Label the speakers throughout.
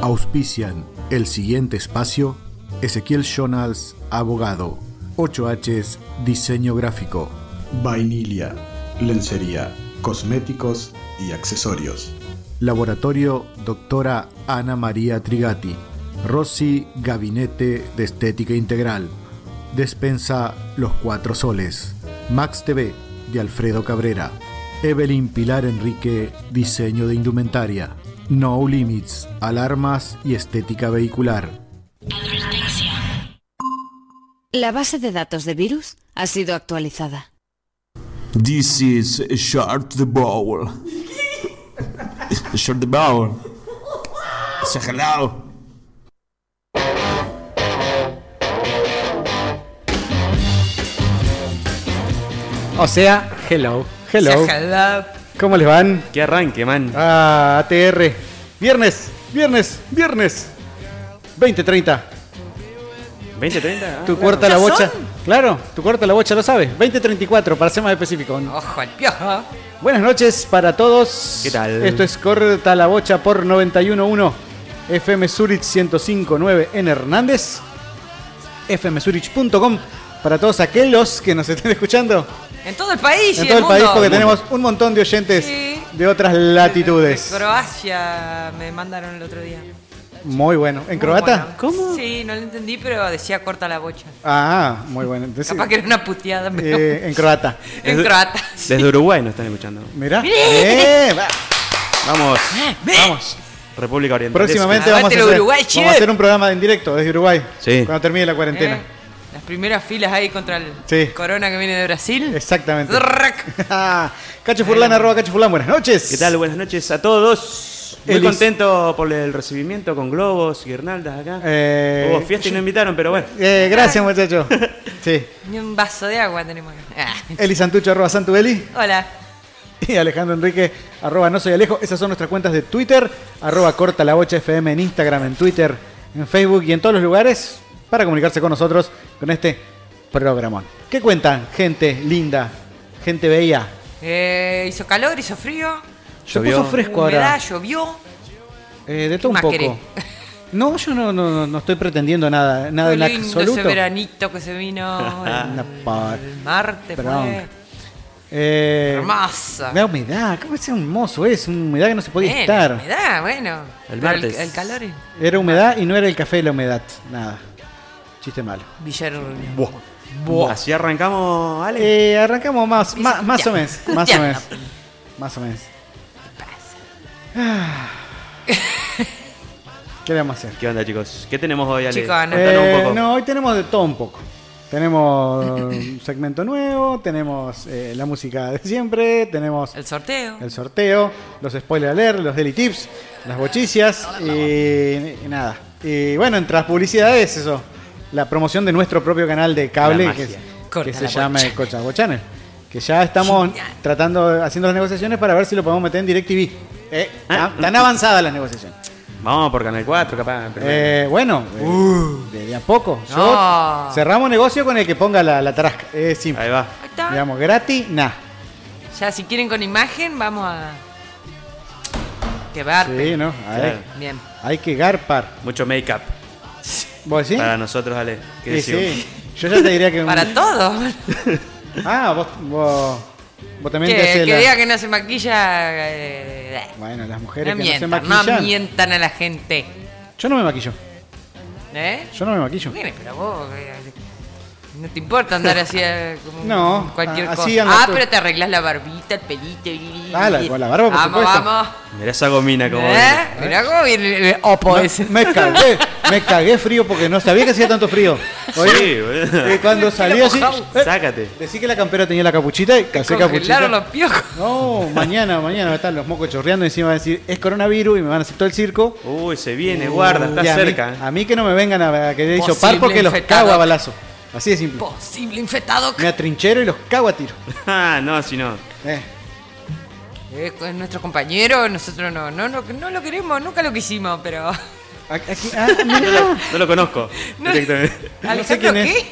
Speaker 1: Auspician el siguiente espacio Ezequiel Jonals, abogado. 8H Diseño Gráfico.
Speaker 2: Vainilia, lencería, cosméticos y accesorios.
Speaker 1: Laboratorio Doctora Ana María Trigati. Rossi Gabinete de Estética Integral. Despensa Los Cuatro Soles. Max TV de Alfredo Cabrera. Evelyn Pilar Enrique, Diseño de Indumentaria. No Limits, Alarmas y Estética Vehicular.
Speaker 3: Advertencia. La base de datos de virus ha sido actualizada.
Speaker 4: This is Short the Bowl. Short the Bowl. Say hello.
Speaker 5: O sea, hello, hello.
Speaker 6: hello.
Speaker 5: ¿Cómo les van?
Speaker 6: Que arranque, man.
Speaker 5: Ah, ATR. Viernes, viernes, viernes. 2030.
Speaker 6: 20, 30.
Speaker 7: Ah,
Speaker 5: Tu corta la bocha. Claro, tu corta la bocha lo sabes. 2034, para ser más específico.
Speaker 6: Ojo al piojo.
Speaker 5: Buenas noches para todos.
Speaker 6: ¿Qué tal?
Speaker 5: Esto es Corta la Bocha por 91.1 FM Zurich 105.9 en Hernández. fmzurich.com para todos aquellos que nos estén escuchando
Speaker 7: En todo el país.
Speaker 5: en
Speaker 7: y
Speaker 5: todo el país
Speaker 7: mundo.
Speaker 5: porque tenemos un montón de oyentes
Speaker 7: Sí.
Speaker 5: de otras
Speaker 7: De
Speaker 5: latitudes.
Speaker 7: Croacia me mandaron el otro día.
Speaker 5: Muy bueno. ¿En
Speaker 7: Muy
Speaker 5: croata?
Speaker 7: bueno. Sí, no lo entendí, pero decía corta la bocha.
Speaker 5: Ah, muy bueno. Entonces,
Speaker 7: Capaz que era una puteada, pero
Speaker 5: eh, en croata.
Speaker 7: en croata.
Speaker 6: Desde Uruguay nos están escuchando.
Speaker 5: Mirá. Eh, va.
Speaker 6: Vamos,
Speaker 7: Eh.
Speaker 5: Vamos.
Speaker 6: República Oriental.
Speaker 5: Próximamente
Speaker 7: Ah,
Speaker 5: vamos a,
Speaker 7: vete a
Speaker 5: hacer,
Speaker 7: Uruguay,
Speaker 5: vamos a
Speaker 7: che.
Speaker 5: hacer un programa en directo desde Uruguay.
Speaker 6: Sí.
Speaker 5: Cuando termine la cuarentena.
Speaker 7: Eh, Las primeras filas ahí contra el
Speaker 5: Sí.
Speaker 7: corona que viene de Brasil.
Speaker 5: Exactamente.
Speaker 7: Drrrrac.
Speaker 5: Cacho Furlan, arroba Cacho Furlan, buenas noches.
Speaker 6: ¿Qué tal? Buenas noches a todos. Muy
Speaker 5: Elis.
Speaker 6: contento por el recibimiento con globos, guirnaldas acá.
Speaker 5: Eh,
Speaker 6: Hubo fiesta y no invitaron, pero bueno.
Speaker 5: Eh, gracias, muchachos. Sí.
Speaker 7: Ni un vaso de agua tenemos acá. Ah.
Speaker 5: Eli Santucho, arroba Santu Eli.
Speaker 7: Hola.
Speaker 5: Y Alejandro Enrique, arroba No Soy Alejo. Esas son nuestras cuentas de Twitter. Arroba Corta la Bocha FM en Instagram, en Twitter, en Facebook y en todos los lugares para comunicarse con nosotros con este programón. ¿Qué cuentan, gente linda, gente bella?
Speaker 7: Eh, hizo calor, hizo frío.
Speaker 5: Se
Speaker 6: Llovió.
Speaker 5: puso fresco
Speaker 7: humedad,
Speaker 5: ahora.
Speaker 7: llovió.
Speaker 5: Eh, de todo un
Speaker 7: más
Speaker 5: poco.
Speaker 7: querés?
Speaker 5: No, yo no, no- no- no estoy pretendiendo nada, nada
Speaker 7: Qué
Speaker 5: en
Speaker 7: lindo
Speaker 5: absoluto.
Speaker 7: ese veranito que se vino
Speaker 5: Una
Speaker 7: el,
Speaker 5: par-
Speaker 7: el martes.
Speaker 5: Perdón.
Speaker 7: fue.
Speaker 5: Eh,
Speaker 7: Hermosa.
Speaker 5: La humedad, ¿cómo es hermoso es? Una humedad que no se podía
Speaker 7: Bueno,
Speaker 5: estar.
Speaker 7: la humedad, bueno.
Speaker 6: El
Speaker 7: Pero
Speaker 6: martes.
Speaker 7: El, calor es
Speaker 5: Era humedad y no era el café la humedad. Nada. Chiste malo.
Speaker 7: Villar Reunión.
Speaker 6: Así arrancamos, Ale.
Speaker 5: Eh, arrancamos más, más, más o
Speaker 7: Ya.
Speaker 5: menos. Más o
Speaker 7: Ya.
Speaker 5: menos. Más o menos. Ah. ¿Qué le vamos a hacer?
Speaker 6: ¿Qué onda, chicos? ¿Qué tenemos hoy, Ale?
Speaker 7: Chicos, no-
Speaker 6: Contanos un
Speaker 5: Eh,
Speaker 6: poco.
Speaker 5: no, hoy tenemos de todo un poco. Tenemos un segmento nuevo, tenemos eh, la música de siempre, tenemos
Speaker 7: El sorteo.
Speaker 5: el sorteo, los spoiler alert, los daily tips, las bochicias y, y nada. Y bueno, entre las publicidades, eso, la promoción de nuestro propio canal de
Speaker 6: La
Speaker 5: cable
Speaker 6: magia.
Speaker 5: que, que
Speaker 7: Corta
Speaker 5: se
Speaker 7: la
Speaker 5: llama
Speaker 7: bocha.
Speaker 5: Cochago Channel. Que ya estamos tratando, haciendo las negociaciones para ver si lo podemos meter en DirecTV. Eh,
Speaker 6: Ah.
Speaker 5: tan- tan avanzadas las negociaciones.
Speaker 6: Vamos por Canal 4, capaz. primero.
Speaker 5: Eh, bueno, eh, de, de a poco. Yo-
Speaker 7: No.
Speaker 5: Cerramos negocio con el que ponga la, la tarasca. Es simple.
Speaker 6: Ahí va.
Speaker 7: Ahí está.
Speaker 5: Digamos, gratis, nada.
Speaker 7: Ya, si quieren con imagen, vamos a. Que va
Speaker 5: Sí, ¿no? A ver,
Speaker 6: Claro.
Speaker 7: Bien.
Speaker 5: Hay que garpar.
Speaker 6: Mucho make-up
Speaker 5: ¿Vos decís?
Speaker 6: para nosotros, Ale. ¿Qué
Speaker 5: Sí,
Speaker 6: decimos?
Speaker 5: sí. Yo ya te diría que.
Speaker 7: Para todos.
Speaker 5: Ah, vos, vos, vos también te
Speaker 7: Que,
Speaker 5: haces
Speaker 7: que
Speaker 5: la-
Speaker 7: diga que no se maquilla. eh,
Speaker 5: Bueno, las mujeres
Speaker 7: no
Speaker 5: que
Speaker 7: mientan,
Speaker 5: no
Speaker 7: no
Speaker 5: se maquillan.
Speaker 7: mientan a la gente.
Speaker 5: yo no me maquillo.
Speaker 7: ¿Eh?
Speaker 5: Yo no me maquillo.
Speaker 7: Bueno, pero vos. eh, No te importa andar así eh, como
Speaker 5: No,
Speaker 7: cualquier
Speaker 5: a- así
Speaker 7: cosa.
Speaker 5: ando
Speaker 7: Ah,
Speaker 5: tú.
Speaker 7: pero te arreglas la barbita, el pelito. y-
Speaker 5: Ah, la- con la barba, por
Speaker 7: vamos,
Speaker 5: supuesto.
Speaker 7: Vamos,
Speaker 6: Mirá esa gomina como.
Speaker 7: ¿Eh? Mirá cómo viene el- el opo
Speaker 5: No,
Speaker 7: ese.
Speaker 5: me cagué, me cagué frío porque no sabía que hacía tanto frío.
Speaker 6: Sí, boludo.
Speaker 5: eh, cuando salí así, eh,
Speaker 6: Sácate.
Speaker 5: decí que la campera tenía la capuchita y casé capuchita.
Speaker 7: Congelaron los piojos.
Speaker 5: No, mañana, mañana van a estar los mocos chorreando y encima van a decir es coronavirus y me van a hacer todo el circo.
Speaker 6: Uy, se viene, guarda, está
Speaker 5: Y a mí-
Speaker 6: cerca. eh.
Speaker 5: a mí que no me vengan a, a querer
Speaker 7: Posible
Speaker 5: hisopar porque los
Speaker 7: eh. infectado.
Speaker 5: cago a balazo. Así de simple.
Speaker 7: Posible infectado.
Speaker 5: Me atrinchero y los cago a tiro.
Speaker 6: Ah, no, si no.
Speaker 5: Eh,
Speaker 7: Eh, Es nuestro compañero, nosotros no, no, no, no lo queremos, nunca lo quisimos, pero.
Speaker 5: aquí- aquí- ah,
Speaker 6: No
Speaker 5: mira.
Speaker 6: lo, no lo conozco
Speaker 7: No.
Speaker 6: directamente.
Speaker 5: No sé quién
Speaker 7: ¿Alejandro
Speaker 5: es.
Speaker 7: qué?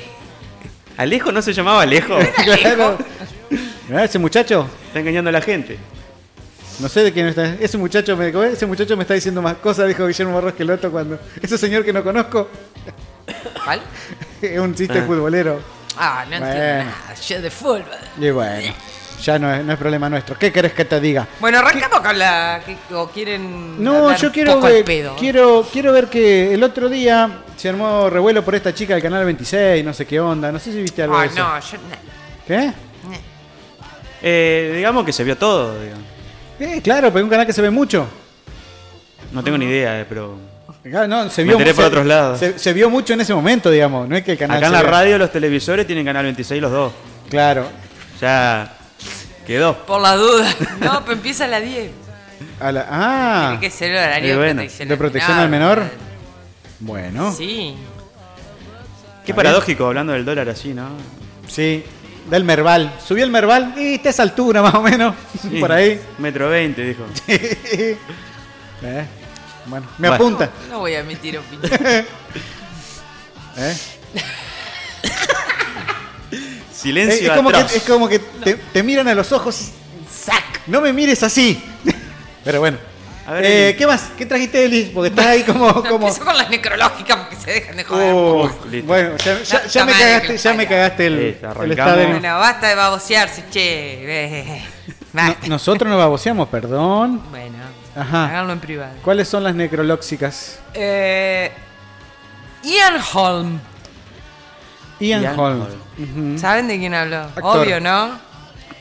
Speaker 6: ¿Alejo no se llamaba Alejo?
Speaker 5: Claro. Mirá, ese muchacho.
Speaker 6: Está engañando a la gente.
Speaker 5: No sé de quién está. Ese muchacho me, ese muchacho me está diciendo más cosas, dijo Guillermo Barros que el otro cuando. Ese señor que no conozco
Speaker 7: ¿Cuál?
Speaker 5: es un chiste futbolero.
Speaker 7: Ah, no entiendo
Speaker 5: Bueno.
Speaker 7: nada. Yo de fútbol.
Speaker 5: Y bueno, ya no es, no es problema nuestro. ¿Qué querés que te diga?
Speaker 7: Bueno, arrancamos con la. que- ¿O quieren.?
Speaker 5: No,
Speaker 7: andar
Speaker 5: yo quiero
Speaker 7: poco al
Speaker 5: ver,
Speaker 7: pedo?
Speaker 5: quiero, quiero ver que el otro día se armó revuelo por esta chica del canal 26, no sé qué onda, no sé si viste algo
Speaker 7: Ah,
Speaker 5: de eso.
Speaker 7: no, yo. na-
Speaker 5: ¿Qué?
Speaker 7: na-
Speaker 6: Eh, digamos que se vio todo, digamos.
Speaker 5: Eh, claro, pero es un canal que se ve mucho.
Speaker 6: No tengo
Speaker 7: Ah.
Speaker 6: ni idea, eh, pero.
Speaker 5: Claro, no, se
Speaker 6: Me
Speaker 5: vio
Speaker 6: enteré
Speaker 5: mu-
Speaker 6: por
Speaker 5: se-
Speaker 6: otros lados.
Speaker 5: Se, se vio mucho en ese momento, digamos, no es que el canal
Speaker 6: Acá en
Speaker 5: se
Speaker 6: la
Speaker 5: vea-
Speaker 6: radio los televisores tienen canal 26 los dos.
Speaker 5: Claro.
Speaker 6: Ya. Quedó.
Speaker 7: Por la duda. No, pero empieza a las 10.
Speaker 5: A la- ah,
Speaker 7: Tiene que ser el horario
Speaker 6: Y
Speaker 7: de
Speaker 6: bueno,
Speaker 7: protección,
Speaker 5: de
Speaker 7: al
Speaker 5: protección al menor. Bueno. Sí.
Speaker 7: Sí.
Speaker 6: Qué paradójico hablando del dólar así, ¿no?
Speaker 5: Del Merval. Subió el Merval y está a esa altura más o menos.
Speaker 6: Sí,
Speaker 5: Por ahí.
Speaker 6: Metro 20, dijo.
Speaker 5: Eh, Bueno, me
Speaker 6: Bueno.
Speaker 5: apunta.
Speaker 7: No, no voy a emitir opinión.
Speaker 5: Eh. Eh,
Speaker 6: Silencio
Speaker 5: es, como que,
Speaker 6: atroz.
Speaker 5: es como que te, te miran a los ojos. ¡Sac! No me mires así. Pero bueno.
Speaker 6: A ver,
Speaker 5: Eh,
Speaker 6: Eli.
Speaker 5: ¿Qué más? ¿Qué trajiste, Eli? Porque estás ahí como...
Speaker 7: No,
Speaker 5: como...
Speaker 7: Empiezo con las necrológicas porque se dejan de joder.
Speaker 5: Oh,
Speaker 6: listo.
Speaker 5: bueno, ya, ya-
Speaker 7: No,
Speaker 5: ya me
Speaker 7: está mal,
Speaker 5: cagaste, ya me
Speaker 7: vaya.
Speaker 5: cagaste el,
Speaker 6: Listo,
Speaker 5: el
Speaker 6: arrancamos.
Speaker 5: estado de ánimo.
Speaker 7: Bueno, basta de babosearse, che. Eh,
Speaker 5: No,
Speaker 7: Basta.
Speaker 5: nosotros nos baboseamos, perdón.
Speaker 7: Bueno,
Speaker 5: Ajá.
Speaker 7: háganlo en privado.
Speaker 5: ¿Cuáles son las necrolóxicas?
Speaker 7: Eh, Ian Holm.
Speaker 5: Ian,
Speaker 6: Ian
Speaker 5: Holm.
Speaker 6: Holm.
Speaker 7: ¿Saben de quién habló?
Speaker 5: Actor.
Speaker 7: Obvio, ¿no?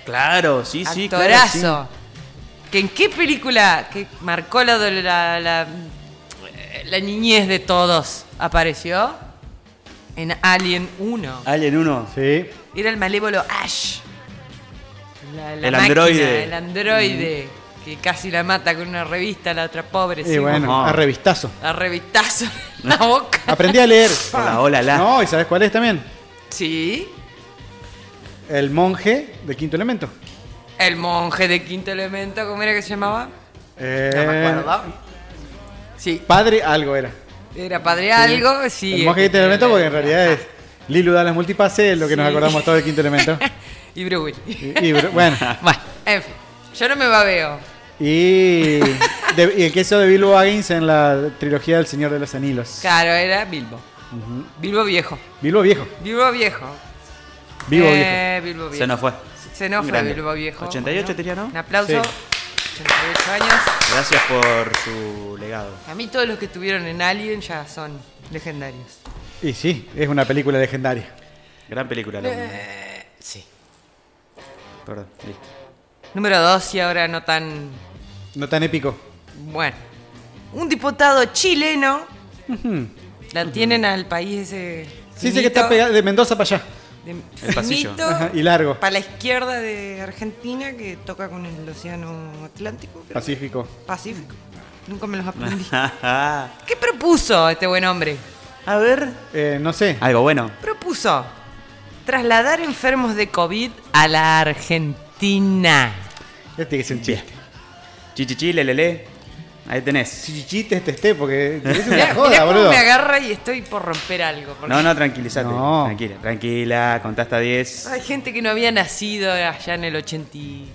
Speaker 6: Claro, sí, sí, claro,
Speaker 7: Actorazo.
Speaker 6: sí.
Speaker 7: ¿Que ¿En qué película que marcó la, do- la, la- la niñez de todos apareció? En Alien 1.
Speaker 6: Alien 1.
Speaker 5: Sí.
Speaker 7: Era el malévolo Ash. La- la
Speaker 6: El androide.
Speaker 7: El androide. Que casi la mata con una revista, la otra pobre.
Speaker 5: Mm. Y
Speaker 7: sí,
Speaker 5: bueno,
Speaker 6: Ajá.
Speaker 5: a revistazo.
Speaker 7: A revistazo en la boca.
Speaker 5: Aprendí a leer.
Speaker 6: Hola, hola, la.
Speaker 5: No, ¿y sabes cuál es también?
Speaker 7: Sí.
Speaker 5: El monje de quinto elemento.
Speaker 7: El monje de quinto elemento, ¿cómo era que se llamaba?
Speaker 5: Eh,
Speaker 7: No me acuerdo. Sí.
Speaker 5: Padre algo era.
Speaker 7: Era padre algo, sí. este,
Speaker 5: el monje de quinto elemento, porque en realidad es Lilu da las multipases, es lo que nos
Speaker 7: Sí.
Speaker 5: acordamos todos de quinto elemento.
Speaker 7: Y Bruin.
Speaker 5: Y, y, bueno,
Speaker 7: bueno, en fin. Yo no me babeo.
Speaker 5: y, de- y el queso de Bilbo Baggins en la trilogía del Señor de los Anillos.
Speaker 7: Claro, era Bilbo. Bilbo viejo.
Speaker 5: Bilbo viejo.
Speaker 7: Bilbo viejo.
Speaker 5: Bilbo
Speaker 7: Eh, Bilbo viejo.
Speaker 6: Se nos fue.
Speaker 7: Se nos fue
Speaker 6: Grande.
Speaker 7: Bilbo Viejo.
Speaker 6: 88
Speaker 7: Bueno,
Speaker 6: tenía, ¿no?
Speaker 7: Un aplauso.
Speaker 5: Sí.
Speaker 7: 88 años.
Speaker 6: Gracias por su legado.
Speaker 7: A mí todos los que estuvieron en Alien ya son legendarios.
Speaker 5: viejo. Y sí, es una película legendaria.
Speaker 6: Gran película, la uno.
Speaker 7: Eh. Sí.
Speaker 6: Perdón, listo.
Speaker 7: Número 2 y ahora no tan...
Speaker 5: No tan épico.
Speaker 7: Bueno. Un diputado chileno. La tienen al país ese...
Speaker 5: Sí, sé que
Speaker 7: finito,
Speaker 5: está pegado de Mendoza para allá.
Speaker 7: de-
Speaker 6: El pasillo.
Speaker 7: finito,
Speaker 5: Ajá, y largo.
Speaker 7: Para la izquierda de Argentina que toca con el océano Atlántico. creo.
Speaker 5: Pacífico.
Speaker 7: Pacífico. Nunca me los aprendí.
Speaker 6: A
Speaker 7: ¿Qué propuso este buen hombre?
Speaker 6: ver.
Speaker 5: Eh, no sé.
Speaker 6: Algo bueno.
Speaker 7: propuso trasladar enfermos de COVID a la Argentina.
Speaker 5: Este que es un chiste.
Speaker 6: Chichichi, lelele. Ahí tenés.
Speaker 5: Chichichite este esté, porque es
Speaker 7: Mirá,
Speaker 5: una
Speaker 7: mirá
Speaker 5: joda,
Speaker 7: cómo
Speaker 5: boludo.
Speaker 7: me agarra y estoy por romper algo. porque
Speaker 6: No, no, tranquilízate.
Speaker 5: No.
Speaker 6: Tranquila, tranquila. Contá hasta 10.
Speaker 7: Hay gente que no había nacido allá en el ochenta y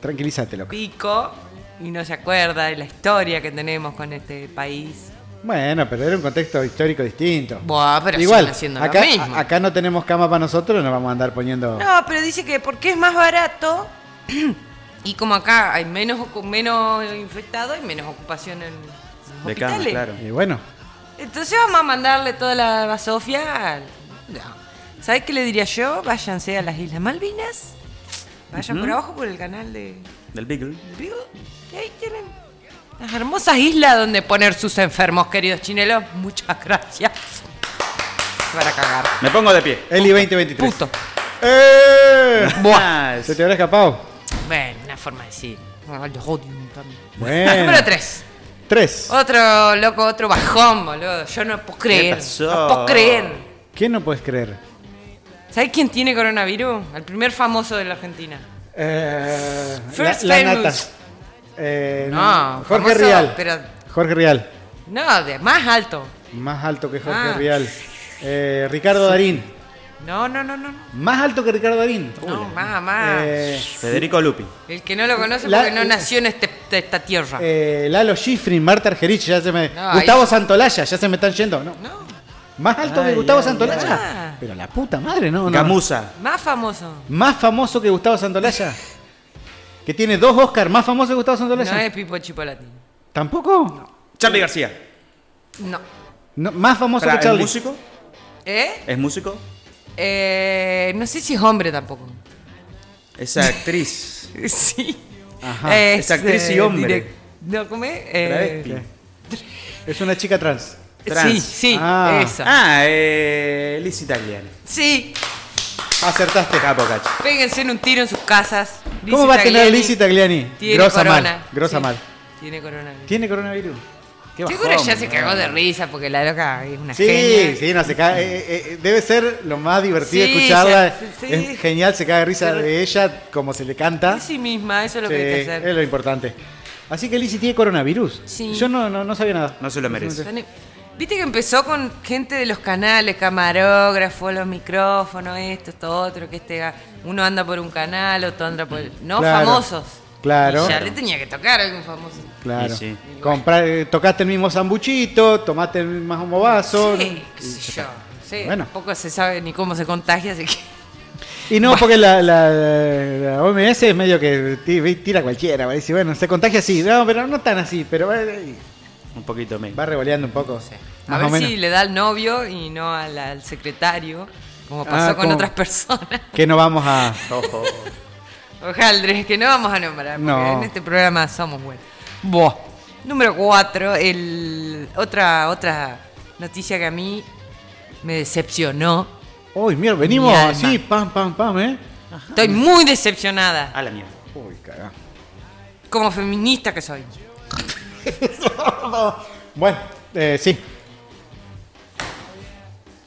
Speaker 5: Tranquilízate, loco.
Speaker 7: pico y no se acuerda de la historia que tenemos con este país.
Speaker 5: Bueno, pero era un contexto histórico distinto.
Speaker 7: Buah, pero
Speaker 5: Igual,
Speaker 7: siguen haciendo lo
Speaker 5: acá,
Speaker 7: mismo.
Speaker 5: a- acá no tenemos cama para nosotros, nos vamos a andar poniendo...
Speaker 7: No, pero dice que porque es más barato y como acá hay menos ocu- menos infectados y menos ocupación en los
Speaker 6: De cama,
Speaker 7: hospitales.
Speaker 6: claro.
Speaker 5: Y bueno,
Speaker 7: Entonces vamos a mandarle toda la basofia. No. ¿Sabes qué le diría yo? Váyanse a las Islas Malvinas. Vayan por abajo por el canal de
Speaker 6: Del pickle.
Speaker 7: de Vigo. Y ahí tienen las hermosas islas donde poner sus enfermos, queridos chinelos. Muchas gracias. Se van a cagar.
Speaker 6: Me pongo de pie.
Speaker 5: Eli 2023.
Speaker 7: Puto.
Speaker 5: ¡Eh!
Speaker 6: Buah.
Speaker 5: ¿Se te habrá escapado?
Speaker 7: Bueno, una forma de decir. Ah, los odio un montón.
Speaker 5: Bueno.
Speaker 7: Número 3.
Speaker 5: Tres.
Speaker 7: Oh. Otro loco, otro bajón, boludo. Yo no puedo creer.
Speaker 6: pasó?
Speaker 7: No puedo creer.
Speaker 5: ¿Qué no puedes creer?
Speaker 7: ¿Sabes quién tiene coronavirus? El primer famoso de la Argentina.
Speaker 5: Eh,
Speaker 7: First
Speaker 5: la, la
Speaker 7: famous.
Speaker 5: nata. Eh,
Speaker 7: No,
Speaker 5: Jorge
Speaker 7: famoso,
Speaker 5: Rial.
Speaker 7: pero-
Speaker 5: Jorge Rial.
Speaker 7: No, de más alto.
Speaker 5: Más alto que Jorge
Speaker 7: Ah.
Speaker 5: Rial. Eh, Ricardo Darín.
Speaker 7: No, no, no, no. no.
Speaker 5: Más alto que Ricardo Darín.
Speaker 7: No, ah.
Speaker 5: Uy.
Speaker 7: más, más.
Speaker 5: Eh,
Speaker 6: Federico Lupi.
Speaker 7: El que no lo conoce
Speaker 5: La-
Speaker 7: porque no nació en este- esta- esta tierra.
Speaker 5: eh, Lalo Schifrin, Marta Argerich, ya se me.
Speaker 7: No,
Speaker 5: Gustavo
Speaker 7: ahí-
Speaker 5: Santolaya, ya se me están yendo. No.
Speaker 7: No,
Speaker 5: Más alto que
Speaker 6: Ay,
Speaker 5: Gustavo
Speaker 6: ay,
Speaker 5: Santolaya.
Speaker 7: ay.
Speaker 5: Pero la puta madre, ¿no? no, no.
Speaker 6: Gamusa.
Speaker 7: más famoso.
Speaker 5: Más famoso que Gustavo Santolaya. Que tiene dos Oscars, más famoso que Gustavo
Speaker 7: No eh.
Speaker 5: Santolaya.
Speaker 7: es Pipo Chipolati.
Speaker 5: ¿Tampoco?
Speaker 6: Charlie García.
Speaker 7: No.
Speaker 5: No, más famoso
Speaker 6: Pará,
Speaker 5: que
Speaker 6: ¿Es
Speaker 5: Charlie.
Speaker 6: músico?
Speaker 7: ¿Eh?
Speaker 6: ¿Es músico?
Speaker 7: Eh, no sé si es hombre tampoco.
Speaker 6: Es actriz.
Speaker 7: Sí. Este,
Speaker 5: Ajá.
Speaker 6: Es actriz y hombre.
Speaker 7: direc- No, ¿cómo es? Eh,
Speaker 6: Travesti.
Speaker 5: Es una chica trans.
Speaker 7: sí,
Speaker 6: Trans.
Speaker 7: sí,
Speaker 5: Ah.
Speaker 7: esa.
Speaker 6: Ah, eh, Liz Italiani.
Speaker 7: Sí,
Speaker 5: Acertaste.
Speaker 6: Capo, cacho.
Speaker 7: péguense en un tiro en sus casas.
Speaker 5: ¿Cómo
Speaker 7: Lizzy
Speaker 5: va a tener
Speaker 7: Tagliani
Speaker 5: Lizzy Tagliani?
Speaker 7: Tiene
Speaker 5: Grosa
Speaker 7: corona.
Speaker 5: mal, grosa
Speaker 7: Sí,
Speaker 5: mal.
Speaker 7: Tiene corona.
Speaker 5: ¿Tiene coronavirus? Qué
Speaker 7: Seguro
Speaker 5: bajón,
Speaker 7: ya se
Speaker 5: ¿no?
Speaker 7: cagó de risa porque la loca es una
Speaker 5: Sí,
Speaker 7: genia.
Speaker 5: sí, no, se cae. eh, debe ser lo más divertido
Speaker 7: Sí,
Speaker 5: escucharla.
Speaker 7: ya, sí.
Speaker 5: Es genial, se cae de risa
Speaker 7: Se re-
Speaker 5: de ella, como se le canta.
Speaker 7: Es sí misma, eso es lo que
Speaker 5: Sí,
Speaker 7: hay que hacer.
Speaker 5: es lo importante. Así que Lizzy tiene coronavirus.
Speaker 7: Sí.
Speaker 5: Yo no, no, no sabía nada.
Speaker 6: No se lo merece.
Speaker 7: Dani, Viste que empezó con gente de los canales, camarógrafo, los micrófonos, esto, esto, otro, que este ga- uno anda por un canal, otro anda por el... No,
Speaker 5: Claro,
Speaker 7: famosos.
Speaker 5: claro.
Speaker 7: Y ya le tenía que tocar a algún famoso.
Speaker 5: Claro.
Speaker 6: Y sí.
Speaker 5: Comprar, eh, tocaste el mismo sambuchito, tomaste el mismo vaso.
Speaker 7: Sí, qué sé yo. Sí,
Speaker 5: Bueno.
Speaker 7: Tampoco se sabe ni cómo se contagia, así que...
Speaker 5: Y no, porque la, la- la OMS es medio que ti- tira cualquiera. ¿vale? Dice, bueno, se contagia así. No, pero no tan así, pero va, va
Speaker 6: Un poquito menos.
Speaker 5: revoleando un poco.
Speaker 7: A
Speaker 5: más o
Speaker 7: ver
Speaker 5: menos.
Speaker 7: si le da al novio y no al, al secretario, como pasó
Speaker 5: Ah,
Speaker 7: con
Speaker 5: como-
Speaker 7: otras personas.
Speaker 5: Que no vamos a.
Speaker 7: Ojaldres, que no vamos a nombrar, porque
Speaker 5: No.
Speaker 7: en este programa somos buenos. Buah. Número 4, el otra, otra noticia que a mí me decepcionó.
Speaker 5: Uy, mierda, venimos
Speaker 7: Mi alma.
Speaker 5: así, pam, pam, pam, ¿eh?
Speaker 7: Estoy muy decepcionada,
Speaker 6: A la mierda.
Speaker 5: Uy, cagá.
Speaker 7: como feminista que soy.
Speaker 5: Bueno, eh, sí.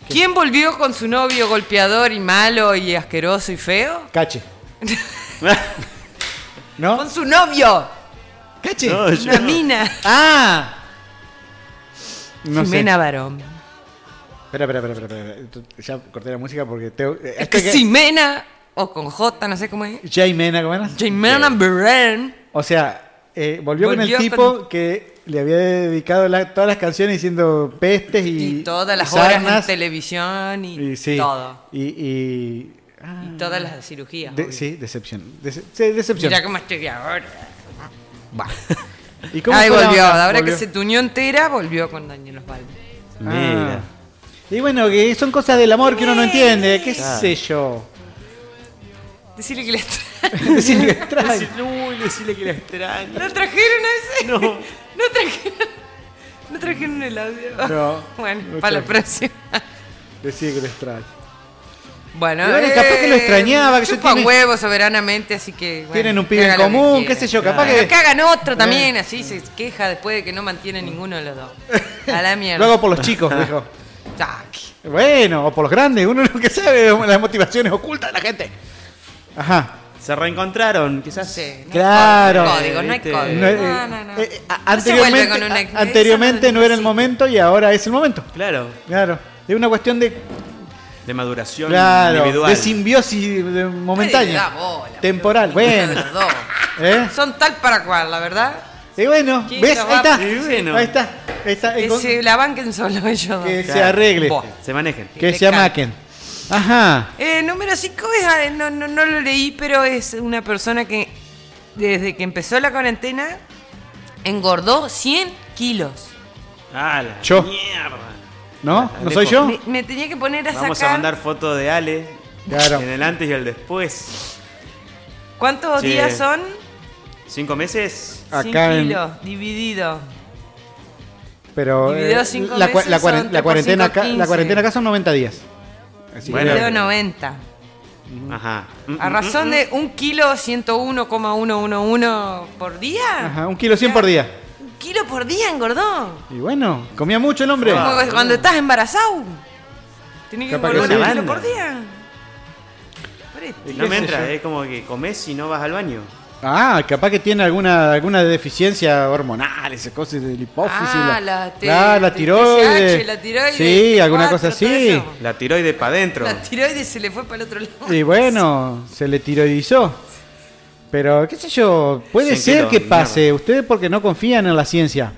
Speaker 7: ¿Quién volvió con su novio golpeador y malo y asqueroso y feo?
Speaker 5: Cache. ¿No?
Speaker 7: Con su novio,
Speaker 5: ¿Cache?
Speaker 6: No, yo-
Speaker 7: una mina.
Speaker 5: ¡Ah! No sé.
Speaker 7: Jimena Barón.
Speaker 5: Espera, espera, espera, espera, espera. Ya corté la música porque tengo. eh,
Speaker 7: Es que Ximena, o con J, no sé cómo es.
Speaker 5: Jay Mena, ¿cómo era?
Speaker 7: Jimena Barón.
Speaker 5: O sea, eh, volvió, con el
Speaker 7: Volvió
Speaker 5: tipo
Speaker 7: con-
Speaker 5: que le había dedicado la- todas las canciones diciendo pestes y.
Speaker 7: Y todas las
Speaker 5: y
Speaker 7: horas en
Speaker 5: sarnas.
Speaker 7: televisión y,
Speaker 5: Y sí.
Speaker 7: todo.
Speaker 5: Y. y- ah,
Speaker 7: Y todas las cirugías.
Speaker 5: de-
Speaker 7: obvio.
Speaker 5: sí, decepción. Dece- sí, decepción.
Speaker 7: Mirá cómo estoy ahora.
Speaker 5: ¿Y cómo
Speaker 7: Ahí
Speaker 5: fue la
Speaker 7: volvió.
Speaker 5: onda?
Speaker 7: Ahora
Speaker 5: Volvió.
Speaker 7: que se tuñó entera, volvió con Daniel Osvaldo.
Speaker 5: Ah.
Speaker 6: Mira.
Speaker 5: Y bueno, que son cosas del amor que uno no entiende, qué
Speaker 6: Claro.
Speaker 5: sé yo.
Speaker 7: Decirle que le tra-
Speaker 5: Decir que extraño.
Speaker 6: Uy, decirle que la extraña.
Speaker 7: ¿No trajeron ese?
Speaker 6: No.
Speaker 7: No trajeron. No trajeron el audio.
Speaker 5: No,
Speaker 7: bueno,
Speaker 5: no
Speaker 7: para
Speaker 5: trajeron.
Speaker 7: la próxima.
Speaker 5: Decir que lo extraño.
Speaker 7: Bueno, eh,
Speaker 5: Igual es capaz que lo extrañaba, que yo
Speaker 7: chupa
Speaker 5: tiene-
Speaker 7: huevos soberanamente, así que. bueno,
Speaker 5: Tienen un
Speaker 7: que
Speaker 5: pibe en
Speaker 7: haga lo que
Speaker 5: común,
Speaker 7: quiera.
Speaker 5: qué sé yo, capaz
Speaker 7: Pero
Speaker 5: que.
Speaker 7: que hagan otro también,
Speaker 5: Eh.
Speaker 7: así se queja después de que no mantiene ninguno de los dos. A la mierda.
Speaker 5: Lo hago por los chicos, dijo.
Speaker 7: Tac.
Speaker 5: Bueno, o por los grandes, uno nunca sabe las motivaciones ocultas de la gente. Ajá.
Speaker 6: Se reencontraron, quizás.
Speaker 7: Sí, no hay
Speaker 5: Claro.
Speaker 7: Código, no hay
Speaker 6: Este,
Speaker 7: código.
Speaker 5: No,
Speaker 7: No,
Speaker 5: eh,
Speaker 7: no, no.
Speaker 5: eh, a-
Speaker 7: No se vuelve
Speaker 5: anteriormente
Speaker 7: con una-
Speaker 5: a- anteriormente
Speaker 7: esa
Speaker 5: no era el
Speaker 7: sí.
Speaker 5: momento y ahora es el momento.
Speaker 6: Claro.
Speaker 5: Claro. Es una cuestión de,
Speaker 6: De maduración
Speaker 5: claro,
Speaker 6: individual.
Speaker 5: de simbiosis de-
Speaker 7: Nadie le da
Speaker 5: momentánea.
Speaker 7: bola,
Speaker 5: temporal.
Speaker 7: boludo. Ninguno
Speaker 5: Bueno.
Speaker 7: de los dos.
Speaker 5: ¿Eh?
Speaker 7: Son tal para cual, la verdad.
Speaker 5: Y bueno,
Speaker 7: Quinta
Speaker 5: ¿ves? Ahí está.
Speaker 7: va-
Speaker 6: Y bueno.
Speaker 5: Ahí está. Ahí está.
Speaker 7: Que
Speaker 5: Encon-
Speaker 7: se la banquen solo ellos.
Speaker 5: que
Speaker 7: dos.
Speaker 5: se arregle.
Speaker 7: Buah.
Speaker 6: Se manejen.
Speaker 5: Que
Speaker 7: le
Speaker 5: se
Speaker 7: cante.
Speaker 5: amaquen. Ajá.
Speaker 7: Eh, número 5 es, ah, no, no, no lo leí, pero es una persona que desde que empezó la cuarentena engordó 100 kilos.
Speaker 6: Ah, la
Speaker 5: Yo.
Speaker 6: mierda.
Speaker 5: ¿No?
Speaker 6: Ah,
Speaker 5: ¿No soy
Speaker 6: lejos.
Speaker 5: yo?
Speaker 7: Me, me tenía que poner a
Speaker 6: Vamos
Speaker 7: sacar
Speaker 6: a mandar foto de Ale.
Speaker 5: Claro.
Speaker 6: En el antes y el después.
Speaker 7: cuántos
Speaker 6: Sí.
Speaker 7: días son
Speaker 6: ¿Cinco meses?
Speaker 7: 100
Speaker 5: Acá en-
Speaker 7: kilos dividido.
Speaker 5: Pero eh,
Speaker 7: Dividido cinco
Speaker 5: la, cua-
Speaker 7: meses
Speaker 5: la, cuaren-
Speaker 7: son
Speaker 5: la
Speaker 7: tres por
Speaker 5: cuarentena
Speaker 7: cinco,
Speaker 5: acá, la
Speaker 7: 15.
Speaker 5: cuarentena acá son 90 días. Así
Speaker 6: Bueno.
Speaker 7: Video
Speaker 5: que-
Speaker 7: 90.
Speaker 6: Ajá. Mm,
Speaker 5: Mm,
Speaker 7: A razón de un kilo 101,111 por día.
Speaker 5: Ajá, un kilo 100 por día.
Speaker 7: Un kilo por día engordó.
Speaker 5: Y bueno, comía mucho el hombre.
Speaker 7: Como que cuando estás embarazado. Tienes Ah, que
Speaker 5: Capaz
Speaker 7: engordar
Speaker 5: que
Speaker 7: un
Speaker 5: sí.
Speaker 7: kilo por día. Preste.
Speaker 6: mm. No me
Speaker 5: sé
Speaker 6: entra,
Speaker 5: yo?
Speaker 6: es como que comes y no vas al baño.
Speaker 5: Ah, capaz que tiene alguna alguna deficiencia hormonal, esas cosas de la hipófisis.
Speaker 7: Ah, la T-
Speaker 5: ah, la
Speaker 7: T-
Speaker 5: tiroides.
Speaker 7: TSH, la tiroides,
Speaker 5: Sí, alguna cosa
Speaker 7: T4, todo
Speaker 5: así.
Speaker 7: eso.
Speaker 6: La tiroide para adentro.
Speaker 7: La tiroides se le fue para el otro lado.
Speaker 5: Y bueno, se le tiroidizó. Pero, qué sé yo, puede
Speaker 6: Cien
Speaker 5: ser
Speaker 6: kilos
Speaker 5: que
Speaker 6: de
Speaker 5: pase. Ustedes porque no confían en la ciencia.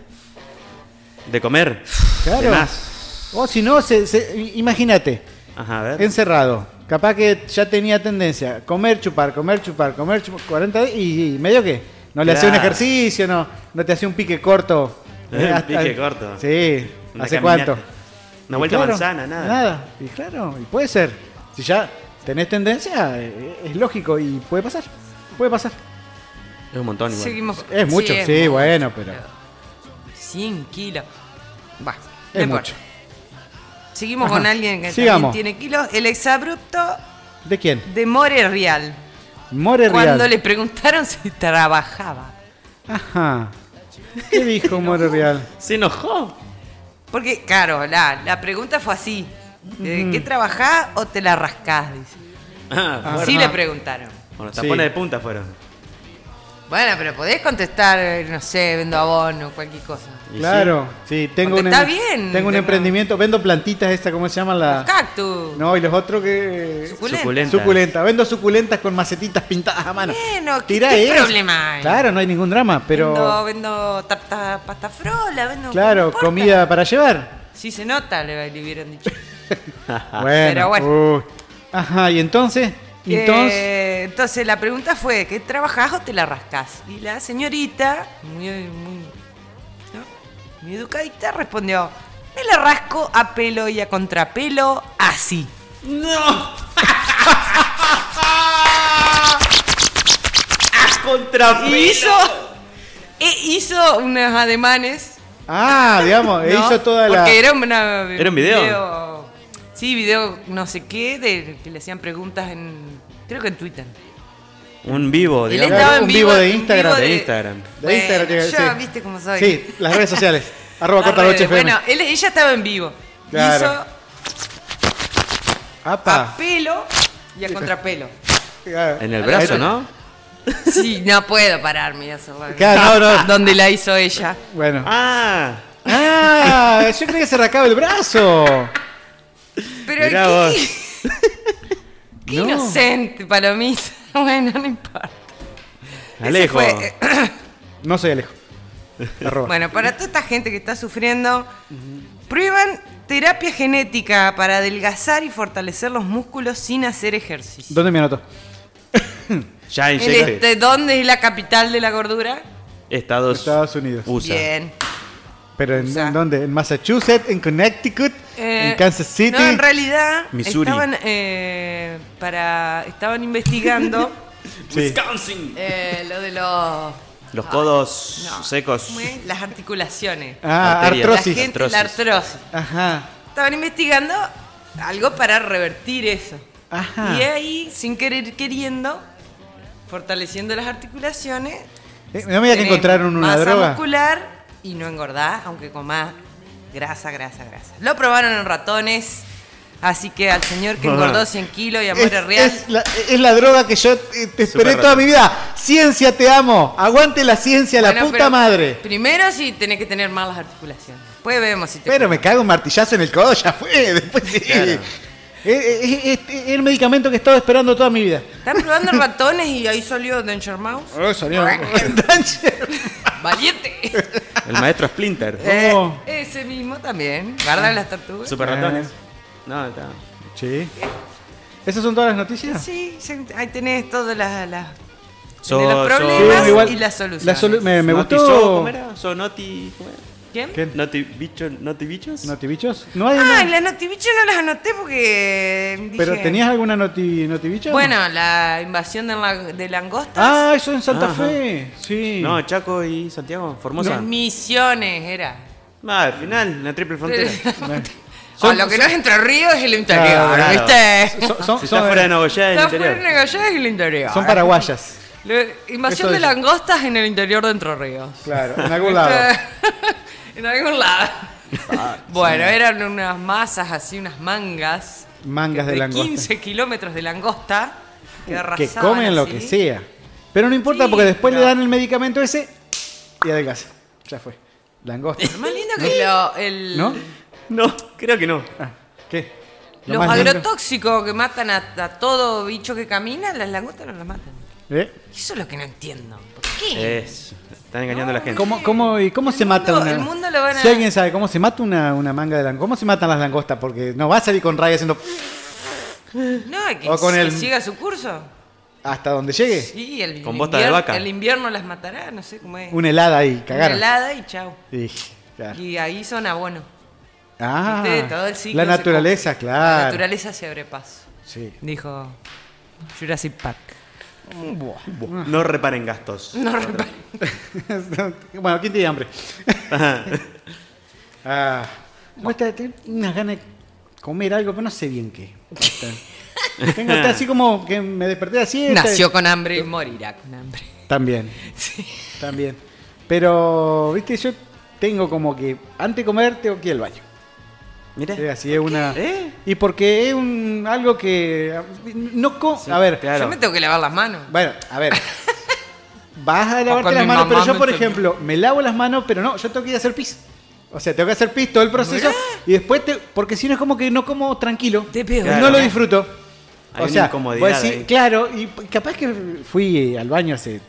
Speaker 6: De comer.
Speaker 5: Claro.
Speaker 6: De más.
Speaker 5: O si no, se- se- imagínate,
Speaker 6: Ajá, a ver.
Speaker 5: encerrado. Capaz que ya tenía tendencia. Comer, chupar, comer, chupar, comer, chupar. 40 días y, y medio que. No le hacía un
Speaker 6: Claro.
Speaker 5: ejercicio, no, no te hacía un pique corto.
Speaker 6: Un
Speaker 5: Eh, hasta-
Speaker 6: pique corto.
Speaker 5: Sí.
Speaker 6: Una
Speaker 5: ¿Hace
Speaker 6: caminata.
Speaker 5: cuánto?
Speaker 6: Una
Speaker 5: Y
Speaker 6: vuelta a
Speaker 5: claro,
Speaker 6: manzana, nada.
Speaker 5: Nada. Y claro, y puede ser. Si ya tenés tendencia, eh, es lógico y puede pasar. Puede pasar.
Speaker 6: Es un montón igual.
Speaker 7: Seguimos.
Speaker 5: Es mucho,
Speaker 7: es
Speaker 5: sí,
Speaker 7: mucho.
Speaker 5: bueno, pero.
Speaker 7: 100 kilos. Va,
Speaker 5: Es
Speaker 7: no
Speaker 5: mucho.
Speaker 7: importa. Seguimos
Speaker 5: Ajá,
Speaker 7: con alguien que
Speaker 5: sigamos.
Speaker 7: también tiene kilos. El exabrupto
Speaker 5: ¿De quién?
Speaker 7: de More Real.
Speaker 5: More
Speaker 7: Cuando
Speaker 5: Real.
Speaker 7: le preguntaron si trabajaba.
Speaker 5: Ajá. ¿Qué dijo More Real?
Speaker 6: Se enojó.
Speaker 7: Porque, claro, la, la pregunta fue así. ¿De qué trabajás o te la rascás? Dice.
Speaker 6: Ah,
Speaker 7: Así le preguntaron.
Speaker 6: bueno,
Speaker 5: Ah, Sí.
Speaker 6: tapones de punta fueron.
Speaker 7: Bueno, pero podés contestar, eh, no sé, vendo abono, cualquier cosa.
Speaker 5: Claro, sí, tengo un,
Speaker 7: Contestá
Speaker 5: em-
Speaker 7: bien,
Speaker 5: tengo un
Speaker 7: tengo-
Speaker 5: emprendimiento, vendo plantitas esta, ¿cómo se llama la?
Speaker 7: Cactus.
Speaker 5: Ah. No, y los otros que
Speaker 7: Suculenta.
Speaker 6: Suculenta.
Speaker 5: suculenta, vendo suculentas con macetitas pintadas a mano.
Speaker 7: Bueno, ¿qué-
Speaker 5: Tirá
Speaker 7: Eh, qué
Speaker 5: eso.
Speaker 7: problema hay?
Speaker 5: Claro, no hay ningún drama, pero
Speaker 7: Vendo, vendo tarta, pasta frola, vendo. no
Speaker 5: claro,
Speaker 7: importa.
Speaker 5: comida para llevar.
Speaker 7: Sí se nota, le, le hubieran dicho.
Speaker 5: Bueno,
Speaker 7: Ah, Pero bueno.
Speaker 5: uy. ajá, y entonces, ¿Y entonces,
Speaker 7: Eh, entonces la pregunta fue, ¿qué trabajás o te la rascás? Y la señorita, muy, muy, ¿no? muy educadita, respondió, me la rasco a pelo y a contrapelo así.
Speaker 6: Contrapelo.
Speaker 7: Y hizo, e hizo unos ademanes.
Speaker 5: ah, digamos,
Speaker 7: ¿no?
Speaker 5: hizo toda la
Speaker 7: Porque era, una-
Speaker 6: Era un video.
Speaker 7: Sí, video no sé qué, de que le hacían preguntas en... Creo que en Twitter.
Speaker 6: Un vivo,
Speaker 7: Él
Speaker 6: digamos.
Speaker 7: estaba
Speaker 5: un vivo de
Speaker 7: en
Speaker 5: Instagram.
Speaker 6: De Instagram.
Speaker 5: de Instagram,
Speaker 7: Bueno,
Speaker 5: sí.
Speaker 7: yo, viste cómo soy.
Speaker 5: Sí, las redes sociales. arroba
Speaker 7: Las
Speaker 5: corta la
Speaker 7: redes.
Speaker 5: noche FM.
Speaker 7: Bueno, él- ella estaba en vivo.
Speaker 5: Claro. Ah.
Speaker 7: Hizo
Speaker 5: Apa. Ah,
Speaker 7: a pelo y a contrapelo.
Speaker 6: En el brazo, ¿no?
Speaker 7: Sí, no puedo pararme y hacerlo.
Speaker 5: Claro, no, no.
Speaker 7: Donde la hizo ella.
Speaker 5: Bueno.
Speaker 6: Ah,
Speaker 5: Ah, yo creí que se rascaba el brazo.
Speaker 7: Pero
Speaker 6: Mirá
Speaker 7: qué,
Speaker 6: vos.
Speaker 7: qué
Speaker 5: No.
Speaker 7: inocente, palomita. Bueno, no importa. Ese
Speaker 6: Alejo.
Speaker 7: fue- eh,
Speaker 5: No soy Alejo. Arroba.
Speaker 7: Bueno, para toda esta gente que está sufriendo, prueban terapia genética para adelgazar y fortalecer los músculos sin hacer ejercicio.
Speaker 5: ¿Dónde me anoto?
Speaker 6: Ya
Speaker 7: El
Speaker 6: inyecté.
Speaker 7: este, ¿Dónde es la capital de la gordura?
Speaker 6: Estados,
Speaker 5: Estados Unidos.
Speaker 6: USA.
Speaker 7: Bien.
Speaker 5: ¿Pero en,
Speaker 7: USA.
Speaker 5: en dónde? ¿En Massachusetts? ¿En Connecticut?
Speaker 7: Eh,
Speaker 5: ¿En Kansas City?
Speaker 7: No, en realidad
Speaker 6: Missouri.
Speaker 7: estaban eh, para estaban investigando
Speaker 5: Sí.
Speaker 7: eh, lo de los
Speaker 6: Los codos
Speaker 7: no,
Speaker 6: secos.
Speaker 7: ¿cómo es? las articulaciones.
Speaker 5: Ah,
Speaker 6: Arterias.
Speaker 7: la
Speaker 5: artrosis.
Speaker 7: gente, la artrosis.
Speaker 5: Ajá.
Speaker 7: Estaban investigando algo para revertir eso.
Speaker 5: Ajá.
Speaker 7: Y ahí, sin querer queriendo, fortaleciendo las articulaciones,
Speaker 5: Eh, no me digas que
Speaker 7: tenés
Speaker 5: encontraron una
Speaker 7: masa
Speaker 5: droga.
Speaker 7: muscular y no engordás, aunque comás grasa, grasa, grasa. Lo probaron en ratones, así que al señor que engordó 100 kilos y amor
Speaker 5: Es,
Speaker 7: es real.
Speaker 5: es la, es la droga que yo eh, te esperé
Speaker 6: Súper
Speaker 5: toda
Speaker 6: raro.
Speaker 5: mi vida. Ciencia, te amo. Aguante la ciencia, la
Speaker 7: Bueno,
Speaker 5: puta
Speaker 7: pero
Speaker 5: madre.
Speaker 7: Primero sí tenés que tener malas articulaciones. Después vemos si te.
Speaker 5: Pero me cago un martillazo en el codo, ya fue. Después sí.
Speaker 6: Claro.
Speaker 5: Eh, eh, eh, es- es el medicamento que he estado esperando toda mi vida.
Speaker 7: Están probando ratones y ahí salió Danger Mouse. ¡Valiente!
Speaker 6: El maestro Splinter.
Speaker 7: Eh,
Speaker 6: Oh,
Speaker 5: ¿Cómo?
Speaker 7: ese mismo también.
Speaker 5: Ah.
Speaker 7: Guarda las tortugas.
Speaker 6: Super
Speaker 5: Eh.
Speaker 6: ratones. No, está.
Speaker 5: Sí. ¿Esas son todas las noticias?
Speaker 7: Sí, sí, ahí tenés todas las. las-
Speaker 6: So-
Speaker 7: de
Speaker 6: so-
Speaker 7: los problemas
Speaker 6: Sí,
Speaker 5: igual-
Speaker 7: y las soluciones.
Speaker 5: La solu- me me
Speaker 6: Naughty
Speaker 5: gustó.
Speaker 6: Zoo, ¿Cómo era? So naughty- ¿cómo era?
Speaker 7: ¿Quién?
Speaker 5: ¿Qué?
Speaker 6: Naughty bicho- naughty bichos.
Speaker 5: ¿Notibichos? No hay
Speaker 7: Ah,
Speaker 5: una-
Speaker 7: las notibichos no las anoté porque. dije-
Speaker 5: ¿Pero tenías alguna noti notibicho?
Speaker 7: Bueno, la invasión de, la, de langostas.
Speaker 5: Ah, eso en Santa
Speaker 6: Ajá.
Speaker 5: Fe. Sí.
Speaker 6: No, Chaco y Santiago, Formosa.
Speaker 7: Las Misiones era.
Speaker 6: Ah, al final, la triple frontera. Si
Speaker 7: O lo que no es Entre Ríos es el interior,
Speaker 5: Claro.
Speaker 7: ¿viste?
Speaker 5: son, son-
Speaker 6: está
Speaker 5: son-
Speaker 6: fuera de Nagoya,
Speaker 7: Está
Speaker 6: en
Speaker 7: fuera de
Speaker 6: interior.
Speaker 7: Nagoya es el interior.
Speaker 5: son paraguayas.
Speaker 7: La invasión
Speaker 5: Eso
Speaker 7: de
Speaker 5: es.
Speaker 7: langostas en el interior de Entre Ríos.
Speaker 5: Claro, en algún lado. Ah,
Speaker 7: en algún lado. bueno, eran unas masas así, unas mangas.
Speaker 5: Mangas de
Speaker 7: de
Speaker 5: langosta.
Speaker 7: 15 kilómetros de langosta. Que,
Speaker 5: Que
Speaker 7: arrasaban
Speaker 5: comen lo
Speaker 7: así.
Speaker 5: que sea. Pero no importa
Speaker 7: Sí,
Speaker 5: porque después
Speaker 7: pero-
Speaker 5: le dan el medicamento ese y adelgaza. Ya fue. Langosta.
Speaker 7: Más lindo que lo- el-
Speaker 5: ¿No?
Speaker 6: No, creo que no.
Speaker 5: Ah, ¿Qué? Lo
Speaker 7: los
Speaker 5: más lindo-
Speaker 7: agrotóxicos que matan a, a todo bicho que camina, las langostas no las matan.
Speaker 5: ¿Eh?
Speaker 7: Eso es lo que no entiendo. ¿Por qué?
Speaker 6: Es. Están engañando
Speaker 7: Ah,
Speaker 6: a la gente.
Speaker 5: ¿Cómo, cómo, y cómo
Speaker 7: El
Speaker 5: se mata
Speaker 7: mundo-
Speaker 5: una-
Speaker 7: el mundo lo van a-
Speaker 5: Si alguien sabe cómo se mata una, una manga de langosta, ¿cómo se matan las langostas? Porque no va a salir con Ray haciendo
Speaker 7: No, es que
Speaker 5: O con
Speaker 7: si-
Speaker 5: el-
Speaker 7: siga su curso.
Speaker 5: hasta donde llegue.
Speaker 7: Sí, el,
Speaker 6: Con
Speaker 7: el
Speaker 6: bosta de
Speaker 7: invier-
Speaker 6: vaca.
Speaker 7: el invierno las matará, no sé cómo es.
Speaker 5: Una helada ahí, cagaron.
Speaker 7: Una helada y chau.
Speaker 5: Y, claro.
Speaker 7: Y ahí son abono.
Speaker 5: Ah,
Speaker 7: Viste, todo el ciclo
Speaker 5: la
Speaker 7: se
Speaker 5: naturaleza,
Speaker 7: cumple.
Speaker 5: claro.
Speaker 7: La naturaleza se abre paso,
Speaker 5: Sí.
Speaker 7: dijo Jurassic Park.
Speaker 6: Buah, No reparen gastos.
Speaker 7: No reparen.
Speaker 5: bueno, ¿quién tiene hambre? ah, vos te- tenés unas ganas de comer algo, pero no sé bien qué. Tengo hasta así como que me desperté así.
Speaker 7: Nació con hambre y morirá con hambre.
Speaker 5: También. También. Pero, viste, yo tengo como que antes de comer tengo que ir al baño.
Speaker 6: Mirá.
Speaker 5: Es así, es una.
Speaker 6: ¿Eh?
Speaker 5: Y porque es un algo que. No co-
Speaker 6: Sí,
Speaker 5: a ver,
Speaker 6: claro.
Speaker 7: Yo me tengo que lavar las manos.
Speaker 5: bueno, a ver. Vas a lavarte
Speaker 7: Papá,
Speaker 5: las
Speaker 7: mi
Speaker 5: manos,
Speaker 7: mamá
Speaker 5: pero yo,
Speaker 7: me
Speaker 5: por
Speaker 7: enseñó.
Speaker 5: ejemplo, me lavo las manos, pero no, yo tengo que ir a hacer pis. O sea, tengo que hacer pis todo el proceso y después te. Porque si no es como que no como tranquilo.
Speaker 7: Te pego.
Speaker 5: Y No
Speaker 6: Claro.
Speaker 5: lo disfruto.
Speaker 6: Hay
Speaker 5: o
Speaker 6: una
Speaker 5: sea,
Speaker 6: incomodidad
Speaker 5: vos decís,
Speaker 6: ahí.
Speaker 5: claro, y p- capaz que fui al baño hace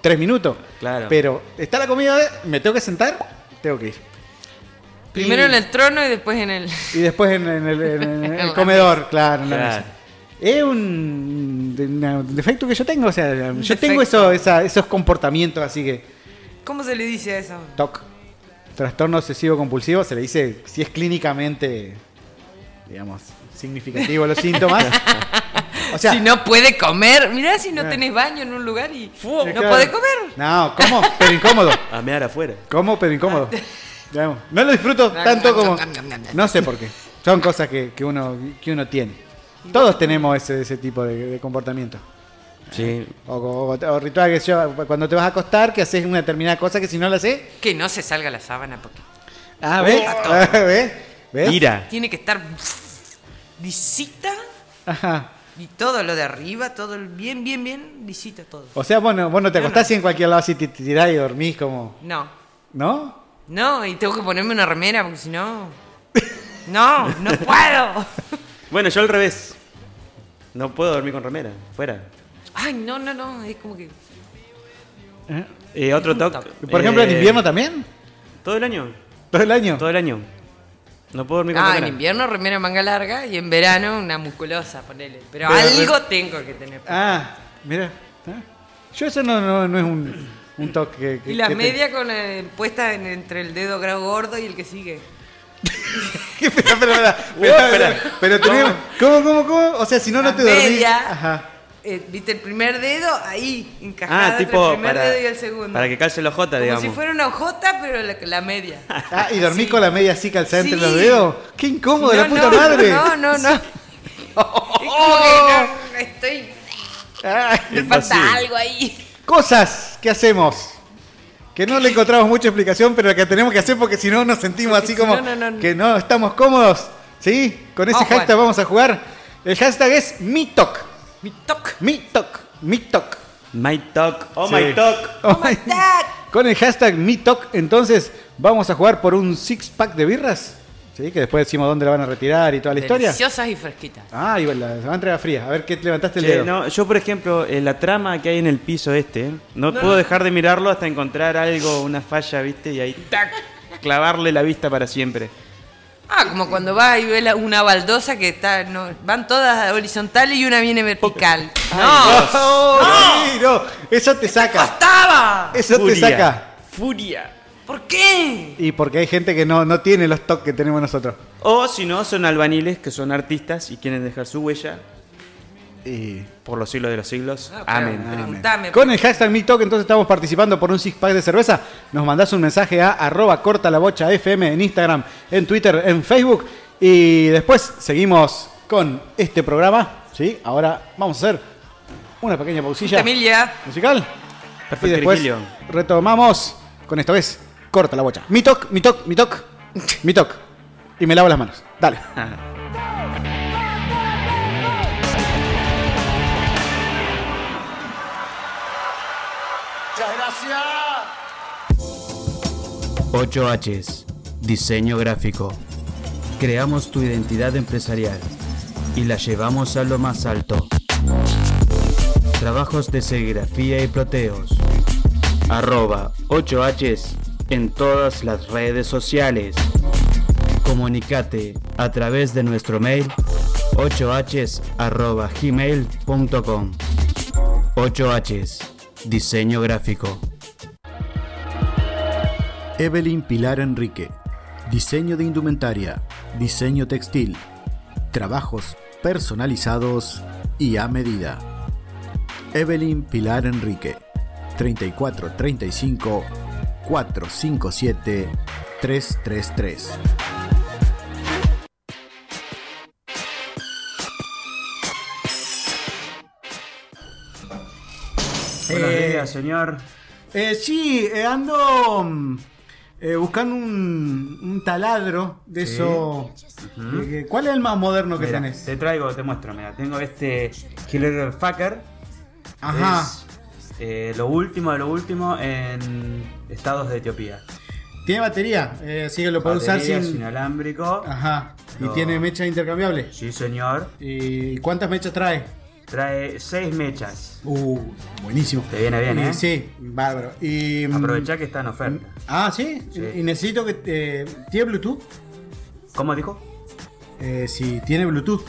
Speaker 5: tres minutos.
Speaker 6: Claro.
Speaker 5: Pero está la comida, me tengo que sentar, tengo que ir.
Speaker 7: Primero
Speaker 5: Y-
Speaker 7: en el trono y después en el.
Speaker 5: y después en, en el, en- en el
Speaker 7: En la
Speaker 5: comedor, claro, en la
Speaker 6: Claro.
Speaker 5: mesa. Es un, de- una- defecto que yo tengo, o sea, yo tengo
Speaker 7: defecto.
Speaker 5: eso, esa- esos comportamientos así que
Speaker 7: ¿Cómo se le dice a eso?
Speaker 5: TOC, trastorno obsesivo compulsivo, se le dice si es clínicamente, digamos, significativo los síntomas. O sea,
Speaker 7: si no puede comer, mirá si no tenés baño en un lugar y
Speaker 5: eh,
Speaker 7: no
Speaker 5: claro.
Speaker 7: podés comer.
Speaker 5: No, como, pero incómodo.
Speaker 6: A mear afuera.
Speaker 5: Como, pero incómodo.
Speaker 7: Ah.
Speaker 5: Digamos, no lo disfruto tanto como. No sé por qué. Son cosas que, que uno, que uno tiene. Todos tenemos ese, ese tipo de, de comportamiento.
Speaker 6: Sí.
Speaker 5: O, o- o ritual que yo, cuando te vas a acostar, que haces una determinada cosa que si no la haces.
Speaker 7: Que no se salga la sábana porque Oh.
Speaker 5: Ah, ¿ves? ¿Ves? ¿Ves?
Speaker 6: Tira.
Speaker 7: tiene que estar lisita
Speaker 5: Ajá.
Speaker 7: y todo lo de arriba, todo el bien, bien, bien, lisito todo.
Speaker 5: O sea, vos no, vos no te acostás y en cualquier lado así te te tirás y dormís como.
Speaker 7: No,
Speaker 5: ¿No?
Speaker 7: No, y tengo que ponerme una remera porque si no. No, no puedo.
Speaker 6: Bueno, yo al revés. No puedo dormir con remera. Fuera.
Speaker 7: Ay, no, no, no. Es como que.
Speaker 6: Eh, otro toque.
Speaker 5: Por ejemplo, en
Speaker 6: eh,
Speaker 5: invierno también.
Speaker 6: Todo el año.
Speaker 5: Todo el año.
Speaker 6: Todo el año. No puedo dormir con
Speaker 7: Ah,
Speaker 6: remera.
Speaker 7: en invierno remera manga larga y en verano una musculosa, ponele. Pero,
Speaker 5: Pero-
Speaker 7: algo tengo que tener.
Speaker 5: Ah, mira. Ah. Yo eso no, no, no es un, un toque. que- que-
Speaker 7: y las
Speaker 5: que te-
Speaker 7: medias con eh, puestas en- entre el dedo grado gordo y el que sigue.
Speaker 5: espera, espera, espera. Espera, espera. Pero tenemos. ¿Cómo, cómo, cómo? O sea, si no, no
Speaker 7: Las
Speaker 5: te dormís.
Speaker 7: medias.
Speaker 5: Ajá.
Speaker 7: Eh, ¿Viste el primer dedo? Ahí, encajado
Speaker 6: Ah,
Speaker 7: entre el
Speaker 6: tipo
Speaker 7: primer
Speaker 6: para,
Speaker 7: dedo y el segundo.
Speaker 6: para que calce la jota,
Speaker 7: Como
Speaker 6: digamos.
Speaker 7: si fuera una hojota, pero la, la media.
Speaker 5: Ah, y dormís con la media así calzada entre
Speaker 7: Sí.
Speaker 5: los dedos. ¡Qué incómodo, la
Speaker 7: No,
Speaker 5: puta
Speaker 7: no,
Speaker 5: madre!
Speaker 7: No, no, no. Es como
Speaker 5: ¡Oh!
Speaker 7: que no, estoy
Speaker 5: Ah,
Speaker 7: Me falta
Speaker 6: Imposible.
Speaker 7: algo ahí.
Speaker 5: cosas que hacemos. Que no le encontramos mucha explicación, pero que tenemos que hacer porque si no nos sentimos
Speaker 7: Porque
Speaker 5: así
Speaker 7: si
Speaker 5: como
Speaker 7: no, no, no, no.
Speaker 5: que no estamos cómodos. ¿Sí? Con ese
Speaker 7: Vamos a jugar.
Speaker 5: hashtag vamos a jugar. El hashtag es MITOC.
Speaker 7: Mi toc.
Speaker 5: MITOC. MITOC.
Speaker 6: My talk. Oh,
Speaker 5: Sí.
Speaker 6: my talk.
Speaker 5: Oh
Speaker 7: my God.
Speaker 5: Con el hashtag MeTalk, entonces vamos a jugar por un six pack de birras. ¿Sí? Que después decimos dónde la van a retirar y toda la historia.
Speaker 7: Deliciosas y fresquitas.
Speaker 5: Ah, y bueno, la se va a entregar fría. A ver qué te levantaste el
Speaker 6: Che,
Speaker 5: dedo.
Speaker 6: no, yo, por ejemplo, eh, la trama que hay en el piso este, no, puedo dejar de mirarlo hasta encontrar algo, una falla, ¿viste? Y ahí, ¡tac! clavarle la vista para siempre.
Speaker 7: Ah, como cuando vas y ves la- una baldosa que está, no, van todas horizontales y una viene vertical. ¡No!
Speaker 5: ¡Oh, sí, no! Eso te saca.
Speaker 7: ¡Bastaba!
Speaker 5: Eso te
Speaker 6: Furia.
Speaker 5: saca.
Speaker 6: Furia.
Speaker 7: ¿Por qué?
Speaker 5: Y porque hay gente que no, no tiene los toques que tenemos nosotros.
Speaker 6: O si no, son albaniles que son artistas y quieren dejar su huella
Speaker 5: Y-
Speaker 6: por los siglos de los siglos.
Speaker 7: Ah, pero
Speaker 6: Amén.
Speaker 7: Preguntame.
Speaker 5: Con el hashtag MeTalk, entonces estamos participando por un six pack de cerveza. Nos mandás un mensaje a arroba corta la bocha FM en Instagram, en Twitter, en Facebook. Y después seguimos con este programa. ¿sí? Ahora vamos a hacer una pequeña pausilla
Speaker 7: Emilia.
Speaker 5: musical.
Speaker 6: Perfecto,
Speaker 5: y después
Speaker 6: Virgilio.
Speaker 5: retomamos con esto que es corta la bocha. MeTalk, MeTalk, MeTalk, MeTalk. Y me lavo las manos. Dale.
Speaker 8: ¡Gracias!
Speaker 9: 8Hs, diseño gráfico. Creamos tu identidad empresarial y la llevamos a lo más alto. Trabajos de serigrafía y proteos. Arroba 8Hs en todas las redes sociales. Comunicate a través de nuestro mail 8Hs arroba gmail.com. 8Hs, diseño gráfico.
Speaker 1: Evelyn Pilar Enrique. Diseño de indumentaria, diseño textil, trabajos personalizados y a medida. Evelyn Pilar Enrique. 3435 457 333.
Speaker 10: Buenos
Speaker 5: Eh,
Speaker 10: días, señor.
Speaker 5: Eh, sí, eh, ando mm, eh, buscando un, un taladro de eso. Eh, ¿Cuál es el más moderno que
Speaker 10: Mira,
Speaker 5: tenés?
Speaker 10: te traigo, te muestro. Mira, tengo este Hiller Fucker.
Speaker 5: Ajá.
Speaker 10: Es, eh, lo último de lo último en estados de Etiopía.
Speaker 5: Tiene batería, eh, así que lo puedo usar
Speaker 10: Baterías,
Speaker 5: sin.
Speaker 10: inalámbrico.
Speaker 5: Ajá.
Speaker 10: No.
Speaker 5: Y tiene mecha intercambiable.
Speaker 10: Sí, señor.
Speaker 5: ¿Y cuántas mechas trae?
Speaker 10: Trae seis mechas.
Speaker 5: Uh, buenísimo.
Speaker 10: Te viene bien,
Speaker 5: Y
Speaker 10: ¿eh?
Speaker 5: Sí, bárbaro. Y, mm,
Speaker 10: Aprovechá que está en oferta.
Speaker 5: Ah, ¿sí?
Speaker 10: Sí.
Speaker 5: Y necesito que... eh, ¿Tiene Bluetooth?
Speaker 10: ¿Cómo dijo?
Speaker 5: Eh, si tiene Bluetooth.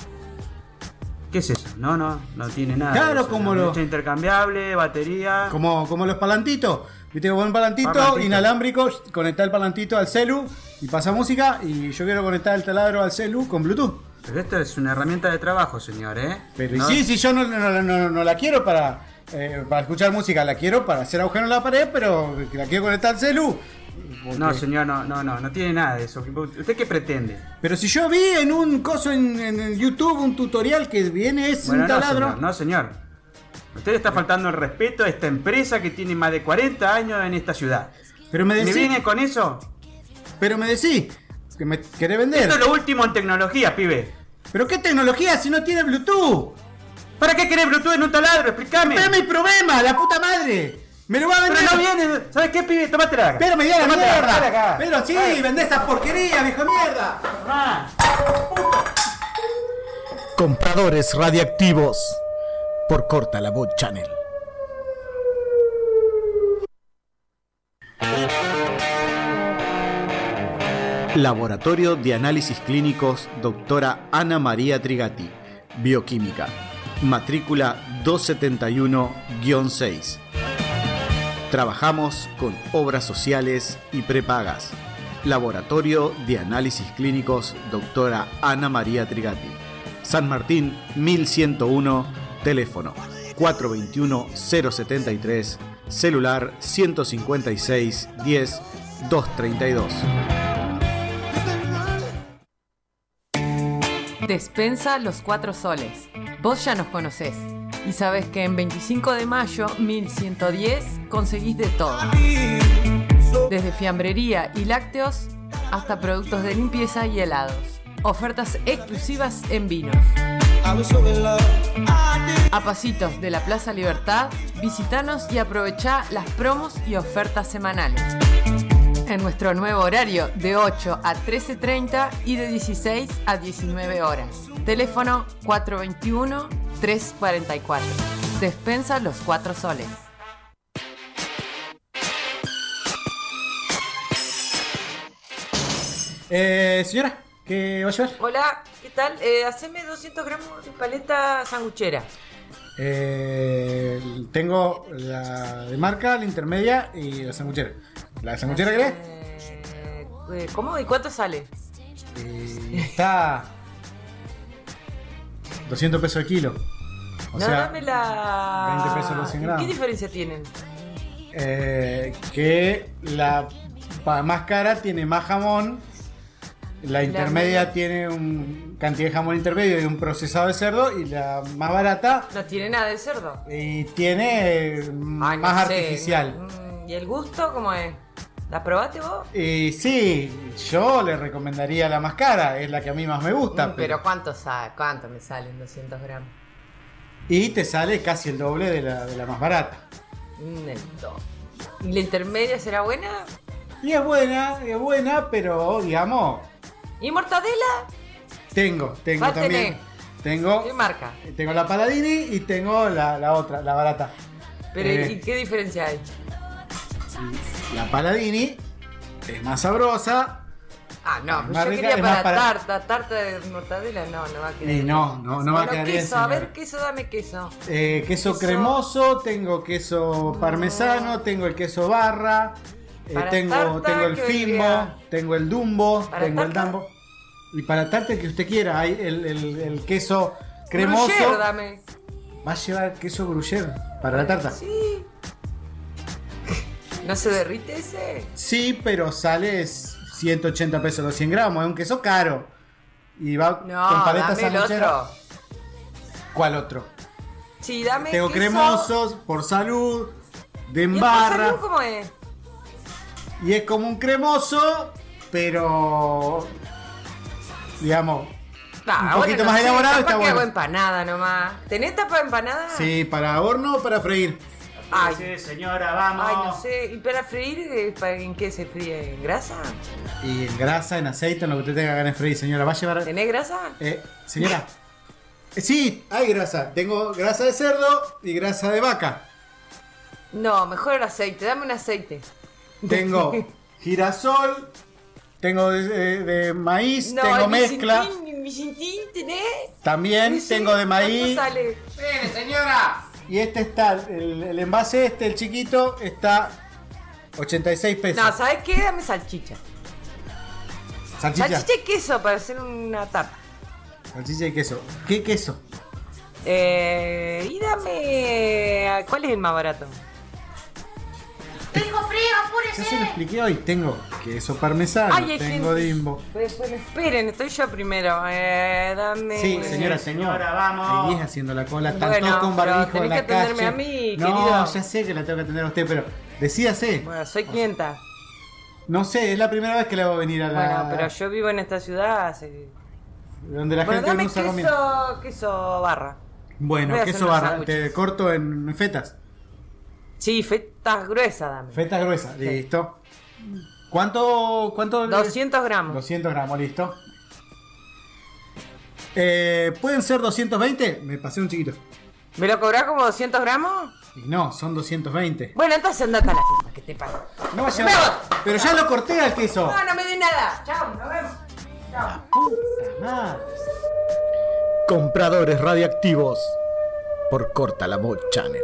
Speaker 10: ¿Qué es eso? No, no, no tiene nada. de
Speaker 5: Claro,
Speaker 10: eso.
Speaker 5: como
Speaker 10: La
Speaker 5: lo-
Speaker 10: mecha intercambiable, batería.
Speaker 5: Como, como los palantitos. Viste que un palantito,
Speaker 10: Parlantito.
Speaker 5: inalámbrico, conectar el palantito al celu y pasa música. Y yo quiero conectar el taladro al celu con Bluetooth.
Speaker 10: Pero esto es una herramienta de trabajo, señor, ¿eh?
Speaker 5: Pero y
Speaker 10: No-
Speaker 5: sí, sí, yo no, no- no- no la quiero para, eh, para escuchar música, la quiero para hacer agujero en la pared, pero la quiero conectar al celu.
Speaker 10: No,
Speaker 5: Porque-
Speaker 10: señor, no, no, no, no tiene nada de eso. ¿Usted qué pretende?
Speaker 5: Pero si yo vi en un coso en, en YouTube un tutorial que viene es
Speaker 10: Bueno,
Speaker 5: un
Speaker 10: no,
Speaker 5: taladro.
Speaker 10: señor, no, señor. Usted le está faltando el respeto a esta empresa que tiene más de 40 años en esta ciudad.
Speaker 5: Pero me
Speaker 10: ¿Me
Speaker 5: decís,
Speaker 10: viene con eso?
Speaker 5: pero me decís que me querés vender.
Speaker 10: Esto es lo último en tecnología, pibe.
Speaker 5: Pero qué tecnología si no tiene Bluetooth.
Speaker 10: ¿Para qué querés Bluetooth en un taladro? Explícame.
Speaker 5: Pero es mi problema, la puta madre. Me lo va a vender.
Speaker 10: Pero no viene. ¿Sabes qué, pibe? Tómatela acá.
Speaker 5: Pero me dio la
Speaker 10: Tómatela, tómatela
Speaker 5: mierda.
Speaker 10: acá.
Speaker 5: Pero sí, vendés esa porquería, viejo mierda.
Speaker 1: Compradores radiactivos por Corta la Voz Channel. Laboratorio de Análisis Clínicos, doctora Ana María Trigati, Bioquímica, matrícula 271-6. Trabajamos con obras sociales y prepagas. Laboratorio de Análisis Clínicos, doctora Ana María Trigati. San Martín 1101, teléfono 421-073, celular 156 10 232.
Speaker 7: Despensa Los Cuatro Soles. Vos ya nos conocés. Y sabes que en 25 de mayo 1110 conseguís de todo. Desde fiambrería y lácteos hasta productos de limpieza y helados. Ofertas exclusivas en vinos. A pasitos de la Plaza Libertad, visitanos y aprovechá las promos y ofertas semanales. En nuestro nuevo horario de 8 a 13.30 y de 16 a 19 horas. Teléfono 421-344. Despensa los 4 soles.
Speaker 5: Eh, señora, ¿qué va a llevar?
Speaker 11: Hola, ¿qué tal? Eh, haceme 200 gramos de paleta sanguchera.
Speaker 5: Eh, tengo la de marca, la intermedia y la sanguchera. ¿La sanguchera crees?
Speaker 11: Eh, eh, ¿Cómo? ¿Y cuánto sale?
Speaker 5: Y está 200 pesos el kilo. O
Speaker 11: no,
Speaker 5: sea,
Speaker 11: dame la...
Speaker 5: 20 pesos los 100 gramos.
Speaker 11: ¿Qué diferencia tienen?
Speaker 5: eh, que la pa- más cara tiene más jamón, la intermedia
Speaker 7: media.
Speaker 5: tiene un cantidad de jamón intermedio y un procesado de cerdo y la más barata
Speaker 7: No tiene nada de cerdo.
Speaker 5: eh, tiene eh,
Speaker 7: Ay, no
Speaker 5: más
Speaker 7: sé.
Speaker 5: artificial.
Speaker 11: Mm, ¿Y el gusto cómo es? ¿La probaste vos?
Speaker 5: Y sí, yo le recomendaría la más cara, es la que a mí más me gusta.
Speaker 7: Mm, pero ¿cuánto, sa- ¿cuánto me salen 200 gramos?
Speaker 5: Y te sale casi el doble de la, de la más barata.
Speaker 7: Mm, el do- ¿Y la intermedia será buena?
Speaker 5: Y es buena, es buena, pero digamos,
Speaker 7: ¿Y mortadela?
Speaker 5: tengo, tengo
Speaker 7: Va a
Speaker 5: también.
Speaker 7: tener.
Speaker 5: Tengo,
Speaker 7: ¿Qué marca?
Speaker 5: tengo la Paladini y tengo la, la otra, la barata.
Speaker 7: Pero
Speaker 5: Eh.
Speaker 7: ¿y qué diferencia hay?
Speaker 5: La Paladini es más sabrosa.
Speaker 7: Ah, no,
Speaker 5: Más
Speaker 7: yo
Speaker 5: rica
Speaker 7: quería
Speaker 5: es más
Speaker 7: para,
Speaker 5: para-
Speaker 7: tarta, tarta de mortadela, no, no va a quedar.
Speaker 5: Eh, no, no, no va a
Speaker 7: Bueno,
Speaker 5: quedar bien,
Speaker 7: queso, a
Speaker 5: señora.
Speaker 7: ver, queso, dame queso.
Speaker 5: Eh, queso
Speaker 7: Queso.
Speaker 5: cremoso, tengo queso parmesano, tengo el queso barra, eh,
Speaker 7: Para
Speaker 5: tengo,
Speaker 7: tarta,
Speaker 5: tengo el
Speaker 7: ¿qué
Speaker 5: filmo,
Speaker 7: vendría?
Speaker 5: tengo el dumbo,
Speaker 7: Para
Speaker 5: tengo el
Speaker 7: tarta.
Speaker 5: dambo. Y para tarta el que usted quiera, hay el, el- el queso cremoso.
Speaker 7: Gruyère, dame.
Speaker 5: Va a llevar queso gruyere para la tarta.
Speaker 7: Sí. ¿No se derrite ese?
Speaker 5: Sí, pero sale 180 pesos los 100 gramos, es un queso caro. Y va con
Speaker 7: No,
Speaker 5: paletas
Speaker 7: dame el otro.
Speaker 5: ¿Cuál otro?
Speaker 7: Sí, dame
Speaker 5: Tengo
Speaker 7: queso.
Speaker 5: cremosos, por salud, de
Speaker 7: ¿Y el
Speaker 5: embarra.
Speaker 7: pasarú cómo es?
Speaker 5: Y es como un cremoso, pero. Digamos.
Speaker 7: Va,
Speaker 5: Un poquito más elaborado,
Speaker 7: capaz
Speaker 5: está
Speaker 7: que
Speaker 5: bueno.
Speaker 7: hago empanada nomás. ¿Tenés tapa de empanada?
Speaker 5: Sí, para horno o para freír.
Speaker 7: Ay,
Speaker 12: señora,
Speaker 7: ay, no sé. ¿Y para freír eh, pa- en qué se fríe? ¿En grasa?
Speaker 5: Y en grasa, en aceite, en lo que usted tenga ganas de freír, señora. Va a llevar.
Speaker 7: ¿Tenés grasa?
Speaker 5: Eh, señora. Eh, Sí, hay grasa. Tengo grasa de cerdo y grasa de vaca.
Speaker 7: No, mejor el aceite. Dame un aceite.
Speaker 5: Tengo girasol. Tengo de, de- de maíz.
Speaker 7: No,
Speaker 5: tengo
Speaker 7: el
Speaker 5: mezcla.
Speaker 7: Vicentín, Vicentín, ¿tenés?
Speaker 5: También
Speaker 7: Sí,
Speaker 5: tengo de
Speaker 7: ¿cuánto
Speaker 5: maíz.
Speaker 7: sale?
Speaker 5: Y este está, el, el envase este, el chiquito, está 86 pesos.
Speaker 7: No, ¿sabes qué? Dame salchicha.
Speaker 5: salchicha.
Speaker 7: Salchicha y queso para hacer una tapa.
Speaker 5: Salchicha y queso. ¿Qué queso?
Speaker 7: Eh, y dame. ¿Cuál es el más barato?
Speaker 13: Tengo frío,
Speaker 5: Ya se lo
Speaker 13: apúrese.
Speaker 5: expliqué hoy. Tengo queso parmesano,
Speaker 7: Ay, hay
Speaker 5: tengo
Speaker 7: gente.
Speaker 5: dimbo.
Speaker 7: Pues, bueno, esperen, estoy yo primero. Eh, dame.
Speaker 5: Sí, señora, señor.
Speaker 12: vamos.
Speaker 5: Seguís haciendo la cola, están
Speaker 7: Bueno,
Speaker 5: todos con
Speaker 7: pero
Speaker 5: barbijo en
Speaker 7: tenés
Speaker 5: la
Speaker 7: que atenderme
Speaker 5: calle.
Speaker 7: a mí,
Speaker 5: no,
Speaker 7: querido.
Speaker 5: ya sé que la tengo que atender a usted, pero decídase.
Speaker 7: Bueno, soy clienta.
Speaker 5: No sé, es la primera vez que le voy a venir a la...
Speaker 7: Bueno, pero yo vivo en esta ciudad. Hace...
Speaker 5: Donde Ah. la
Speaker 7: Bueno,
Speaker 5: gente
Speaker 7: dame
Speaker 5: no usa
Speaker 7: queso,
Speaker 5: comida.
Speaker 7: queso barra.
Speaker 5: Bueno,
Speaker 7: Voy a hacer
Speaker 5: queso
Speaker 7: unos
Speaker 5: barra.
Speaker 7: sándwiches.
Speaker 5: Te corto en fetas.
Speaker 7: Sí, fetas gruesas, dame.
Speaker 5: Fetas gruesas, listo. ¿Cuánto? cuánto
Speaker 7: 200 gramos.
Speaker 5: 200 gramos, listo. Eh, ¿Pueden ser 220? Me pasé un chiquito.
Speaker 7: ¿Me lo cobrás como 200 gramos?
Speaker 5: Y no, son 220.
Speaker 7: Bueno, entonces andate a la puta, que te pago.
Speaker 5: No vaya-
Speaker 7: ¡Me voy!
Speaker 5: Pero ya lo corté al queso.
Speaker 7: No, no me dé nada. Chao, nos vemos.
Speaker 5: Puta madre.
Speaker 1: Compradores radiactivos por Corta la Voz Channel.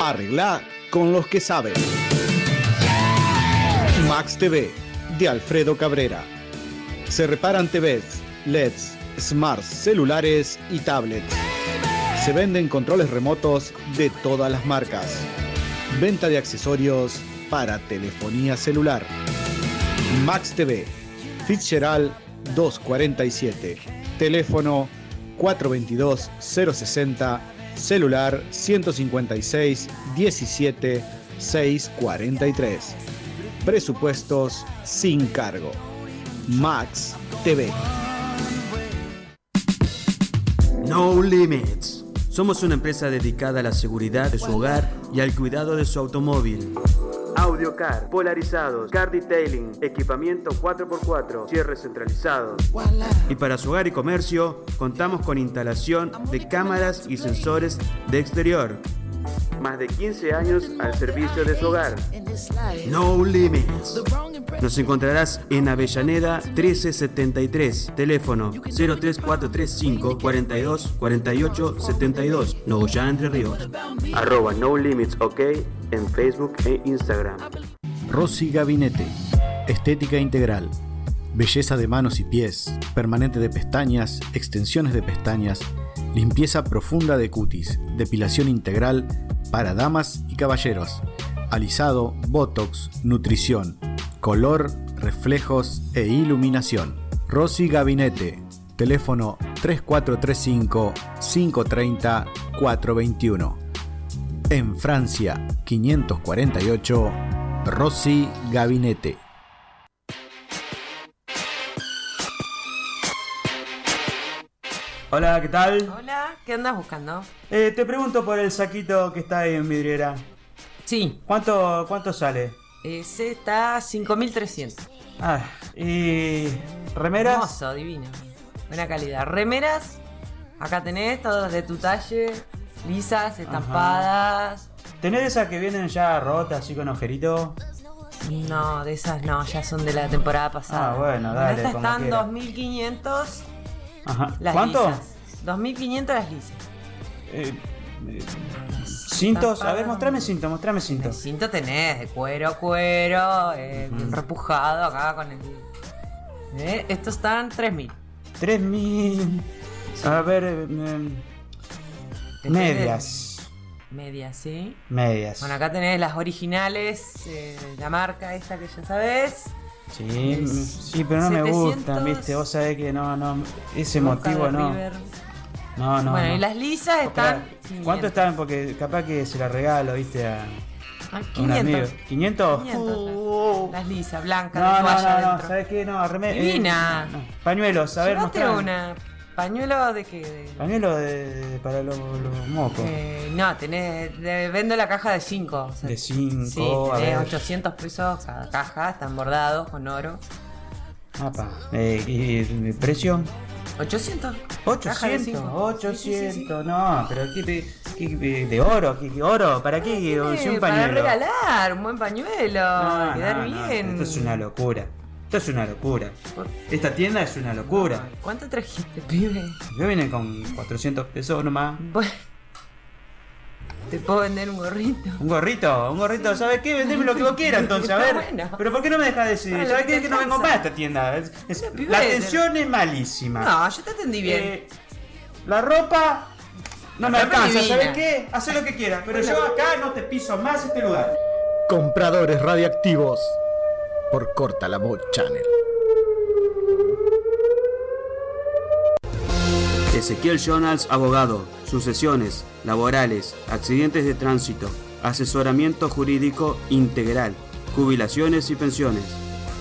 Speaker 2: Arregla con los que saben. Max TV de Alfredo Cabrera. Se reparan TVs, LEDs, smarts, celulares y tablets. Se venden controles remotos de todas las marcas. Venta de accesorios para telefonía celular. Max TV, Fitzgerald 247. Teléfono 422-060, celular 156-17-643. Presupuestos sin cargo. Max TV.
Speaker 10: No Limits. Somos una empresa dedicada a la seguridad de su hogar y al cuidado de su automóvil. Audiocar, polarizados, car detailing, equipamiento 4x4, cierres centralizados. Y para su hogar y comercio, contamos con instalación de cámaras y sensores de exterior. Más de 15 años al servicio de su hogar. No Limits. Nos encontrarás en Avellaneda 1373, teléfono 03435 42 48 72, Nogoyá Entre Ríos. Arroba No Limits OK en Facebook e Instagram.
Speaker 1: Rosy Gabinete. Estética integral. Belleza de manos y pies. Permanente de pestañas. Extensiones de pestañas. Limpieza profunda de cutis. Depilación integral para damas y caballeros. Alisado, botox, nutrición. Color, reflejos e iluminación. Rosy Gabinete. Teléfono 3435 530 421. En Francia, 548, Rossi Gabinete.
Speaker 10: Hola, ¿qué tal?
Speaker 7: Hola, ¿qué andas buscando?
Speaker 10: Eh, te pregunto por el saquito que está ahí en vidriera.
Speaker 7: Sí,
Speaker 10: ¿Cuánto, cuánto sale?
Speaker 7: ese está 5300.
Speaker 10: Ah, y... ¿Remeras?
Speaker 7: Hermoso, divino. Buena calidad. Remeras, acá tenés todas de tu talle, lisas, estampadas.
Speaker 10: ¿Tenés de esas que vienen ya rotas, así con ojerito?
Speaker 7: No, de esas no, ya son de la temporada pasada.
Speaker 10: Ah, bueno, dale,
Speaker 7: Estas
Speaker 10: como
Speaker 7: están
Speaker 10: quiera.
Speaker 7: 2500
Speaker 10: Ajá.
Speaker 7: las
Speaker 10: ¿Cuánto?
Speaker 7: lisas. 2500 las lisas.
Speaker 10: Eh, eh, cintos, a ver, mostrame cinto, mostrame cinto.
Speaker 7: El cinto tenés de cuero, cuero, eh, bien repujado acá con el. Eh, Estos están 3000.
Speaker 10: 3000. A ver, eh,
Speaker 7: Depende
Speaker 10: medias.
Speaker 7: Este de- Medias, sí.
Speaker 10: Medias.
Speaker 7: Bueno, acá tenés las originales, eh, la marca esta que ya sabés.
Speaker 10: Sí,
Speaker 7: es
Speaker 10: sí, pero no me
Speaker 7: 700.
Speaker 10: gustan, viste. Vos sabés que no, no, ese
Speaker 7: Boca
Speaker 10: motivo
Speaker 7: de
Speaker 10: no.
Speaker 7: River.
Speaker 10: No, no.
Speaker 7: bueno,
Speaker 10: no.
Speaker 7: y las lisas
Speaker 10: Pará,
Speaker 7: están. 500.
Speaker 10: ¿Cuánto estaban? Porque capaz que se la regalo, viste, a
Speaker 7: Ah,
Speaker 10: a un
Speaker 7: 500.
Speaker 10: amigo. ¿500?
Speaker 7: 500,
Speaker 10: Uh,
Speaker 7: Las lisas, blancas,
Speaker 10: no,
Speaker 7: de
Speaker 10: no,
Speaker 7: toalla
Speaker 10: no, no,
Speaker 7: adentro.
Speaker 10: ¿sabés qué? No, remedio.
Speaker 7: Divina.
Speaker 10: pañuelos, a ver,
Speaker 7: Llévate
Speaker 10: mostrame.
Speaker 7: una. ¿Pañuelo de qué? De-
Speaker 10: Pañuelos de, de- para los, los mocos.
Speaker 7: eh, no, tenés. de- vendo la caja de 5.
Speaker 10: De cinco,
Speaker 7: Sí,
Speaker 10: a
Speaker 7: tenés
Speaker 10: ver.
Speaker 7: 800 pesos cada caja, están bordados con oro.
Speaker 10: Apa. Eh, y, y- precio.
Speaker 7: 800. Caja de
Speaker 10: 800,
Speaker 7: cinco.
Speaker 10: 800,
Speaker 7: Sí, sí, sí, sí.
Speaker 10: no, pero ¿qué, pe- qué- qué- de oro? ¿Qué, qué oro? ¿Para qué? Si un
Speaker 7: Eh,
Speaker 10: pañuelo.
Speaker 7: Para regalar, un buen pañuelo,
Speaker 10: No,
Speaker 7: quedar
Speaker 10: no, no,
Speaker 7: bien.
Speaker 10: Esto es una locura. Esto es una locura.
Speaker 7: Por-
Speaker 10: Esta tienda es una locura.
Speaker 7: ¿Cuánto trajiste, pibe?
Speaker 10: Yo vine con 400 pesos nomás.
Speaker 14: Pues,
Speaker 7: Bueno, te puedo vender un gorrito.
Speaker 10: Un gorrito, un gorrito, ¿sabes qué? Vendeme lo que vos quieras entonces, a
Speaker 7: Está
Speaker 10: ver.
Speaker 7: bueno.
Speaker 10: Pero ¿por qué no me dejas decidir?
Speaker 7: Bueno,
Speaker 10: ¿Sabes
Speaker 7: lo que
Speaker 10: qué?
Speaker 7: te
Speaker 10: Que no vengo
Speaker 7: alcanza.
Speaker 10: más a esta tienda. Es- es-
Speaker 7: Pero, pibe,
Speaker 10: la
Speaker 7: te-
Speaker 10: atención es malísima.
Speaker 7: No, yo te atendí bien.
Speaker 10: Eh, la ropa no me
Speaker 7: ropa
Speaker 10: alcanza,
Speaker 7: divina.
Speaker 10: ¿sabes qué? Haz lo que quieras, pero yo acá no te piso más este lugar.
Speaker 1: Compradores Radioactivos por Corta la Voz Channel.
Speaker 10: Ezequiel Jonas, abogado, sucesiones, laborales, accidentes de tránsito, asesoramiento jurídico integral, jubilaciones y pensiones.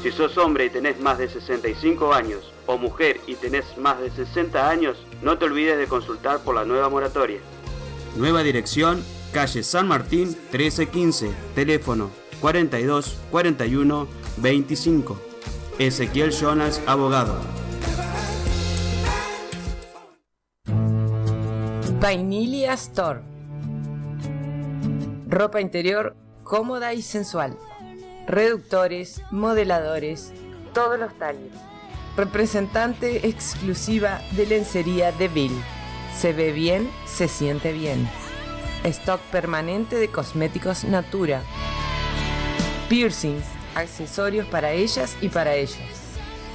Speaker 10: Si sos hombre y tenés más de 65 años, o mujer y tenés más de 60 años, no te olvides de consultar por la nueva moratoria. Nueva dirección, calle San Martín 1315, teléfono 42 41 25. Ezequiel Jonas, abogado.
Speaker 14: Vainilia Store. Ropa interior cómoda y sensual. Reductores, modeladores, todos los talles. Representante exclusiva de lencería de Bill. Se ve bien, se siente bien. Stock permanente de cosméticos Natura. Piercings, accesorios para ellas y para ellos.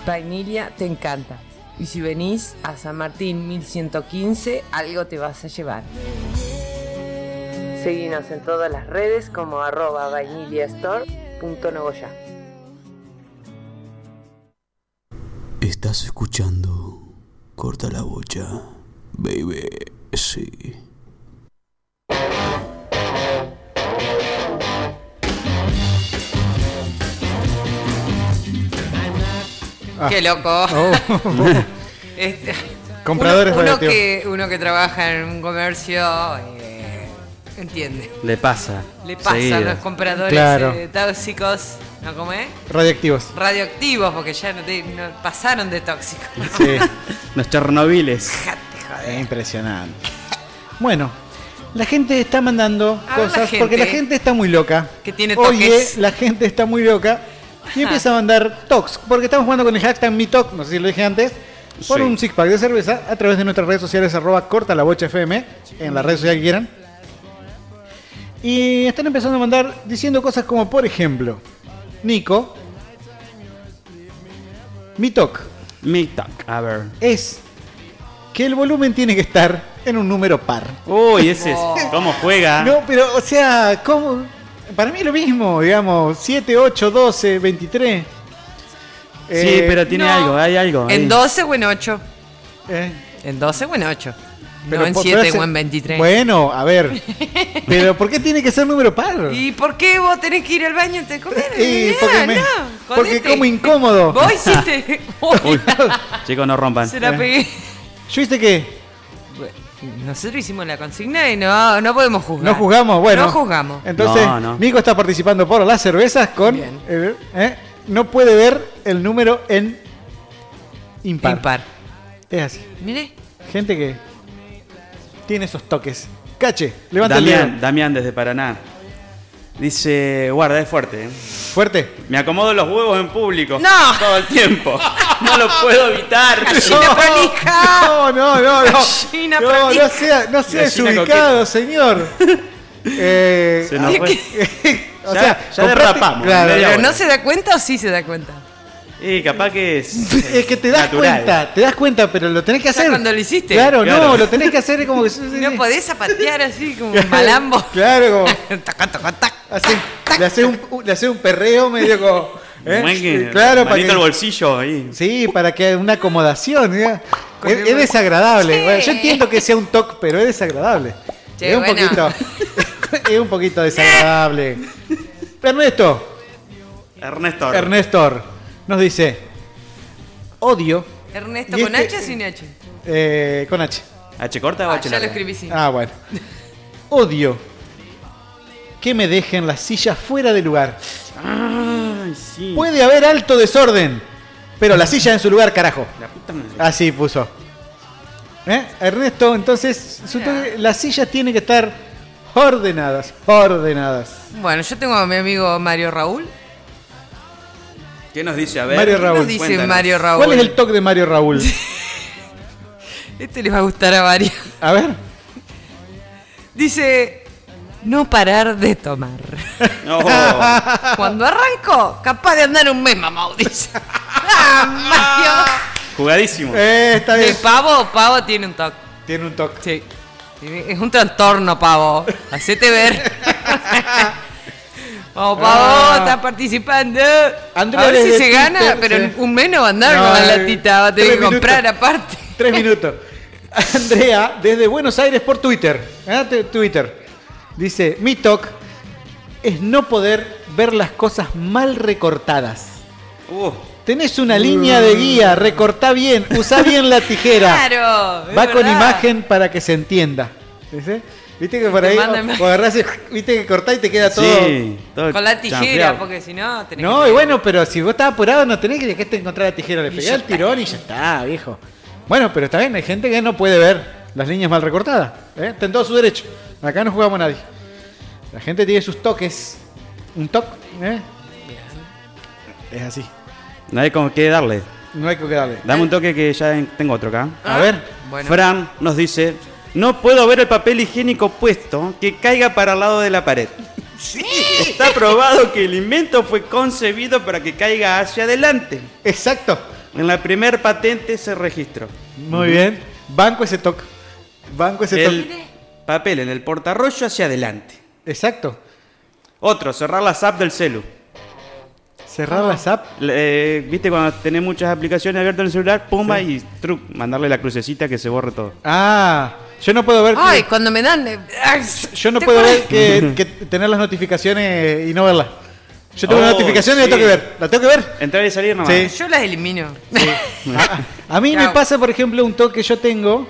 Speaker 14: Vainilia te encanta. Y si venís a San Martín 1115, algo te vas a llevar. Seguinos en todas las redes como arroba vainiliastore.nogoya.
Speaker 4: Estás escuchando. Corta la bocha. Baby, sí.
Speaker 7: Qué loco. Este,
Speaker 5: Compradores
Speaker 7: uno, uno
Speaker 5: radioactivos.
Speaker 7: que Uno que trabaja en un comercio eh, entiende.
Speaker 15: Le pasa.
Speaker 7: Le pasa a los compradores
Speaker 5: Claro.
Speaker 7: eh, tóxicos, ¿no cómo es?
Speaker 5: Radioactivos.
Speaker 7: Radioactivos, porque ya no, te- no pasaron de tóxicos.
Speaker 5: Sí,
Speaker 15: Los Chernobyles.
Speaker 7: Dejate joder.
Speaker 5: es impresionante. Bueno, la gente está mandando
Speaker 7: A ver,
Speaker 5: cosas
Speaker 7: la gente.
Speaker 5: porque la gente está muy loca.
Speaker 7: Que tiene
Speaker 5: Oye,
Speaker 7: toques.
Speaker 5: la gente está muy loca. Y empieza a mandar tox, porque estamos jugando con el hashtag MeTox, no sé si lo dije antes, por
Speaker 4: Sí.
Speaker 5: un six pack de cerveza a través de nuestras redes sociales arroba corta la bocha FM, en las redes sociales que quieran. Y están empezando a mandar diciendo cosas como, por ejemplo, Nico, MeTox,
Speaker 15: Mi tac, a ver.
Speaker 5: es que el volumen tiene que estar en un número par.
Speaker 15: Uy, ese es.
Speaker 7: Oh.
Speaker 15: ¿Cómo juega?
Speaker 5: No, pero, o sea, ¿cómo? Para mí es lo mismo, digamos, 7, 8, 12,
Speaker 15: sí,
Speaker 5: 23.
Speaker 15: pero tiene
Speaker 7: no.
Speaker 15: algo, hay algo. ahí.
Speaker 7: En 12 o en 8.
Speaker 5: eh,
Speaker 7: En 12 o en 8.
Speaker 5: pero
Speaker 7: no en
Speaker 5: po-
Speaker 7: 7
Speaker 5: pero
Speaker 7: o
Speaker 5: se-
Speaker 7: en 23.
Speaker 5: Bueno, a ver. pero ¿por qué tiene que ser número par?
Speaker 7: ¿Y por qué vos tenés que ir al baño antes de comer?
Speaker 5: Eh,
Speaker 7: Mirá,
Speaker 5: porque, me-
Speaker 7: no,
Speaker 5: porque
Speaker 7: jodete.
Speaker 5: como incómodo.
Speaker 7: Vos hiciste. Uy,
Speaker 15: Uy, chicos, no rompan.
Speaker 5: eh.
Speaker 7: se la pegué.
Speaker 5: ¿Yo viste qué?
Speaker 7: Nosotros hicimos la consigna y no, no podemos juzgar.
Speaker 5: No juzgamos, bueno.
Speaker 7: No juzgamos.
Speaker 5: Entonces,
Speaker 16: No, no.
Speaker 5: Nico está participando por las cervezas con.
Speaker 7: Bien.
Speaker 5: eh, eh, no puede ver el número en impar.
Speaker 7: Impar.
Speaker 5: Es así.
Speaker 7: Mire,
Speaker 5: Gente que tiene esos toques. Cache, levanta el dedo.
Speaker 10: Damián, Damián desde Paraná. Dice, guarda, es fuerte. ¿eh?
Speaker 5: Fuerte.
Speaker 10: Me acomodo los huevos en público.
Speaker 7: No.
Speaker 10: Todo el tiempo. No lo puedo evitar.
Speaker 7: gallina prolija.
Speaker 5: No, no, no, no.
Speaker 7: Gallina
Speaker 5: No, no
Speaker 7: prolija.
Speaker 5: sea, no sea
Speaker 10: Gallina
Speaker 5: desubicado, señor. Eh,
Speaker 10: Se nos fue.
Speaker 5: o
Speaker 10: Ya-
Speaker 5: sea,
Speaker 10: ya
Speaker 5: compraste-
Speaker 10: derrapamos,
Speaker 5: claro,
Speaker 10: media
Speaker 7: Pero
Speaker 10: hora.
Speaker 7: no se da cuenta o sí se da cuenta.
Speaker 10: Y capaz que es.
Speaker 5: Es que te das
Speaker 10: natural.
Speaker 5: cuenta, te das cuenta, pero lo tenés que
Speaker 7: Ya
Speaker 5: hacer.
Speaker 7: cuando lo hiciste.
Speaker 5: Claro, no,
Speaker 10: Claro.
Speaker 5: lo tenés que hacer es como que.
Speaker 7: No podés zapatear así como un malambo.
Speaker 5: Claro, como.
Speaker 7: Taca, taca, tac.
Speaker 5: Así, le haces un, un- le haces un perreo medio como. ¿eh?
Speaker 10: Buen que-
Speaker 5: Claro, para
Speaker 10: manito al
Speaker 5: que,
Speaker 10: bolsillo ahí.
Speaker 5: sí, para que haya una acomodación. ¿ya?
Speaker 7: Con
Speaker 5: Es,
Speaker 7: el-
Speaker 5: es desagradable.
Speaker 7: Sí.
Speaker 5: Bueno, yo entiendo que sea un toque, pero es desagradable.
Speaker 7: Che,
Speaker 5: es un
Speaker 7: bueno.
Speaker 5: poquito. es un poquito desagradable. Ernesto,
Speaker 10: Ernesto.
Speaker 5: Ernesto nos dice: Odio
Speaker 7: Ernesto,
Speaker 5: Y
Speaker 7: ¿con
Speaker 5: este-
Speaker 7: H o sin H?
Speaker 5: eh, con H.
Speaker 10: ¿H corta o
Speaker 7: Ah,
Speaker 10: H
Speaker 7: ya lo
Speaker 10: larga?
Speaker 7: escribí sí.
Speaker 5: Ah, bueno. Odio que me dejen las sillas fuera de lugar.
Speaker 10: Ay, sí.
Speaker 5: Puede haber alto desorden, pero la silla en su lugar, carajo.
Speaker 10: La puta madre.
Speaker 5: Así Ah, puso. ¿Eh? Ernesto, entonces, su toque- las sillas tienen que estar ordenadas, ordenadas.
Speaker 7: Bueno, yo tengo a mi amigo Mario Raúl.
Speaker 10: ¿Qué nos dice? A ver.
Speaker 5: Mario
Speaker 7: ¿Qué nos
Speaker 5: Raúl,
Speaker 7: dice
Speaker 10: cuéntanos.
Speaker 7: Mario Raúl?
Speaker 5: ¿Cuál es el toque de Mario Raúl?
Speaker 7: Este les va a gustar a varios.
Speaker 5: A ver.
Speaker 7: Dice, no parar de tomar.
Speaker 10: No.
Speaker 7: Cuando arranco, capaz de andar un mes, mamá, dice. ¡Ah,
Speaker 10: Jugadísimo.
Speaker 5: Eh, está
Speaker 7: Mario!
Speaker 5: bien.
Speaker 7: El pavo, pavo tiene un toque.
Speaker 5: Tiene un toque.
Speaker 7: Sí. Es un trastorno, pavo. Hacete ver. Vamos, pavo,
Speaker 5: Ah.
Speaker 7: estás participando.
Speaker 5: Andrea
Speaker 7: a ver si
Speaker 5: desde
Speaker 7: se gana,
Speaker 5: Twitter,
Speaker 7: pero
Speaker 5: sí.
Speaker 7: un mes no va a andar
Speaker 5: No,
Speaker 7: con la
Speaker 5: eh,
Speaker 7: latita. Va a tener
Speaker 5: tres
Speaker 7: que comprar
Speaker 5: minutos.
Speaker 7: aparte.
Speaker 5: Tres minutos. Andrea, desde Buenos Aires por Twitter. ¿eh? Te- Twitter. Dice, mi toque es no poder ver las cosas mal recortadas.
Speaker 10: Uh,
Speaker 5: Tenés una línea de guía, recortá bien, usá bien la tijera.
Speaker 7: Claro. es
Speaker 5: Va con
Speaker 7: verdad.
Speaker 5: imagen para por ahí- o- o agarrás y- viste que por ahí- o- o agarrás y- viste que cortá y te queda todo- todo mal. ¿Viste? Viste que por
Speaker 7: Te
Speaker 5: ahí viste que cortá y te queda todo.
Speaker 7: manda imagen.
Speaker 10: sí. todo
Speaker 7: Con la tijera,
Speaker 10: chanfleado.
Speaker 7: porque si no, tenés
Speaker 5: No,
Speaker 7: que-
Speaker 5: y bueno, pero si vos estás apurado no tenés que dejarte encontrar la tijera, le
Speaker 7: Y
Speaker 5: pegás
Speaker 7: ya
Speaker 5: el tirón y ya está, viejo. Bueno, pero está bien, hay gente que no puede ver las líneas mal recortadas, ¿eh? está en todo su derecho. Acá no jugamos a nadie. La gente tiene sus toques, un toque, ¿eh? Es así.
Speaker 10: No hay con qué darle.
Speaker 5: No hay que quedarle.
Speaker 10: Dame un toque que ya en- tengo otro acá.
Speaker 5: A ver,
Speaker 7: Ah, Bueno.
Speaker 10: Fran nos dice: No puedo ver el papel higiénico puesto que caiga para el lado de la pared. Está probado que el invento fue concebido para que caiga hacia adelante.
Speaker 5: exacto.
Speaker 10: En la primer patente se registró.
Speaker 5: Muy bien. Banco ese toque. Banco ese toque.
Speaker 10: El papel en el portarrollo hacia adelante.
Speaker 5: Exacto.
Speaker 10: Otro, cerrar las apps del celu.
Speaker 7: Ah.
Speaker 5: Cerrar las app.
Speaker 10: Le- eh, Viste cuando tenés muchas aplicaciones abiertas en el celular, pumba y truc, mandarle la crucecita que se borre todo.
Speaker 5: Ah, yo no puedo ver. que-
Speaker 7: Ay, cuando me dan. eh, ay,
Speaker 5: Yo no
Speaker 7: ¿te
Speaker 5: puedo ver
Speaker 7: acordás?
Speaker 5: que, que tener las notificaciones y no verlas. Yo tengo una
Speaker 10: Oh,
Speaker 5: notificación y la
Speaker 10: sí.
Speaker 5: tengo que ver. ¿La tengo que ver?
Speaker 10: Entrar y salir nomás.
Speaker 5: Sí.
Speaker 7: Yo las elimino.
Speaker 5: A mí me
Speaker 7: Ah. Chao.
Speaker 5: pasa, por ejemplo, un toque que yo tengo,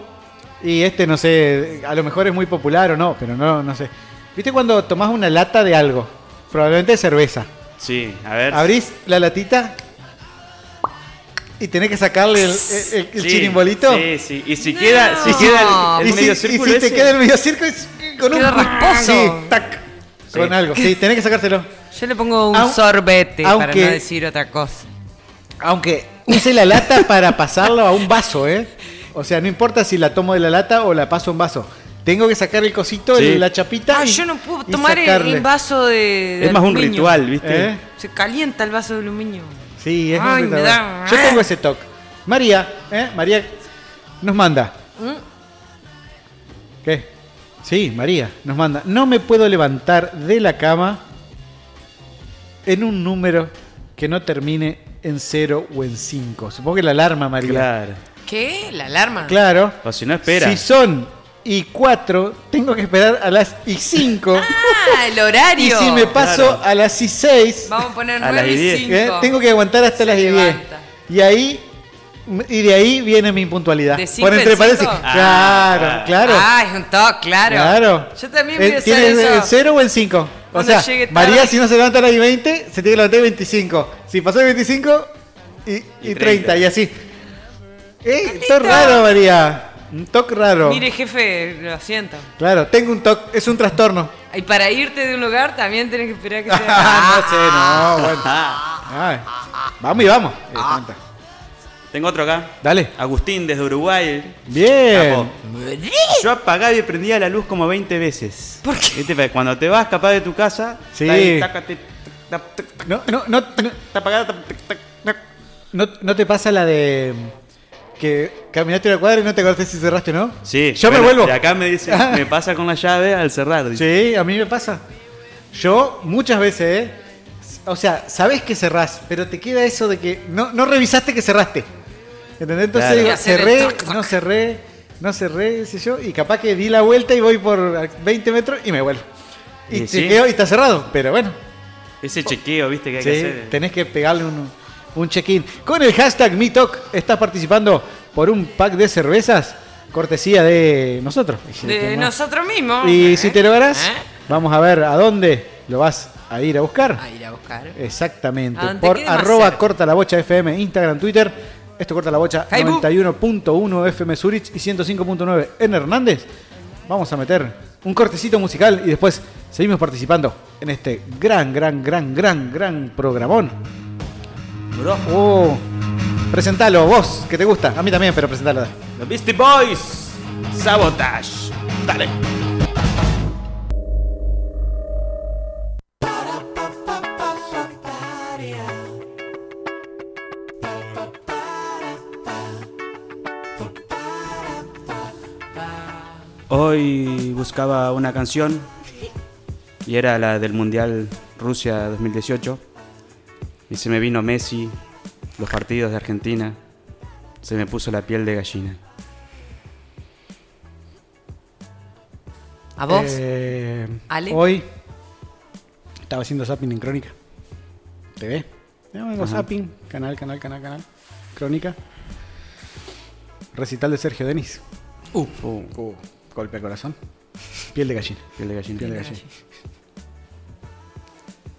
Speaker 5: y este no sé, a lo mejor es muy popular o no, pero no, no sé. ¿Viste cuando tomás una lata de algo? Probablemente de cerveza.
Speaker 10: Sí, a ver.
Speaker 5: Abrís la latita y tenés que sacarle el, el- el- el
Speaker 10: Sí,
Speaker 5: chirimbolito.
Speaker 10: Sí, sí. Y si queda, si
Speaker 7: No.
Speaker 10: queda
Speaker 7: Ah,
Speaker 10: el, el
Speaker 5: y, si,
Speaker 10: medio
Speaker 5: y si
Speaker 10: círculo
Speaker 5: te
Speaker 10: ese,
Speaker 5: queda el medio círculo es con
Speaker 7: Queda
Speaker 5: un
Speaker 7: rasposo.
Speaker 5: Sí, tac.
Speaker 10: Sí.
Speaker 5: Con algo. Sí, tenés que sacárselo.
Speaker 7: Yo le pongo un
Speaker 5: Au-
Speaker 7: sorbete para
Speaker 5: aunque-
Speaker 7: no decir otra cosa.
Speaker 5: Aunque use la lata para pasarlo a un vaso, ¿eh? O sea, no importa si la tomo de la lata o la paso a un vaso. Tengo que sacar el cosito,
Speaker 10: Sí.
Speaker 5: el- la chapita.
Speaker 7: Ah,
Speaker 5: y-
Speaker 7: yo no puedo
Speaker 5: y
Speaker 7: tomar el,
Speaker 5: sacarle.
Speaker 7: el vaso de, de
Speaker 10: es más un
Speaker 7: aluminio.
Speaker 10: ritual, ¿viste?
Speaker 5: ¿Eh?
Speaker 7: Se calienta el vaso de aluminio.
Speaker 5: Sí, es
Speaker 7: Ay,
Speaker 5: muy
Speaker 7: me da-
Speaker 5: Yo tengo ese toque. María, ¿eh? María nos manda.
Speaker 7: ¿Mm?
Speaker 5: ¿Qué? Sí, María nos manda. No me puedo levantar de la cama en un número que no termine en 0 o en 5. Supongo que la alarma, María.
Speaker 10: Claro.
Speaker 7: ¿Qué? ¿La alarma?
Speaker 5: Claro.
Speaker 10: O si no, espera.
Speaker 5: Si son y 4, tengo que esperar a las y 5.
Speaker 7: Ah, el
Speaker 5: y
Speaker 7: horario.
Speaker 5: si me paso
Speaker 10: Claro.
Speaker 5: a las y 6,
Speaker 7: Vamos a poner
Speaker 10: A las
Speaker 7: 9 y
Speaker 10: diez.
Speaker 7: 5.
Speaker 5: ¿Eh? tengo que aguantar hasta
Speaker 7: Se
Speaker 5: las y 10.
Speaker 7: levanta.
Speaker 5: Y ahí Y de ahí viene mi impuntualidad.
Speaker 7: ¿De cinco
Speaker 5: Por entre
Speaker 7: en
Speaker 5: paréntesis.
Speaker 7: cinco?
Speaker 5: Claro, claro.
Speaker 7: Ah, es un toque, claro.
Speaker 5: Claro.
Speaker 7: Yo también
Speaker 5: Eh,
Speaker 7: voy a hacer
Speaker 5: ¿Tienes
Speaker 7: eso.
Speaker 5: el 0 o el 5? O
Speaker 7: Cuando
Speaker 5: sea,
Speaker 7: llegue tarde.
Speaker 5: María, si no se levanta a las 20, se tiene que levantar a 25. Si pasó el 25, y, y 30. y así. ¡Eh!
Speaker 7: Maldita.
Speaker 5: Toque raro, María. Un toque raro.
Speaker 7: Mire, jefe, lo siento.
Speaker 5: Claro, tengo un toque. Es un trastorno.
Speaker 7: Y para irte de un lugar también tenés que esperar que
Speaker 5: Ah, no
Speaker 7: sea.
Speaker 5: sé, no, bueno. Ah, vamos y vamos. Eh, tanta.
Speaker 10: Tengo otro acá.
Speaker 5: Dale.
Speaker 10: Agustín, desde Uruguay. Capo.
Speaker 5: Bien.
Speaker 10: Yo apagaba y prendía la luz como 20 veces. ¿Por qué? Cuando te vas capaz de tu casa,
Speaker 5: Sí.
Speaker 10: está ahí, tácate, tap, tac, tac,
Speaker 5: No, no, no, no,
Speaker 10: está apagada, tap, tac, tac, tac.
Speaker 5: ¿No, no te pasa la de que caminaste una cuadra y no te acordaste si cerraste o no?
Speaker 10: Sí.
Speaker 5: Yo me
Speaker 10: bueno,
Speaker 5: vuelvo. Ah,
Speaker 10: Y acá me dice, me pasa con la llave al cerrar. dice.
Speaker 5: Sí, a mí me pasa. Yo muchas veces, ¿eh? O sea, sabes que cerrás, pero te queda eso de que no, no revisaste que cerraste. ¿Entendés? Entonces
Speaker 10: Claro.
Speaker 5: digo,
Speaker 7: Y hacer el
Speaker 5: cerré,
Speaker 7: toc, toc.
Speaker 5: no cerré, no cerré, qué sé yo, y capaz que di la vuelta y voy por 20 metros y me vuelvo. Y,
Speaker 10: Y
Speaker 5: te
Speaker 10: sí.
Speaker 5: quedo y está cerrado, pero bueno.
Speaker 10: Ese chequeo, viste, que hay que
Speaker 5: Sí,
Speaker 10: hacer.
Speaker 5: tenés que pegarle un, un check-in. Con el hashtag MeTalk estás participando por un pack de cervezas cortesía de nosotros.
Speaker 7: De nosotros mismos.
Speaker 5: Y
Speaker 7: ¿eh?
Speaker 5: si te lográs,
Speaker 7: ¿Eh?
Speaker 5: vamos a ver a dónde lo vas a ir a buscar.
Speaker 7: A ir a buscar.
Speaker 5: Exactamente.
Speaker 7: A donde
Speaker 5: Por
Speaker 7: quede más
Speaker 5: arroba
Speaker 7: cerca.
Speaker 5: corta la bocha FM, Instagram, Twitter. Esto corta la bocha
Speaker 7: Facebook.
Speaker 5: 91.1 FM Zurich y 105.9 en Hernández. Vamos a meter un cortecito musical y después seguimos participando en este gran, gran, gran, gran, gran programón. Oh, presentalo vos, que te gusta. A mí también, pero presentalo.
Speaker 10: Los Beastie Boys. Sabotage. Dale. Hoy buscaba una canción y era la del Mundial Rusia 2018 y se me vino Messi, los partidos de Argentina, se me puso la piel de gallina.
Speaker 7: A vos.
Speaker 5: Eh,
Speaker 7: Ale.
Speaker 5: Hoy estaba haciendo zapping en Crónica. TV. Ya vengo zapping. Canal, canal, canal, canal. Crónica. Recital de Sergio Denis.
Speaker 10: Uh, uh,
Speaker 5: Uh, golpe al corazón. Piel de gallina.
Speaker 10: piel de gallina.
Speaker 5: Piel de gallina.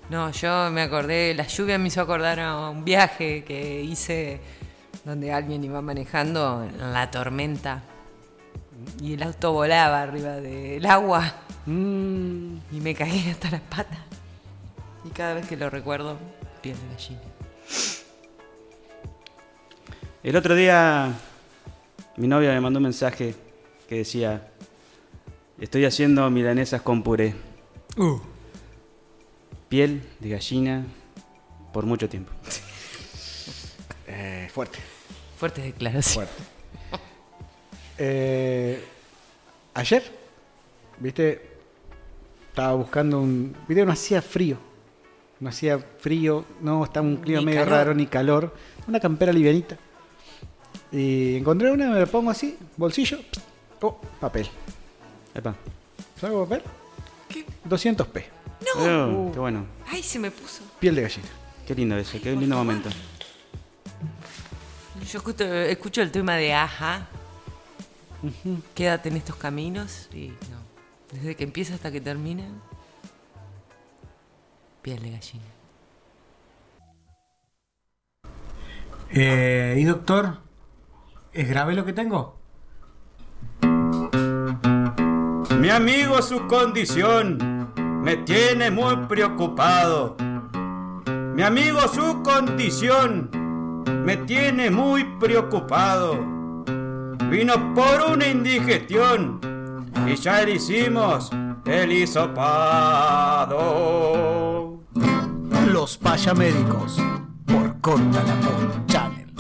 Speaker 7: No, yo me acordé, la lluvia me hizo acordar a un viaje que hice donde alguien iba manejando en la tormenta y el auto volaba arriba del agua
Speaker 5: Mm.
Speaker 7: y me caí hasta las patas. Y cada vez que lo recuerdo, piel de gallina.
Speaker 10: El otro día mi novia me mandó un mensaje que decía, estoy haciendo milanesas con puré. Piel de gallina por mucho tiempo.
Speaker 5: Eh, fuerte.
Speaker 7: Fuertes declaraciones.
Speaker 5: Fuerte. Eh, ayer, viste, estaba buscando un. Viste, no hacía frío. No hacía frío, no, estaba un clima
Speaker 7: Ni
Speaker 5: medio
Speaker 7: calor.
Speaker 5: raro, ni calor. Una campera livianita. Y encontré una, me la pongo así, bolsillo, pst, oh, papel.
Speaker 10: Epa.
Speaker 5: ¿Saco papel?
Speaker 7: ¿Qué?
Speaker 5: 200 p.
Speaker 10: Oh, qué bueno.
Speaker 7: Ay, se me puso.
Speaker 5: Piel de gallina.
Speaker 10: Qué lindo eso, qué lindo momento.
Speaker 7: Yo justo escucho el tema de Aja. Quédate en estos caminos y no. Desde que empieza hasta que termina. Piel de gallina.
Speaker 5: Eh, ¿Y doctor? ¿Es grave lo que tengo?
Speaker 10: Mi amigo, su condición me tiene muy preocupado. Mi amigo, su condición me tiene muy preocupado. Vino por una indigestión y ya le hicimos el hisopado.
Speaker 17: Los payamédicos por Corta la Bocha Channel.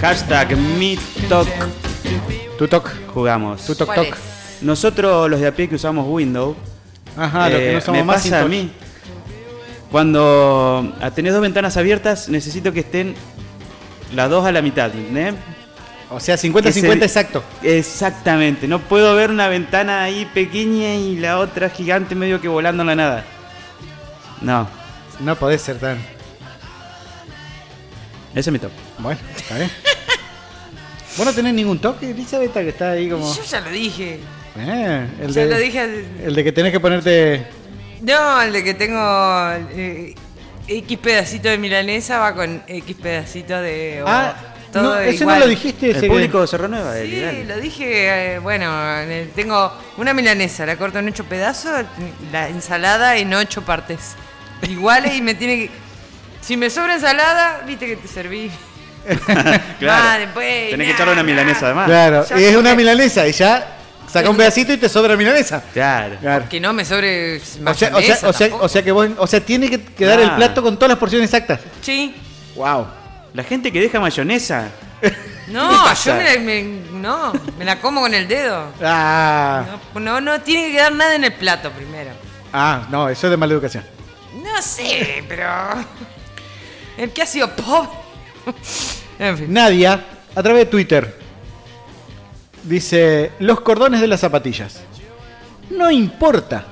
Speaker 10: Hashtag MeTalk
Speaker 5: Tu toc,
Speaker 10: jugamos.
Speaker 5: tu toc
Speaker 7: ¿Cuál
Speaker 5: toc.
Speaker 7: es?
Speaker 10: Nosotros los de a pie que usamos Windows
Speaker 5: Ajá, lo que
Speaker 10: Eh,
Speaker 5: no somos
Speaker 10: me
Speaker 5: más sin
Speaker 10: pasa a
Speaker 5: toc.
Speaker 10: mí. Cuando ah, tenés dos ventanas abiertas, necesito que estén las dos a la mitad, ¿entendés?
Speaker 5: O sea, 50-50
Speaker 6: Ese-
Speaker 5: exacto.
Speaker 6: Exactamente, no puedo ver una ventana ahí pequeña y la otra gigante medio que volando en la nada. No,
Speaker 5: No podés ser tan.
Speaker 6: ese es mi top.
Speaker 5: Bueno, está bien. Vos no tenés ningún toque, Elizabeth, que está ahí como.
Speaker 7: Yo ya lo dije.
Speaker 5: Eh, el,
Speaker 7: Ya
Speaker 5: de,
Speaker 7: lo dije.
Speaker 5: el de que tenés que ponerte.
Speaker 7: No, el de que tengo eh, X pedacito de milanesa va con X pedacito de. o
Speaker 5: ah,
Speaker 7: todo
Speaker 5: no, ese
Speaker 7: igual.
Speaker 5: no lo dijiste.
Speaker 6: El
Speaker 5: ese que-
Speaker 6: público se renueva, Eli,
Speaker 7: Sí,
Speaker 6: dale.
Speaker 7: lo dije. eh, bueno, eh, tengo una milanesa, la corto en ocho pedazos, la ensalada en ocho partes iguales y me tiene que. Si me sobra ensalada, viste que te serví.
Speaker 6: Claro.
Speaker 7: Ah, después,
Speaker 6: Tenés que
Speaker 7: nah,
Speaker 6: echarle una
Speaker 7: nah.
Speaker 6: milanesa además.
Speaker 5: Claro,
Speaker 7: Ya
Speaker 5: y es
Speaker 7: sé
Speaker 5: una
Speaker 7: que-
Speaker 5: milanesa y ya saca un pedacito y te sobra milanesa.
Speaker 6: Claro.
Speaker 5: Claro.
Speaker 7: Que no me sobre.
Speaker 5: O sea, o, sea,
Speaker 7: mayonesa
Speaker 5: o, sea,
Speaker 7: tampoco.
Speaker 5: o sea que vos, o sea, tiene que quedar el
Speaker 6: Ah.
Speaker 5: plato con todas las porciones exactas.
Speaker 7: Sí.
Speaker 5: Wow.
Speaker 6: La gente que deja mayonesa.
Speaker 7: No, yo
Speaker 6: pasa?
Speaker 7: me, la- me- no, me la como con el dedo.
Speaker 5: Ah,
Speaker 7: No, no, no tiene que quedar nada en el plato primero.
Speaker 5: ah, no, eso es de mala educación.
Speaker 7: No sé, pero. El que ha sido pop. En fin.
Speaker 5: Nadia, a través de Twitter, dice, los cordones de las zapatillas. No importa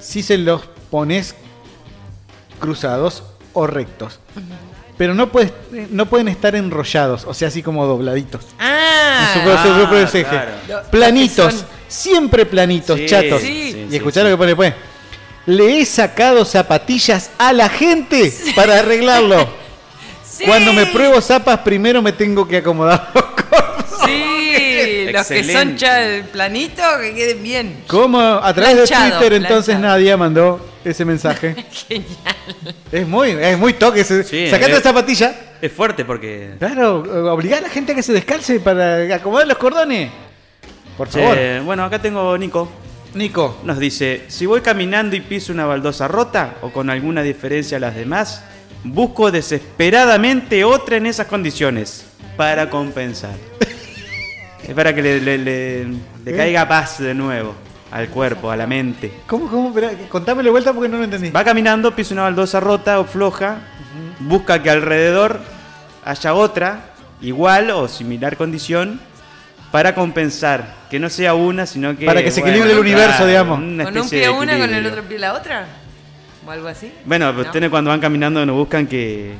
Speaker 5: si se los pones cruzados o rectos, pero no, puedes, no pueden estar enrollados, o sea, así como dobladitos.
Speaker 7: Ah,
Speaker 5: En su propio- su propio eje.
Speaker 6: claro.
Speaker 5: Planitos,
Speaker 7: Los que son-
Speaker 5: siempre planitos,
Speaker 6: Sí,
Speaker 5: chatos.
Speaker 7: sí,
Speaker 5: y
Speaker 6: sí,
Speaker 5: escuchá
Speaker 6: sí.
Speaker 5: lo que pone después. Le he sacado zapatillas a la gente para arreglarlo.
Speaker 7: sí.
Speaker 5: Cuando me pruebo zapas, primero me tengo que acomodar los cordones.
Speaker 7: Sí, los que son
Speaker 6: Excelente.
Speaker 7: cha- planitos, que queden bien.
Speaker 5: ¿Cómo? A través de
Speaker 7: Planchado,
Speaker 5: Twitter, entonces
Speaker 7: planchado.
Speaker 5: Nadia mandó ese mensaje.
Speaker 7: Genial.
Speaker 5: es muy, es muy toque. ese.
Speaker 6: Sí,
Speaker 5: Sacate
Speaker 6: eh.
Speaker 5: la zapatilla.
Speaker 6: Es fuerte porque.
Speaker 5: Claro, obligar a la gente a que se descalce para acomodar los cordones. Por favor.
Speaker 6: Eh, bueno, acá tengo Nico.
Speaker 5: Nico.
Speaker 6: Nos dice: Si voy caminando y piso una baldosa rota o con alguna diferencia a las demás, busco desesperadamente otra en esas condiciones para compensar. es para que le, le- le- le
Speaker 5: ¿Eh?
Speaker 6: caiga paz de nuevo al cuerpo, a la mente.
Speaker 5: ¿Cómo, cómo? Esperá, Contame la vuelta porque no lo entendí.
Speaker 6: Va caminando, pisa una baldosa rota o floja, busca que alrededor haya otra, igual o similar condición, para compensar. Que no sea una, sino que.
Speaker 5: Para que se equilibre el universo, digamos.
Speaker 7: Con un
Speaker 6: especie
Speaker 7: pie
Speaker 6: de
Speaker 7: una, con el
Speaker 6: equilibrio.
Speaker 7: otro pie la otra. O algo así.
Speaker 6: Bueno,
Speaker 7: No.
Speaker 6: pues ustedes cuando van caminando no buscan que,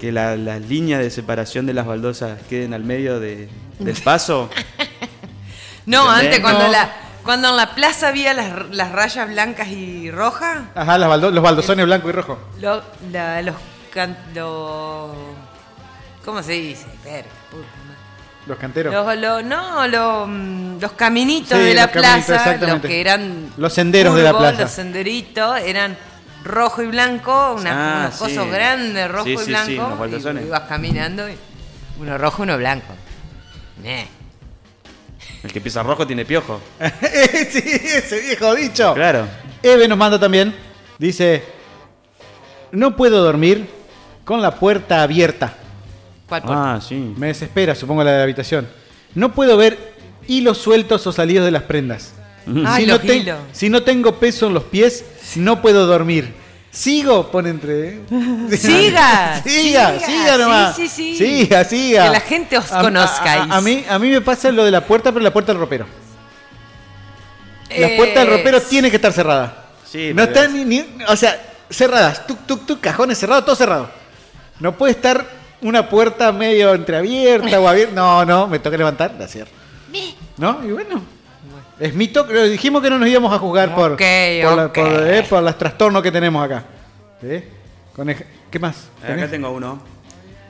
Speaker 6: que la- las líneas de separación de las baldosas queden al medio de- del paso.
Speaker 7: No,
Speaker 6: ¿Entendés?
Speaker 7: antes cuando
Speaker 6: No.
Speaker 7: la cuando en la plaza había las, las rayas blancas y rojas,
Speaker 5: Ajá, las baldo- los baldosones blanco y rojo.
Speaker 7: lo- la- los, can- los- ¿Cómo se dice? Ver, puta madre.
Speaker 5: Los canteros.
Speaker 7: Los, lo- no, lo, mm, los caminitos
Speaker 5: Sí,
Speaker 7: de la
Speaker 5: los caminitos,
Speaker 7: plaza, los
Speaker 5: exactamente.
Speaker 7: que eran
Speaker 5: Los senderos de la
Speaker 7: curvos,
Speaker 5: plaza.
Speaker 7: Los senderitos eran rojo y blanco, una-
Speaker 6: Ah,
Speaker 7: unos
Speaker 6: sí.
Speaker 7: cosos grandes, rojo
Speaker 6: Sí,
Speaker 7: y
Speaker 6: sí, sí,
Speaker 7: blanco.
Speaker 6: los baldosones.
Speaker 7: y ibas caminando y uno rojo, uno blanco. Neh.
Speaker 6: El que pisa rojo tiene piojo.
Speaker 5: sí, ese viejo dicho.
Speaker 6: Claro.
Speaker 5: Eve nos manda también. Dice: No puedo dormir con la puerta abierta.
Speaker 7: ¿Cuál por-
Speaker 6: Ah, sí.
Speaker 5: Me desespera, supongo, la de la habitación. No puedo ver hilos sueltos o salidos de las prendas.
Speaker 7: Ay,
Speaker 5: no
Speaker 7: los
Speaker 5: te-
Speaker 7: hilos.
Speaker 5: si no tengo peso en los pies, no puedo dormir. Sigo, pone entre. ¿eh? siga,
Speaker 7: Siga, siga,
Speaker 5: siga nomás.
Speaker 7: sí, sí, sí.
Speaker 5: Siga, siga.
Speaker 7: Que la gente os
Speaker 5: A-
Speaker 7: conozcáis.
Speaker 5: A, a- a mí, a mí me pasa lo de la puerta, pero la puerta del ropero. La puerta del
Speaker 7: Eh,
Speaker 5: ropero tiene que estar cerrada.
Speaker 6: Sí,
Speaker 5: No
Speaker 6: pero-
Speaker 5: está ni, ni- O sea, cerradas. Tuk, tuk, tuk, cajones cerrados, todo cerrado. No puede estar una puerta medio entreabierta o abierta. No, no, me toca levantar, la cierro. ¿No? Y bueno. Es mi toque. Lo Dijimos que no nos íbamos a juzgar por,
Speaker 7: Ok,
Speaker 5: por, la-
Speaker 7: ok.
Speaker 5: por, eh, por los trastornos que tenemos acá. ¿Sí? Con ej- ¿Qué más?
Speaker 6: Acá
Speaker 5: ¿Tenés?
Speaker 6: tengo uno.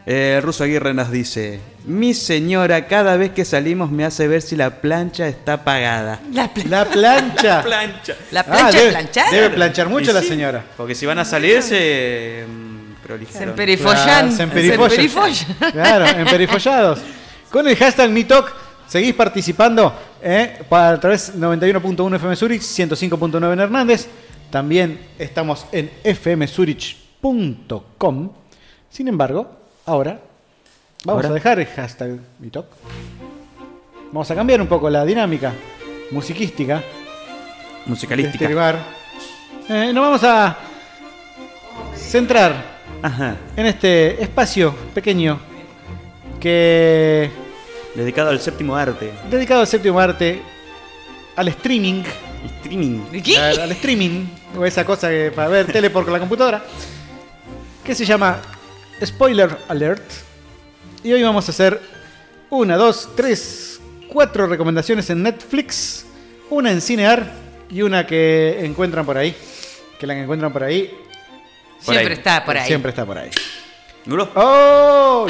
Speaker 6: Eh, Ruso Aguirre nos dice: Mi señora, cada vez que salimos me hace ver si la plancha está apagada.
Speaker 7: La, pla-
Speaker 5: La plancha.
Speaker 6: Plancha.
Speaker 7: la plancha
Speaker 5: Ah,
Speaker 7: de
Speaker 5: debe,
Speaker 7: planchar.
Speaker 5: Debe planchar mucho
Speaker 6: Y
Speaker 5: la
Speaker 6: sí,
Speaker 5: señora.
Speaker 6: Porque si van a salir se. mm, prolijaron.
Speaker 7: Semperifollan.
Speaker 5: Claro, emperifollan.
Speaker 7: Semperifollan.
Speaker 5: Claro, emperifollados. Con el hashtag MeTalk seguís participando ¿eh? para a través 91.1 FM Zurich, 105.9 en Hernández. También estamos en fmsurich.com. Sin embargo, ahora vamos
Speaker 6: Ahora.
Speaker 5: a dejar el hashtag MeTalk. Vamos a cambiar un poco la dinámica musiquística de este
Speaker 6: Musicalística.
Speaker 5: lugar. Eh, nos vamos a centrar
Speaker 6: Ajá.
Speaker 5: en este espacio pequeño que
Speaker 6: dedicado al séptimo arte.
Speaker 5: Dedicado al séptimo arte, al streaming,
Speaker 6: Streaming.
Speaker 5: al, al streaming, o esa cosa que, para ver tele por la computadora, que se llama Spoiler Alert. Y hoy vamos a hacer una, dos, tres, cuatro recomendaciones en Netflix, una en Cinear y una que encuentran por ahí. Que la que encuentran por ahí
Speaker 6: Por
Speaker 7: Siempre
Speaker 6: ahí.
Speaker 7: está por ahí.
Speaker 5: siempre está por ahí.
Speaker 6: Nulo.
Speaker 5: ¡Oh!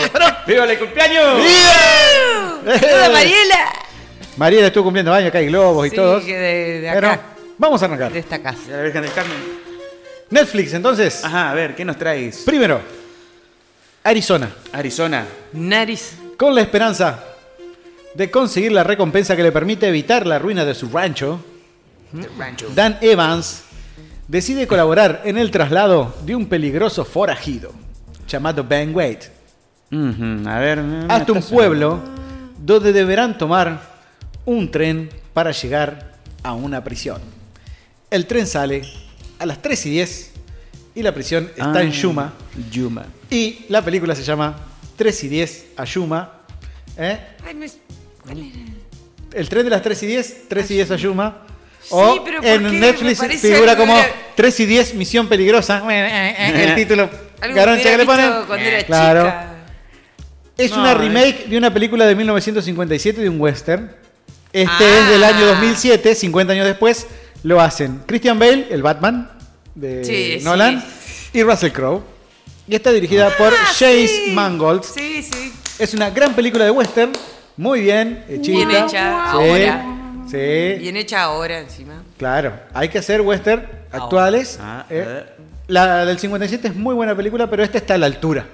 Speaker 6: ¡Viva el cumpleaños!
Speaker 5: ¡Eh!
Speaker 7: ¡Saluda, Mariela!
Speaker 5: Mariela estuvo cumpliendo años, acá hay globos y
Speaker 7: Sí,
Speaker 5: todos.
Speaker 7: que de, de
Speaker 5: Pero
Speaker 7: acá,
Speaker 5: vamos a arrancar.
Speaker 7: de esta casa.
Speaker 6: La Virgen del Carmen.
Speaker 5: Netflix, entonces.
Speaker 7: Ah.
Speaker 6: Ajá, a ver, ¿qué nos traes?
Speaker 5: Primero, Arizona,
Speaker 6: Arizona.
Speaker 7: Nariz.
Speaker 5: con la esperanza de conseguir la recompensa que le permite evitar la ruina de su rancho, Dan Evans decide colaborar en el traslado de un peligroso forajido llamado Ben Wade
Speaker 6: Ujú, a ver. mm,
Speaker 5: hasta un
Speaker 6: estás-
Speaker 5: pueblo donde deberán tomar un tren para llegar a una prisión. El tren sale a las 3 y 10 y la prisión está
Speaker 6: Ah,
Speaker 5: en Yuma.
Speaker 6: Yuma.
Speaker 5: Y la película se llama 3 y 10 a Yuma. ¿eh?
Speaker 7: Ay, me-
Speaker 5: El tren de las 3 y 10, 3 y 10 a Yuma. O
Speaker 7: Ah, Sí, pero ¿por qué?
Speaker 5: en
Speaker 7: Me
Speaker 5: Netflix
Speaker 7: parece
Speaker 5: figura
Speaker 7: algo
Speaker 5: como
Speaker 7: de-
Speaker 5: 3 y 10 Misión Peligrosa. El título
Speaker 7: Algo
Speaker 5: garoncha
Speaker 7: que
Speaker 5: que le
Speaker 7: hubiera
Speaker 5: ponen. Eh,
Speaker 7: visto cuando era
Speaker 5: Claro.
Speaker 7: chica.
Speaker 5: Es
Speaker 6: No,
Speaker 5: una remake de una película de 1957 de un western. Este
Speaker 7: Ah.
Speaker 5: es del año 2007, 50 años después. Lo hacen Christian Bale, el Batman de
Speaker 7: Sí, sí.
Speaker 5: Nolan, y Russell Crowe. Y está dirigida por
Speaker 7: Ah,
Speaker 5: Chase
Speaker 7: sí.
Speaker 5: Mangold.
Speaker 7: Sí, sí.
Speaker 5: Es una gran película de western, muy bien hechita.
Speaker 7: Bien hecha
Speaker 5: Sí,
Speaker 7: ahora.
Speaker 5: Sí,
Speaker 7: Bien hecha ahora encima.
Speaker 5: claro. Hay que hacer western actuales.
Speaker 6: Ah,
Speaker 5: eh.
Speaker 6: eh.
Speaker 5: La del 57 es muy buena película, pero esta está a la altura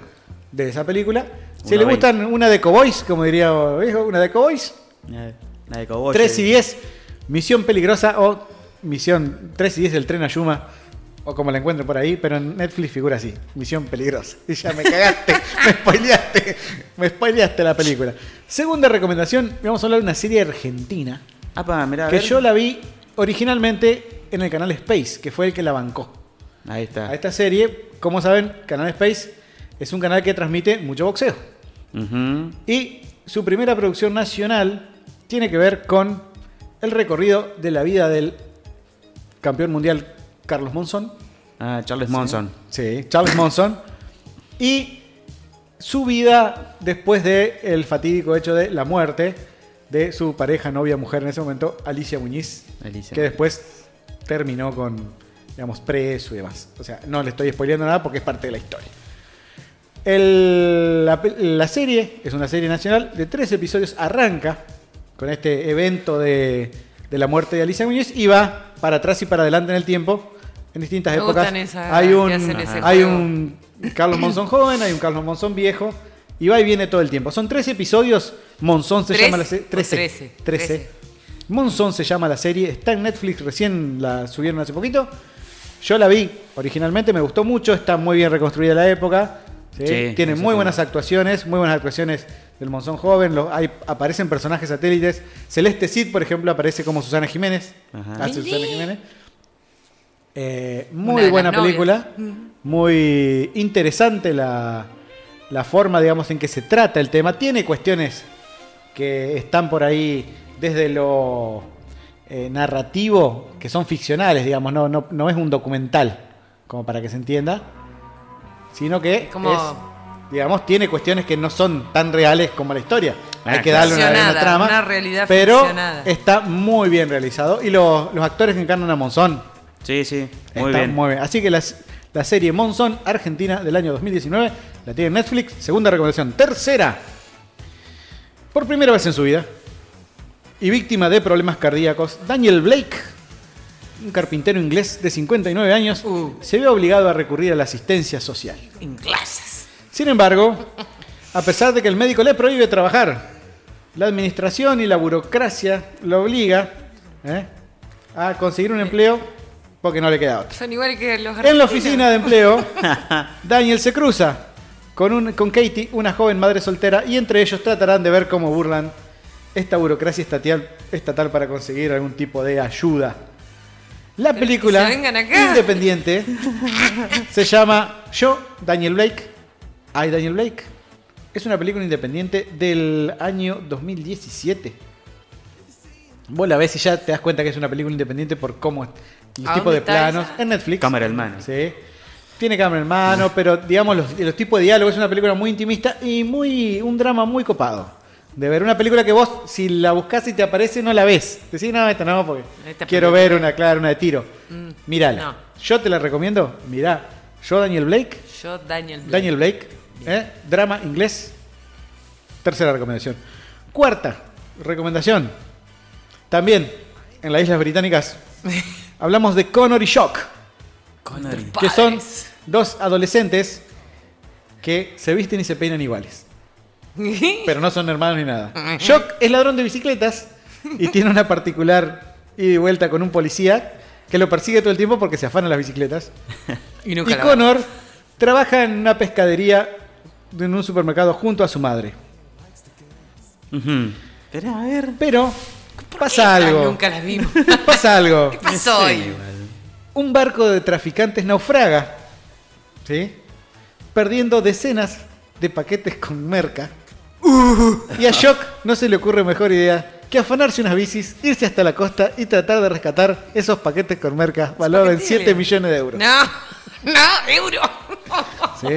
Speaker 5: de esa película. Si
Speaker 6: Una
Speaker 5: le gustan una de Cowboys, como diría viejo, una de Cowboys,
Speaker 6: La de Cowboy.
Speaker 5: 3 y 10, Misión Peligrosa o Misión 3 y 10 del tren a Yuma, o como la encuentro por ahí, pero en Netflix figura así, Misión Peligrosa. Y ya me cagaste, me spoileaste, me spoileaste la película. Segunda recomendación, vamos a hablar de una serie argentina
Speaker 6: Apa, mirá, a
Speaker 5: que
Speaker 6: ver.
Speaker 5: yo la vi originalmente en el canal Space, que fue el que la bancó
Speaker 6: Ahí está.
Speaker 5: a esta serie. Como saben, Canal Space es un canal que transmite mucho boxeo.
Speaker 6: Ujú.
Speaker 5: Y su primera producción nacional tiene que ver con el recorrido de la vida del campeón mundial Carlos Monzón.
Speaker 6: Ah, Charles Monson.
Speaker 5: Sí, Charles Monson. Y su vida después del el fatídico hecho de la muerte de su pareja, novia, mujer en ese momento, Alicia Muñiz.
Speaker 6: Alicia.
Speaker 5: Que después terminó con, digamos, preso y demás. O sea, no le estoy spoileando nada porque es parte de la historia. El- la, pe- la serie es una serie nacional de tres episodios. Arranca con este evento de, de la muerte de Alicia Muñiz y va para atrás y para adelante en el tiempo. En distintas
Speaker 7: Me
Speaker 5: épocas.
Speaker 7: gustan esas
Speaker 5: hay
Speaker 7: que
Speaker 5: un,
Speaker 7: hacen ese
Speaker 5: hay
Speaker 7: juego.
Speaker 5: un Carlos Monzón joven, hay un Carlos Monzón viejo. Y va y viene todo el tiempo. Son tres episodios. Monzón se
Speaker 7: ¿Tres
Speaker 5: llama la serie.
Speaker 7: o
Speaker 5: Trece.
Speaker 7: trece?
Speaker 5: Trece.
Speaker 7: Trece.
Speaker 5: Monzón se llama la serie. Está en Netflix, recién la subieron hace poquito. Yo la vi originalmente, me gustó mucho. Está muy bien reconstruida la época. ¿sí?
Speaker 6: Sí,
Speaker 5: Tiene
Speaker 6: eso
Speaker 5: muy
Speaker 6: sí.
Speaker 5: buenas actuaciones, muy buenas actuaciones del Monzón joven. Los- hay- aparecen personajes satélites. Celeste Cid, por ejemplo, aparece como Susana Jiménez.
Speaker 6: Ajá.
Speaker 5: Hace Susana Jiménez. Eh,
Speaker 7: Una
Speaker 5: muy
Speaker 7: de las
Speaker 5: buena
Speaker 7: novias.
Speaker 5: película. Muy interesante la, la forma, digamos, en que se trata el tema. Tiene cuestiones que están por ahí desde lo eh, narrativo, que son ficcionales, digamos, no, no, no es un documental, como para que se entienda, sino que
Speaker 7: Es como-
Speaker 5: es, digamos, tiene cuestiones que no son tan reales como la historia.
Speaker 6: Ah,
Speaker 5: Hay que
Speaker 6: claro.
Speaker 5: darle una, una
Speaker 7: Ficcionada,
Speaker 5: trama.
Speaker 7: una realidad
Speaker 5: pero
Speaker 7: ficcionada.
Speaker 5: está muy bien realizado. Y los, los actores que encarnan a Monzón
Speaker 6: Sí, sí. Muy
Speaker 5: Está
Speaker 6: bien.
Speaker 5: muy bien. Así que las- la serie Monzón Argentina del año 2019 la tiene Netflix. Segunda recomendación. Tercera. Por primera vez en su vida y víctima de problemas cardíacos, Daniel Blake, un carpintero inglés de 59 años,
Speaker 7: Uh.
Speaker 5: se ve obligado a recurrir a la asistencia social.
Speaker 7: En clases.
Speaker 5: Sin embargo, a pesar de que el médico le prohíbe trabajar, la administración y la burocracia lo obliga ¿eh? a conseguir un empleo porque no le queda otro.
Speaker 7: Son iguales que los
Speaker 5: En la
Speaker 7: argentinos.
Speaker 5: oficina de empleo, Daniel se cruza con, un- con Katie, una joven madre soltera, y entre ellos tratarán de ver cómo burlan esta burocracia estatal, estatal para conseguir algún tipo de ayuda. La
Speaker 7: Pero que
Speaker 5: película
Speaker 7: se vengan acá.
Speaker 5: independiente se llama Yo, Daniel Blake, I, Daniel Blake, es una película independiente del año 2017. Vos la ves y ya te das cuenta que es una película independiente por cómo el
Speaker 7: ¿A
Speaker 5: tipo
Speaker 7: dónde
Speaker 5: de
Speaker 7: está
Speaker 5: planos.
Speaker 7: esa?
Speaker 5: En Netflix.
Speaker 6: Cámara en mano.
Speaker 5: Sí. Tiene cámara en mano, pero digamos, los, los tipos de diálogo es una película muy intimista y muy un drama muy copado. De ver una película que vos, si la buscás y te aparece, no la ves. Decís, no, esta no, porque
Speaker 7: Esta
Speaker 5: quiero
Speaker 7: película.
Speaker 5: ver
Speaker 7: Mm.
Speaker 5: una, clara, una de tiro. Mírala.
Speaker 7: no.
Speaker 5: Yo te la recomiendo, mirá. Yo, Daniel Blake,
Speaker 7: Yo, Daniel Blake.
Speaker 5: Daniel Blake, ¿eh? drama inglés. Tercera recomendación. Cuarta recomendación. También en las Islas Británicas hablamos de Connor y Shock,
Speaker 6: Connery.
Speaker 5: que son
Speaker 7: Padres.
Speaker 5: dos adolescentes que se visten y se peinan iguales, pero no son hermanos ni nada. Shock es ladrón de bicicletas y tiene una particular ida y vuelta con un policía que lo persigue todo el tiempo porque se afana las bicicletas.
Speaker 7: y
Speaker 5: Y
Speaker 7: nunca la-
Speaker 5: Connor trabaja en una pescadería en un supermercado junto a su madre.
Speaker 6: Ujú. Esperá, a ver.
Speaker 5: Pero pasa
Speaker 7: Estas
Speaker 5: algo.
Speaker 7: Nunca las vimos.
Speaker 5: Pasa algo.
Speaker 7: ¿Qué pasó hoy?
Speaker 5: Un barco de traficantes naufraga. ¿Sí? Perdiendo decenas de paquetes con merca. Y a Shock no se le ocurre mejor idea que afanarse unas bicis, irse hasta la costa y tratar de rescatar esos paquetes con merca, valor en
Speaker 7: paquetes.
Speaker 5: 7 millones de euros.
Speaker 7: No, no, euro.
Speaker 5: ¿Sí?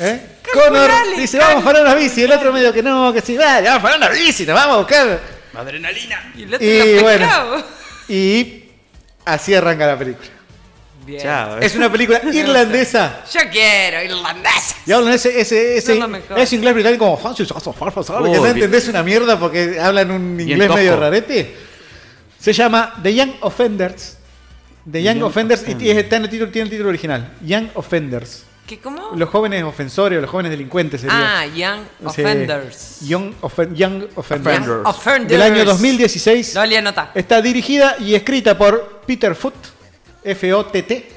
Speaker 5: ¿Eh? Connor
Speaker 7: Calculale,
Speaker 5: dice, vamos a afanar una bici. El otro medio que no, que sí, vale, vamos a afanar una bici, nos vamos a buscar.
Speaker 6: Adrenalina.
Speaker 7: Y el otro
Speaker 5: Y
Speaker 7: lo
Speaker 5: bueno.
Speaker 7: pescaba.
Speaker 5: Y así arranca la película.
Speaker 7: Bien.
Speaker 6: Chao.
Speaker 5: Es una película irlandesa.
Speaker 7: Yo quiero irlandesa.
Speaker 5: Y hablan ese, ese, ese,
Speaker 7: No, no me jodas.
Speaker 5: ese inglés británico como "Fancy, fancy, fancy", que no
Speaker 6: bien.
Speaker 5: entendés una mierda porque hablan un
Speaker 6: Bien
Speaker 5: inglés
Speaker 6: tosco.
Speaker 5: medio rarete. Se llama The Young Offenders. The Young,
Speaker 6: Young
Speaker 5: Offenders, y- y
Speaker 6: Offenders.
Speaker 5: está en el título, tiene el título original. Young Offenders.
Speaker 7: ¿Qué, cómo?
Speaker 5: Los jóvenes ofensores, los jóvenes delincuentes sería.
Speaker 7: ah, Young
Speaker 5: Sí.
Speaker 7: Offenders.
Speaker 5: Young, Offen- Young Offenders.
Speaker 7: Young Offenders.
Speaker 5: Del año 2016.
Speaker 7: No le anota.
Speaker 5: Está dirigida y escrita por Peter Foot, F-O-T-T,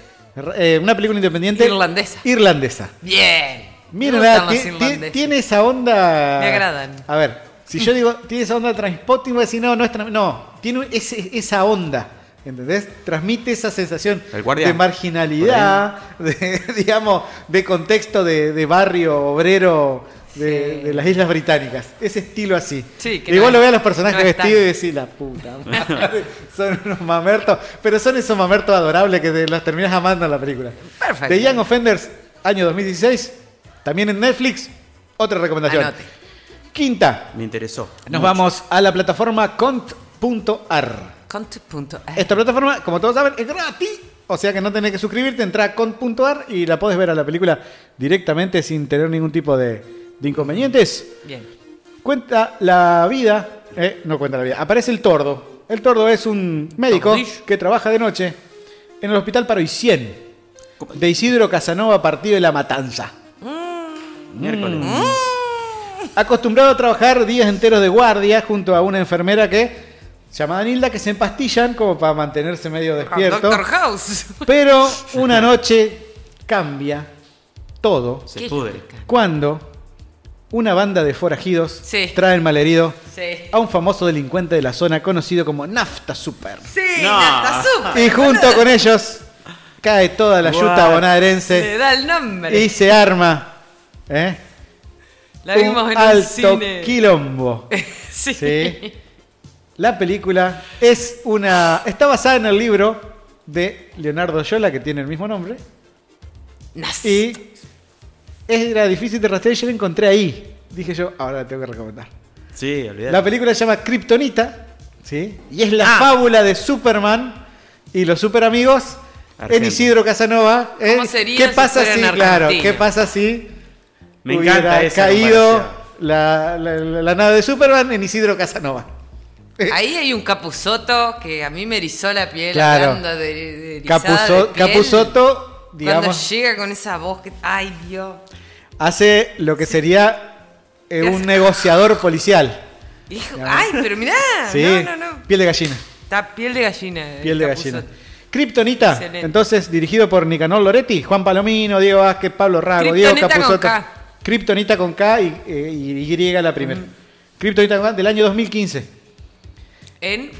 Speaker 5: eh, una película independiente.
Speaker 7: Irlandesa.
Speaker 5: Irlandesa.
Speaker 7: Bien.
Speaker 5: Mírala,
Speaker 7: Me gustan
Speaker 5: ti-
Speaker 7: los
Speaker 5: ti-
Speaker 7: irlandeses.
Speaker 5: tiene esa onda.
Speaker 7: Me agradan.
Speaker 5: A ver, si yo digo, tiene esa onda transpotting, voy a decir, no, no es tran- No, tiene ese- esa onda. ¿Entendés? Transmite esa sensación
Speaker 6: El guardia.
Speaker 5: de marginalidad, de, digamos, de contexto de, de barrio obrero de,
Speaker 7: Sí.
Speaker 5: de las Islas Británicas. Ese estilo así.
Speaker 7: Sí, que
Speaker 5: y
Speaker 7: no
Speaker 5: vos
Speaker 7: es-
Speaker 5: lo ves a los personajes
Speaker 7: no es tan-
Speaker 5: vestidos y decís, la puta madre, son unos mamertos. Pero son esos mamertos adorables que te los terminas amando en la película.
Speaker 7: Perfecto.
Speaker 5: The Young Offenders, año 2016. También en Netflix. Otra recomendación.
Speaker 7: Anote.
Speaker 5: Quinta.
Speaker 6: Me interesó.
Speaker 5: Nos vamos a la plataforma cont.ar.
Speaker 7: Conte.ar.
Speaker 5: Esta plataforma, como todos saben, es gratis. O sea que no tenés que suscribirte, entra a cont.ar y la podés ver a la película directamente sin tener ningún tipo de, de inconvenientes.
Speaker 7: Bien.
Speaker 5: Cuenta la vida, eh, no cuenta la vida, aparece el tordo. El tordo es un médico
Speaker 7: Tordillo.
Speaker 5: que trabaja de noche en el hospital Paroicien de Isidro Casanova, partido de La Matanza.
Speaker 6: Miércoles.
Speaker 7: ¿Mm?
Speaker 5: Acostumbrado a trabajar días enteros de guardia junto a una enfermera que llamada Nilda que se empastillan como para mantenerse medio despierto.
Speaker 7: Doctor House.
Speaker 5: Pero una noche cambia todo
Speaker 6: Se
Speaker 7: Qué
Speaker 6: pudre.
Speaker 7: loca.
Speaker 5: cuando una banda de forajidos
Speaker 7: Sí.
Speaker 5: traen malherido
Speaker 7: Sí.
Speaker 5: a un famoso delincuente de la zona conocido como Nafta Super.
Speaker 7: Sí,
Speaker 6: No.
Speaker 7: está súper.
Speaker 5: Y junto con ellos cae toda la
Speaker 6: What?
Speaker 5: yuta
Speaker 7: Le
Speaker 5: bonaerense
Speaker 7: da el nombre.
Speaker 5: y se arma ¿eh?
Speaker 7: la vimos
Speaker 5: un
Speaker 7: en el
Speaker 5: alto
Speaker 7: cine.
Speaker 5: quilombo.
Speaker 7: Sí.
Speaker 5: Sí. La película es una. está basada en el libro de Leonardo Yola, que tiene el mismo nombre.
Speaker 7: Nas.
Speaker 5: Y era difícil de rastrear y yo la encontré ahí. Dije yo, ahora la tengo que recomendar.
Speaker 6: Sí, olvidate.
Speaker 5: La película se llama Kryptonita, ¿sí? Y es la
Speaker 7: Ah.
Speaker 5: fábula de Superman y los superamigos en
Speaker 6: Argento.
Speaker 5: Isidro Casanova. ¿eh?
Speaker 7: ¿Cómo sería
Speaker 5: ¿Qué
Speaker 7: si
Speaker 5: pasa
Speaker 7: fueran
Speaker 5: si,
Speaker 7: argentinos?
Speaker 5: claro, qué pasa si
Speaker 6: Me
Speaker 5: hubiera
Speaker 6: encanta esa
Speaker 5: caído
Speaker 6: comparación.
Speaker 5: la, la- la- la nave de Superman en Isidro Casanova?
Speaker 7: Ahí hay un capuzoto que a mí me erizó la piel
Speaker 5: Claro.
Speaker 7: hablando de, de erizada
Speaker 5: Capuzo-
Speaker 7: de piel.
Speaker 5: Capuzoto,
Speaker 7: Cuando
Speaker 5: digamos,
Speaker 7: llega con esa voz que... Ay, Dios.
Speaker 5: hace lo que sería eh,
Speaker 7: ¿Qué
Speaker 5: un
Speaker 7: hace?
Speaker 5: negociador policial.
Speaker 7: Hijo, ay, pero mirá.
Speaker 5: ¿sí?
Speaker 7: Ah, No, no, no.
Speaker 5: Piel de gallina.
Speaker 7: Está piel de gallina. eh, el
Speaker 5: Piel de
Speaker 7: Capuzoto.
Speaker 5: gallina. Kryptonita,
Speaker 7: Excelente.
Speaker 5: entonces dirigido por Nicanor Loretti, Juan Palomino, Diego Vázquez, Pablo Rago, Diego
Speaker 7: Kryptonita con
Speaker 5: Capuzotto.
Speaker 7: K. Mm.
Speaker 5: Kryptonita con K y, eh, y Y la primera. Kryptonita con K del año 2015.
Speaker 7: En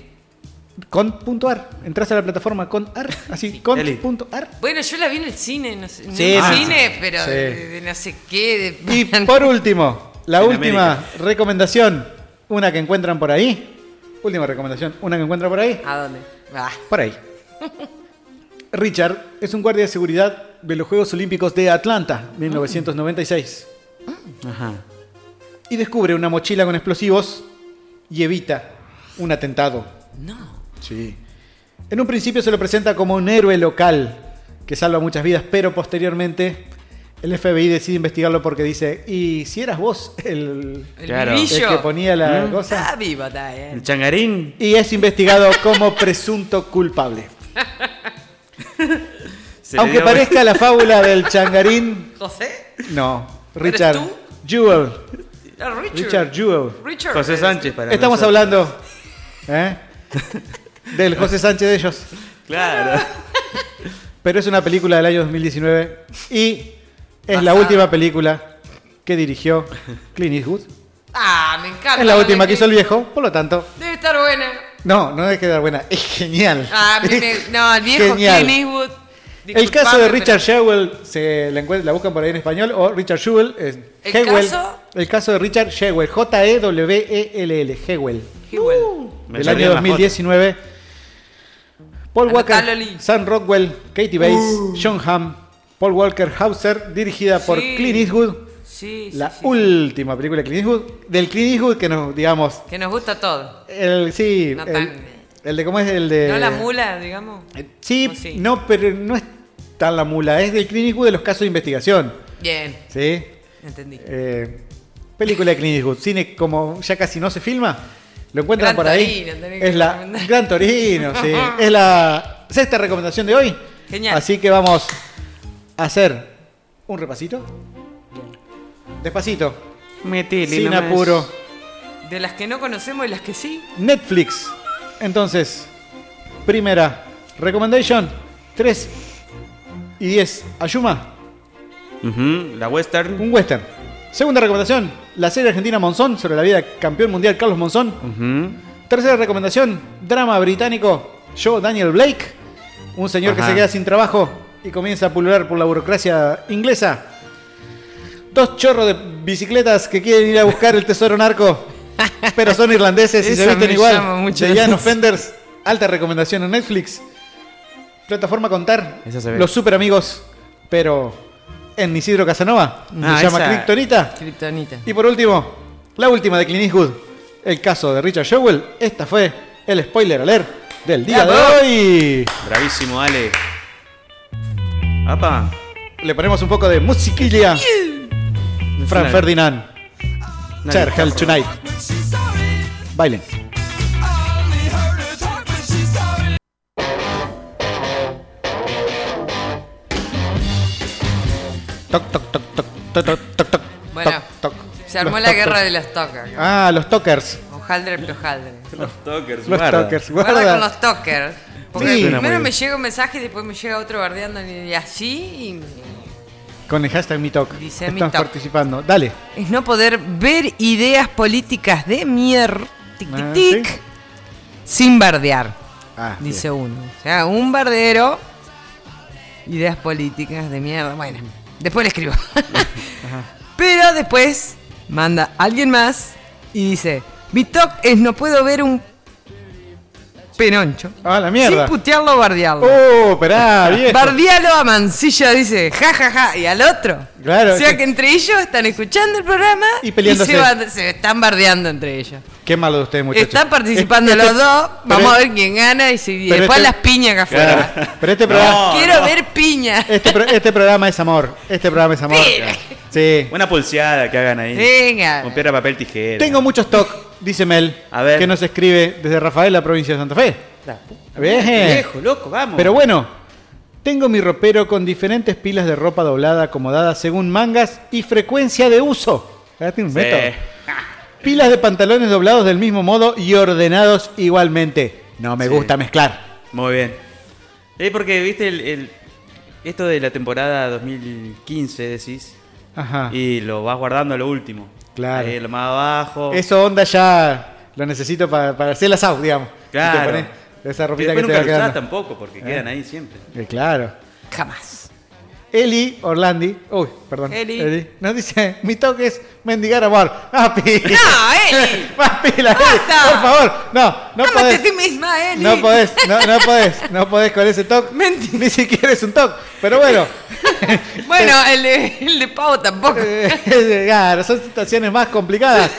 Speaker 5: Con.ar. Entras a la plataforma con.ar. Así, con.ar.
Speaker 7: Bueno, yo la vi en el cine, no sé, no
Speaker 5: Sí,
Speaker 7: en
Speaker 5: no,
Speaker 7: el
Speaker 5: sí.
Speaker 7: cine, pero
Speaker 5: Sí.
Speaker 7: de, de no sé qué. de-
Speaker 5: Y por último, la
Speaker 10: En
Speaker 5: última
Speaker 10: América.
Speaker 5: recomendación. Una que encuentran por ahí. Última recomendación. Una que encuentran por ahí.
Speaker 7: ¿A dónde? Ah,
Speaker 5: Por ahí. Richard es un guardia de seguridad de los Juegos Olímpicos de Atlanta, 1996. Ah.
Speaker 10: Ajá.
Speaker 5: Y descubre una mochila con explosivos y evita un atentado.
Speaker 7: no.
Speaker 5: Sí. En un principio se lo presenta como un héroe local que salva muchas vidas, pero posteriormente el FBI decide investigarlo porque dice, ¿y si eras vos el,
Speaker 7: El
Speaker 10: Claro.
Speaker 5: el
Speaker 7: brillo.
Speaker 5: que ponía la cosa?
Speaker 7: Está vivo, está eh. bien.
Speaker 10: El changarín.
Speaker 5: Y es investigado como presunto culpable.
Speaker 10: se le
Speaker 5: Aunque
Speaker 10: dio-
Speaker 5: parezca la fábula del changarín,
Speaker 7: ¿José?
Speaker 5: no.
Speaker 7: ¿Eres
Speaker 5: Richard
Speaker 7: tú?
Speaker 5: Jewell.
Speaker 7: Ah, Richard.
Speaker 5: Richard Jewell.
Speaker 7: Richard.
Speaker 10: José Sánchez para
Speaker 5: Estamos
Speaker 10: nosotros.
Speaker 5: hablando ¿eh? del José Sánchez de ellos.
Speaker 10: Claro.
Speaker 5: Pero es una película del año 2019 y es la
Speaker 7: Basada.
Speaker 5: última película que dirigió Clint Eastwood.
Speaker 7: Ah, eh, me encanta.
Speaker 5: Es la
Speaker 7: lo
Speaker 5: última
Speaker 7: de
Speaker 5: que hizo el viejo, por lo tanto,
Speaker 7: Debe estar buena.
Speaker 5: no, no es que dar buena, es genial.
Speaker 7: Ah, a mí me- no, el viejo
Speaker 5: Genial.
Speaker 7: Clint Eastwood.
Speaker 5: El caso de
Speaker 7: Disculpame, pero-
Speaker 5: Richard Jewell se la, encuent- la buscan por ahí en español o Richard Jewell. es
Speaker 7: ¿El
Speaker 5: Jewell,
Speaker 7: caso?
Speaker 5: El caso de Richard Jewell, E J-E-W-E-L-L, Jewell.
Speaker 7: Jewell.
Speaker 10: Me
Speaker 5: del
Speaker 10: salió
Speaker 5: año
Speaker 10: en la foto.
Speaker 5: 2019. Paul
Speaker 7: Anotalo, Uh.
Speaker 5: Walker,
Speaker 7: Lee.
Speaker 5: Sam Rockwell, Katie Bates, John Hamm, Paul Walker Hauser, dirigida por
Speaker 7: Sí.
Speaker 5: Clint Eastwood,
Speaker 7: Sí, sí,
Speaker 5: la
Speaker 7: sí.
Speaker 5: última película de Clint Eastwood, del Clint Eastwood que nos, digamos,
Speaker 7: Que nos gusta todo.
Speaker 5: el, sí,
Speaker 7: No
Speaker 5: el,
Speaker 7: tan-
Speaker 5: el de cómo es el de...
Speaker 7: No la mula, digamos.
Speaker 5: Eh, Sí,
Speaker 7: ¿O sí?
Speaker 5: no, pero no es tan la mula, es del Clint Eastwood de los casos de investigación,
Speaker 7: Bien,
Speaker 5: ¿sí?
Speaker 7: entendí.
Speaker 5: Eh, película de Clint Eastwood. Cine como ya casi no se filma. Lo encuentran
Speaker 7: Gran
Speaker 5: por ahí.
Speaker 7: Torino, tenés que
Speaker 5: es la
Speaker 7: recomendar.
Speaker 5: Gran Torino, sí. Es la sexta recomendación de hoy.
Speaker 7: Genial.
Speaker 5: Así que vamos a hacer un repasito. Despacito.
Speaker 10: Metele
Speaker 5: sin
Speaker 10: nomás.
Speaker 5: apuro.
Speaker 7: De las que no conocemos y las que sí.
Speaker 5: Netflix. Entonces, primera recommendation 3 y 10. Ayuma,
Speaker 10: Ujú, La western.
Speaker 5: un western. Segunda recomendación, la serie argentina Monzón sobre la vida del campeón mundial Carlos Monzón.
Speaker 10: Ujú.
Speaker 5: Tercera recomendación, drama británico, yo Daniel Blake, un señor que
Speaker 10: Ajá.
Speaker 5: se queda sin trabajo y comienza a pulular por la burocracia inglesa. Dos chorros de bicicletas que quieren ir a buscar el tesoro narco, pero son irlandeses y se
Speaker 7: Esa
Speaker 5: visten
Speaker 7: me llama
Speaker 5: igual.
Speaker 7: mucho
Speaker 5: De
Speaker 7: la
Speaker 5: Jan
Speaker 7: atención.
Speaker 5: Offenders, alta recomendación en Netflix. Plataforma Contar,
Speaker 10: Esa se ve.
Speaker 5: Los Super Amigos, pero en Isidro Casanova,
Speaker 10: Ah,
Speaker 5: se llama
Speaker 10: esa-
Speaker 5: Kryptonita.
Speaker 7: Kryptonita.
Speaker 5: Y por último, la última de Clint Eastwood, el caso de Richard Jewell. Esta fue el spoiler alert del día de
Speaker 10: ¡Bravo!
Speaker 5: hoy.
Speaker 10: Bravísimo, Ale. Apa.
Speaker 5: Le ponemos un poco de musiquilla. Fran
Speaker 10: Claro.
Speaker 5: Ferdinand, Cher, Hell Tonight. Bailen. Toc, toc, toc, toc, toc, toc, toc, toc,
Speaker 7: Bueno,
Speaker 5: toc.
Speaker 7: Se armó
Speaker 5: Los
Speaker 7: la
Speaker 5: toc,
Speaker 7: guerra
Speaker 5: toc.
Speaker 7: de los tokers.
Speaker 5: Ah, los tokers.
Speaker 7: Ojaldre plojaldre.
Speaker 10: Los Tokers.
Speaker 5: Los
Speaker 10: guarda.
Speaker 5: tokers.
Speaker 7: Guarda
Speaker 5: guarda.
Speaker 7: con los tokers. Porque
Speaker 5: Sí. Suena muy
Speaker 7: primero
Speaker 5: bien.
Speaker 7: me llega un mensaje y después me llega otro bardeando y así.
Speaker 5: Con el hashtag MeTalk.
Speaker 7: Dice
Speaker 5: Están
Speaker 7: MeTalk.
Speaker 5: participando. Dale.
Speaker 7: y- Es no poder ver ideas políticas de mierda. Tic,
Speaker 5: Ah,
Speaker 7: tic, tic.
Speaker 5: sí.
Speaker 7: Sin bardear,
Speaker 5: Ah,
Speaker 7: dice uno. O sea, un bardero. Ideas políticas de mierda. Bueno, después le escribo. Pero después manda alguien más y dice: Mi toc es no puedo ver un penoncho.
Speaker 5: Ah, la mierda.
Speaker 7: Sin putearlo o bardearlo.
Speaker 5: Oh, esperá, viejo.
Speaker 7: Bardialo a Mancilla, dice, ja, ja, ja, y al otro.
Speaker 5: Claro,
Speaker 7: O sea
Speaker 5: sí.
Speaker 7: que entre ellos están escuchando el programa
Speaker 5: Y peleándose.
Speaker 7: se, van- se están bardeando entre ellos.
Speaker 5: Qué malo de ustedes, muchachos.
Speaker 7: Están participando
Speaker 5: Este-
Speaker 7: los dos,
Speaker 5: pero-
Speaker 7: vamos a ver quién gana y, si, y
Speaker 5: pero
Speaker 7: después
Speaker 5: este-
Speaker 7: las piñas acá afuera.
Speaker 5: Claro. Pero este programa,
Speaker 7: Quiero ver piña.
Speaker 5: este, pro- este programa es amor. Este programa es amor.
Speaker 7: Mira.
Speaker 5: Sí.
Speaker 10: Una pulseada que hagan ahí.
Speaker 7: Venga.
Speaker 10: Con piedra, papel, tijera.
Speaker 5: Tengo muchos toc, dice Mel,
Speaker 10: A ver.
Speaker 5: que nos escribe desde Rafael, la provincia de Santa Fe. Bien.
Speaker 10: Viejo, loco, vamos.
Speaker 5: Pero bueno, tengo mi ropero con diferentes pilas de ropa doblada acomodada según mangas y frecuencia de uso. Ah, tiene un
Speaker 10: Sí.
Speaker 5: método. Pilas de pantalones doblados del mismo modo y ordenados igualmente. No me
Speaker 10: Sí.
Speaker 5: gusta mezclar.
Speaker 10: Muy bien. Eh, porque, viste, el, el- esto de la temporada 2015, decís,
Speaker 5: Ajá.
Speaker 10: y lo vas guardando a lo último.
Speaker 5: Ah. Claro.
Speaker 10: Eh, lo más abajo.
Speaker 5: Eso onda ya lo necesito para, para hacer las out, digamos.
Speaker 10: Claro.
Speaker 5: Y te pones De esa
Speaker 10: Y
Speaker 5: ropita que
Speaker 10: después
Speaker 5: te va
Speaker 10: nunca lo usás
Speaker 5: quedando.
Speaker 10: tampoco, porque quedan ahí siempre.
Speaker 5: Eh, claro.
Speaker 7: Jamás.
Speaker 5: Eli Orlandi. Uy, perdón.
Speaker 7: Eli.
Speaker 5: Nos dice, mi toque es mendigar amor. ¡Ah, pila!
Speaker 7: ¡No, Eli!
Speaker 5: ¡Más pila, Eli!
Speaker 7: ¡Basta!
Speaker 5: Por favor. No, no
Speaker 7: Ámate a
Speaker 5: podés.
Speaker 7: ti misma, eh, Eli.
Speaker 5: No podés, no, no podés, no podés con ese toque. Ni siquiera es un toque. Pero bueno.
Speaker 7: Bueno, el de, el de Pau tampoco.
Speaker 5: Eh, claro, son situaciones más complicadas.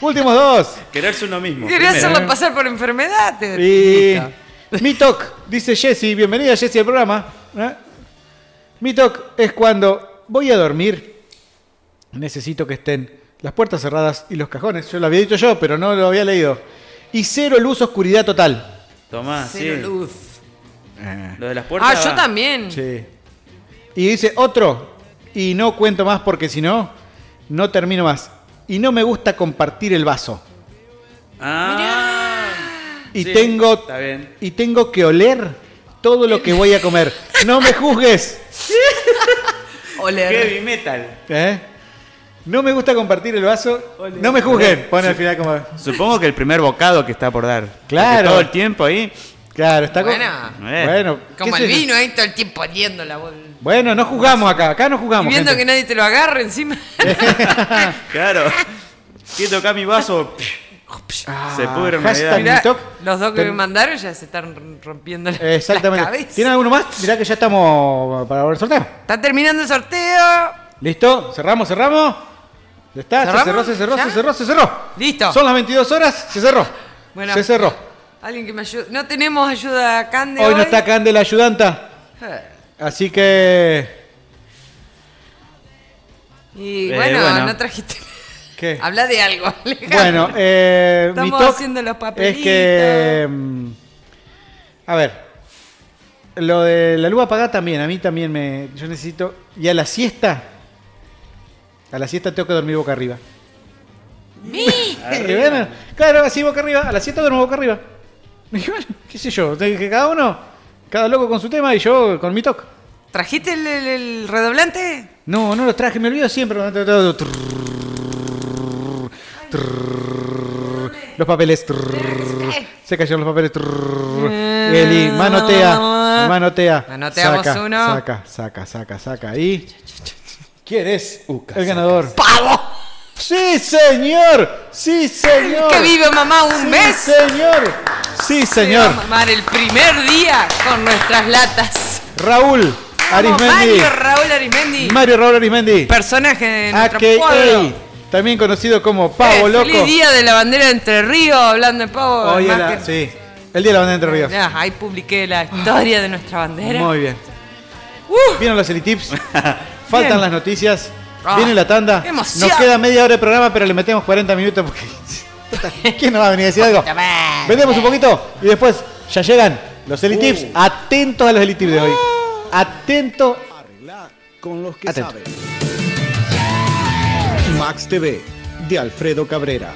Speaker 5: Últimos dos.
Speaker 10: Quererse uno mismo.
Speaker 7: Quería
Speaker 10: primero.
Speaker 7: hacerlo pasar por enfermedad. te-
Speaker 5: Y.
Speaker 7: Listo.
Speaker 5: Mi toc, dice Jessy, bienvenida Jessy al programa. ¿Eh? Mi toc es cuando voy a dormir, necesito que estén las puertas cerradas y los cajones. Yo lo había dicho yo, pero no lo había leído. Y cero luz, oscuridad total.
Speaker 10: Tomá,
Speaker 7: Cero
Speaker 10: sí.
Speaker 7: luz.
Speaker 10: Lo de las puertas.
Speaker 7: Ah, yo
Speaker 10: va.
Speaker 7: también.
Speaker 5: Sí. Y dice otro, y no cuento más porque si no, no termino más. Y no me gusta compartir el vaso.
Speaker 10: Ah,
Speaker 5: Y
Speaker 10: Sí,
Speaker 5: tengo
Speaker 10: está bien.
Speaker 5: y tengo que oler todo lo que voy a comer. No me juzgues.
Speaker 7: Oler.
Speaker 10: heavy metal.
Speaker 5: ¿Eh? No me gusta compartir el vaso. No me juzguen. Pone al final como.
Speaker 10: Supongo que el primer bocado que está por dar.
Speaker 5: Claro.
Speaker 10: Porque Todo el tiempo ahí.
Speaker 5: Claro, está como.
Speaker 7: Buena.
Speaker 10: Eh,
Speaker 5: Bueno,
Speaker 7: Como
Speaker 5: qué sé
Speaker 7: el
Speaker 5: yo.
Speaker 7: vino ahí todo el tiempo oliendo la voz. Y
Speaker 5: Bueno, no juzgamos acá. Acá no juzgamos. gente.
Speaker 7: viendo
Speaker 5: Eh.
Speaker 7: que nadie te lo agarre encima.
Speaker 10: Claro. Quiero tocar mi vaso. Se pudre en
Speaker 5: Ah, hashtag.
Speaker 10: realidad.
Speaker 7: Mirá,
Speaker 5: TikTok.
Speaker 7: los dos que
Speaker 5: Ten-
Speaker 7: me mandaron ya se están rompiendo la, la
Speaker 5: Exactamente.
Speaker 7: cabeza.
Speaker 5: ¿Tiene alguno más? Mirá que ya estamos para ver el sorteo.
Speaker 7: Está terminando el sorteo.
Speaker 5: ¿Listo? ¿Cerramos, cerramos? Ya está, se
Speaker 7: ¿Cerramos?
Speaker 5: cerró, se cerró,
Speaker 7: ¿Ya?
Speaker 5: se cerró, se cerró.
Speaker 7: Listo.
Speaker 5: Son las 22 horas, se cerró.
Speaker 7: Bueno.
Speaker 5: se cerró.
Speaker 7: Alguien que me ayude. No tenemos ayuda a Cande hoy. Eh,
Speaker 5: Hoy no está Candela ayudanta. Así que.
Speaker 7: Y
Speaker 10: Eh,
Speaker 7: bueno,
Speaker 10: bueno.
Speaker 7: no trajiste.
Speaker 5: ¿Qué?
Speaker 7: Habla de algo, Alejandro.
Speaker 5: Eh. Bueno, eh, mi
Speaker 7: Estamos
Speaker 5: toc
Speaker 7: haciendo los
Speaker 5: es
Speaker 7: papelitos.
Speaker 5: que, mm, a ver, lo de la luz apagada también, a mí también me, yo necesito, y a la siesta, a la siesta tengo que dormir boca arriba. Eh, bueno, claro, así boca arriba, a la siesta duermo boca arriba. Y bueno, qué sé yo, de que cada uno, cada loco con su tema y yo con mi toc.
Speaker 7: ¿Trajiste el, el- el redoblante?
Speaker 5: No, no los traje, me olvido siempre. Los papeles. Se cayeron los papeles. Eli, manotea. Manotea.
Speaker 7: Mm. Manoteamos
Speaker 5: saca,
Speaker 7: uno.
Speaker 5: Saca, saca, saca, saca. Ahí. ¿Quién es el ganador?
Speaker 7: ¡Pavo!
Speaker 5: ¡Sí, señor! ¡Sí, señor!
Speaker 7: ¡Que vive mamá un
Speaker 5: ¡Sí,
Speaker 7: mes!
Speaker 5: señor! ¡Sí, señor!
Speaker 7: Se va a mamar el primer día con nuestras latas.
Speaker 5: Raúl
Speaker 7: Vamos,
Speaker 5: Arismendi.
Speaker 7: Mario Raúl Arismendi.
Speaker 5: Mario Raúl Arismendi.
Speaker 7: personaje de nuestro
Speaker 5: AKA,
Speaker 7: pueblo.
Speaker 5: también conocido como Pavo
Speaker 7: Eh,
Speaker 5: Loco.
Speaker 7: Feliz día de la bandera de Entre Ríos, hablando de pavo.
Speaker 5: Hoy
Speaker 7: más
Speaker 5: era-
Speaker 7: que-
Speaker 5: sí, el día de la bandera de Entre Ríos.
Speaker 7: Ya, ahí publiqué la historia de nuestra bandera.
Speaker 5: Muy bien.
Speaker 7: Uh,
Speaker 5: Vieron los Elitips. Faltan
Speaker 7: Bien.
Speaker 5: las noticias.
Speaker 7: Ah,
Speaker 5: Viene la tanda.
Speaker 7: qué emoción.
Speaker 5: Nos queda media hora de programa, pero le metemos 40 minutos porque. ¿Quién nos va a venir a decir algo?
Speaker 7: más.
Speaker 5: Vendemos un poquito y después ya llegan los Elitips.
Speaker 7: Uh.
Speaker 5: Atentos a los Elitips de hoy. Atentos.
Speaker 2: Con los que
Speaker 5: Atento.
Speaker 2: saben. Max TV de Alfredo Cabrera.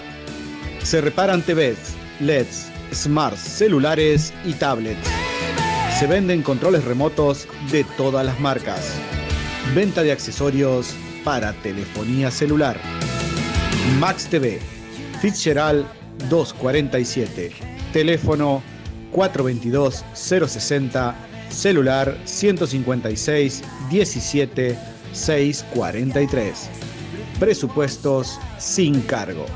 Speaker 2: Se reparan TVs, LEDs, E smarts, celulares y tablets. Se venden controles remotos de todas las marcas. Venta de accesorios para telefonía celular. Max TV, Fitzgerald 247. Teléfono 422-060. Celular 156 17 643. Presupuestos sin cargo.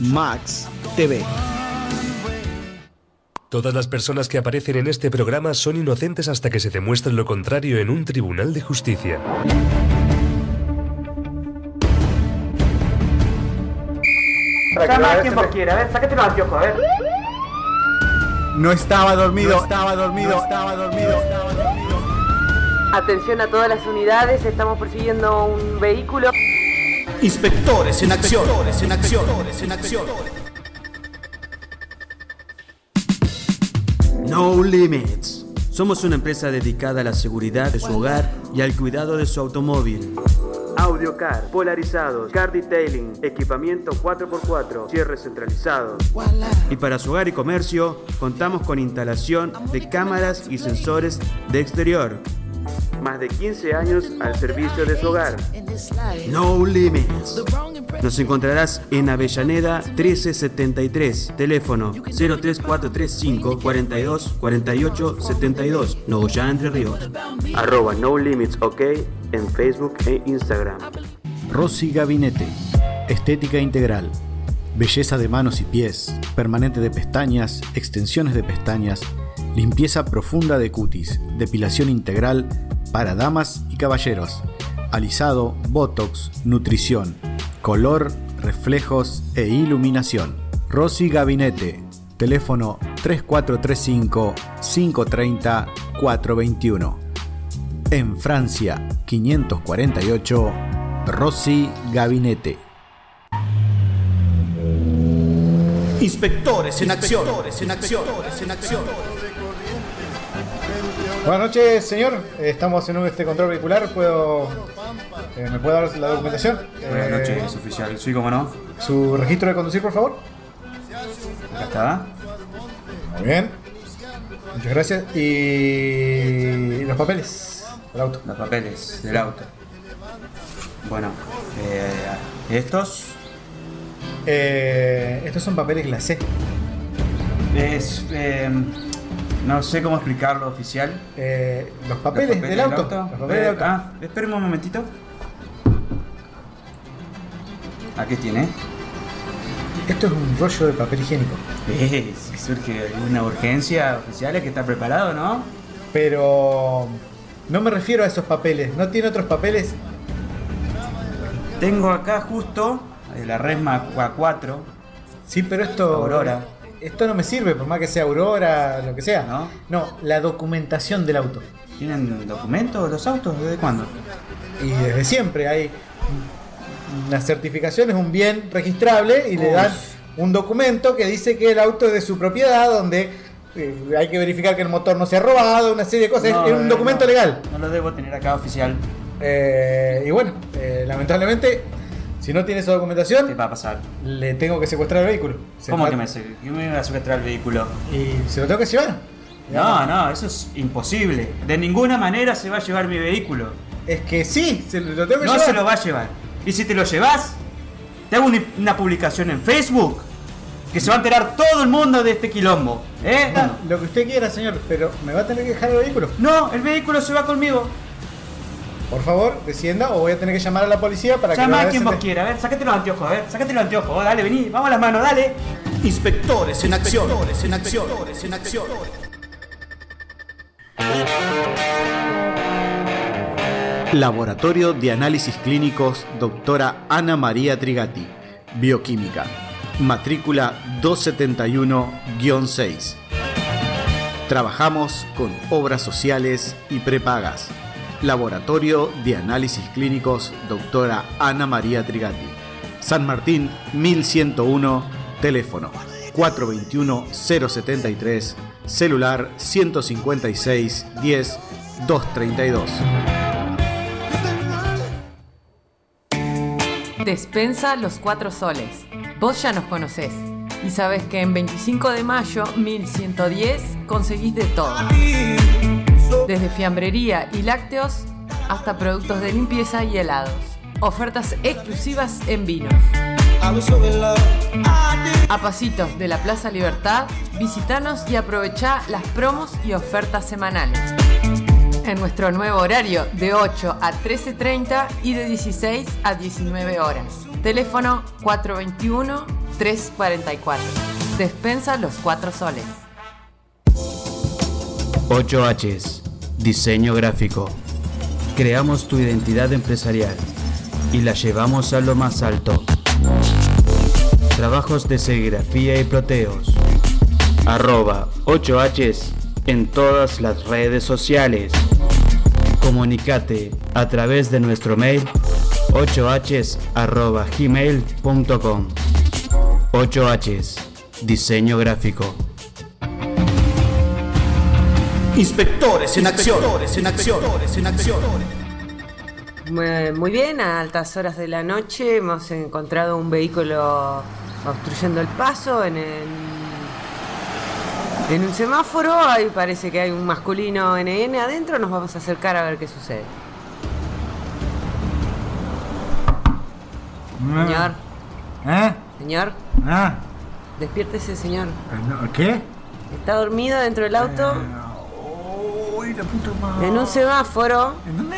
Speaker 2: Max TV.
Speaker 18: Todas las personas que aparecen en este programa son inocentes hasta que se demuestre lo contrario en un tribunal de justicia.
Speaker 1: No estaba dormido, estaba dormido, estaba dormido.
Speaker 19: Atención a todas las unidades, estamos persiguiendo un vehículo.
Speaker 9: Inspectores en acción. en acción. en acción. No Limits. Somos una empresa dedicada a la seguridad de su hogar y al cuidado de su automóvil. Audiocar, polarizados, car detailing, equipamiento 4x4, cierre centralizado. Y para su hogar y comercio, contamos con instalación de cámaras y sensores de exterior. Más de 15 años al servicio de su hogar. No Limits. Nos encontrarás en Avellaneda 1373, teléfono 03435 42 48 72, Nogoyá Entre Ríos. Arroba No Limits OK en Facebook e Instagram.
Speaker 1: Rosy Gabinete. Estética integral. Belleza de manos y pies, permanente de pestañas, extensiones de pestañas, limpieza profunda de cutis, depilación integral para damas y caballeros, alisado, botox, nutrición, color, reflejos e iluminación. Rosy Gabinete. Teléfono 3435 530 421. En Francia 548 Rosy Gabinete.
Speaker 20: Inspectores en acción.
Speaker 1: en acción. en acción.
Speaker 5: Buenas noches, señor. Eh, Estamos en un este control vehicular. ¿Puedo, eh, ¿Me puede dar la documentación?
Speaker 10: Buenas
Speaker 5: Eh,
Speaker 10: noches, oficial. Sí, cómo no.
Speaker 5: ¿Su registro de conducir, por favor?
Speaker 10: Acá está.
Speaker 5: Muy bien. Muchas gracias. Y los papeles del auto.
Speaker 10: Los papeles del auto. Bueno, eh, estos
Speaker 5: Eh, estos son papeles glacé.
Speaker 10: es. eh, no sé cómo explicarlo, oficial.
Speaker 5: Eh, los papeles del auto. Los papeles del auto.
Speaker 10: Ah, espéreme un momentito. Aquí tiene.
Speaker 5: Esto es un rollo de papel higiénico.
Speaker 10: Eh, si surge alguna urgencia, oficial, hay que estar preparado, ¿no?
Speaker 5: Pero no me refiero a esos papeles. ¿No tiene otros papeles?
Speaker 10: Tengo acá justo de la Resma A4.
Speaker 5: Sí, pero esto.
Speaker 10: Aurora.
Speaker 5: Esto no me sirve, por más que sea Aurora, lo que sea. No, la documentación del auto.
Speaker 10: ¿Tienen documentos los autos? ¿Desde cuándo?
Speaker 5: Y desde siempre hay una certificación, es un bien registrable y le dan un documento que dice que el auto es de su propiedad, donde eh, hay que verificar que el motor no se ha robado, una serie de cosas.
Speaker 10: No,
Speaker 5: es, es un
Speaker 10: eh,
Speaker 5: documento
Speaker 10: no.
Speaker 5: legal.
Speaker 10: No lo debo tener acá oficial.
Speaker 5: Eh, y bueno, eh, lamentablemente, si no tiene esa documentación,
Speaker 10: va a pasar?
Speaker 5: Le tengo que secuestrar el vehículo. Se
Speaker 10: ¿Cómo
Speaker 5: va-
Speaker 10: que me, se- que me va a secuestrar el vehículo?
Speaker 5: Y se lo tengo que llevar.
Speaker 10: No, no, eso es imposible. De ninguna manera se va a llevar mi vehículo.
Speaker 5: Es que sí, se lo tengo que
Speaker 10: no
Speaker 5: llevar.
Speaker 10: se lo va a llevar. Y si te lo llevas, te hago una, una publicación en Facebook que se va a enterar todo el mundo de este quilombo. ¿Eh?
Speaker 5: Ah, Lo que usted quiera, señor, pero me va a tener que dejar el vehículo.
Speaker 10: No, el vehículo se va conmigo.
Speaker 5: Por favor, descienda o voy a tener que llamar a la policía para
Speaker 10: Llama a
Speaker 5: que
Speaker 10: quien
Speaker 5: lo
Speaker 10: vos quiera. A ver, sacate los anteojos, a ver, sacate los anteojos. Dale, vení, vamos a las manos, dale.
Speaker 20: Inspectores en acción.
Speaker 10: Inspectores
Speaker 20: en acción. en acción.
Speaker 1: Laboratorio de Análisis Clínicos, doctora Ana María Trigati, Bioquímica, matrícula 271-6. Trabajamos con obras sociales y prepagas. Laboratorio de Análisis Clínicos, doctora Ana María Trigati, San Martín 1101, teléfono 421-073, celular 156-10-232.
Speaker 7: Despensa Los Cuatro Soles. Vos ya nos conocés y sabés que en 25 de mayo 1110 conseguís de todo. Desde fiambrería y lácteos hasta productos de limpieza y helados. Ofertas exclusivas en vinos. A pasitos de la Plaza Libertad, visitanos y aprovechá las promos y ofertas semanales. En nuestro nuevo horario de 8 a 13.30 y de 16 a 19 horas. Teléfono 421-344. Despensa los 4 soles.
Speaker 9: 8Hs, diseño gráfico. Creamos tu identidad empresarial y la llevamos a lo más alto. Trabajos de serigrafía y proteos. Arroba 8Hs en todas las redes sociales. Comunicate a través de nuestro mail 8Hs arroba gmail.com 8Hs, diseño gráfico.
Speaker 20: Inspectores en acción.
Speaker 7: Inspectores
Speaker 20: en acción. en acción.
Speaker 21: Eh, Muy bien, a altas horas de la noche hemos encontrado un vehículo obstruyendo el paso en el- en un semáforo. Ahí parece que hay un masculino NN adentro. Nos vamos a acercar a ver qué
Speaker 5: Ah.
Speaker 21: sucede. Señor,
Speaker 22: ¿Eh?
Speaker 23: Señor,
Speaker 22: ¿Ah?
Speaker 23: despiértese, señor.
Speaker 22: no, ¿Eh? ¿Qué?
Speaker 23: Está dormido dentro del auto.
Speaker 5: Ah.
Speaker 22: Uy, la puta madre.
Speaker 23: En un semáforo.
Speaker 22: ¿En dónde?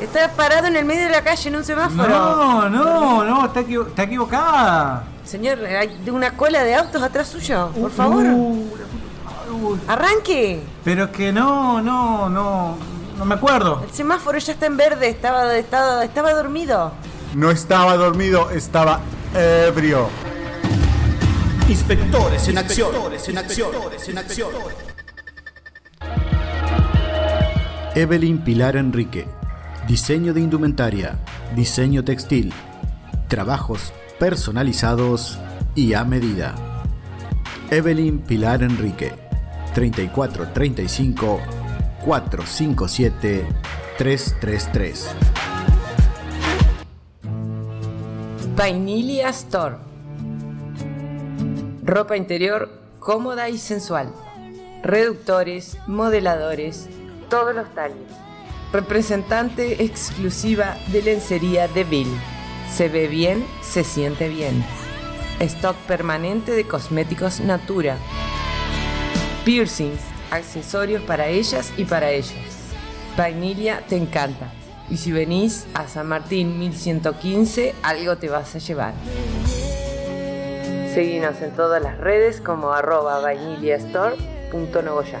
Speaker 23: Está parado en el medio de la calle en un semáforo.
Speaker 22: No, no, no, está, equivo- está equivocada.
Speaker 23: Señor, hay una cola de autos atrás suyo, por favor.
Speaker 22: Uh.
Speaker 23: Arranque.
Speaker 22: Pero es que no, no, no, no me acuerdo.
Speaker 23: El semáforo ya está en verde, estaba, estaba, estaba dormido.
Speaker 24: No estaba dormido, estaba ebrio.
Speaker 25: Inspectores en acción.
Speaker 24: Inspectores en acción.
Speaker 25: Inspectores en acción.
Speaker 1: Evelyn Pilar Enrique. Diseño de indumentaria, diseño textil, trabajos personalizados y a medida. Evelyn Pilar Enrique. 3435 457 333.
Speaker 19: Vainilia Store. Ropa interior cómoda y sensual. Reductores, modeladores, todos los talles. Representante exclusiva de lencería de Bill. Se ve bien, se siente bien. Stock permanente de cosméticos Natura. Piercings, accesorios para ellas y para ellos. Vainilia te encanta. Y si venís a San Martín 1115, algo te vas a llevar. Seguinos en todas las redes como arroba vainiliastore.nogoya.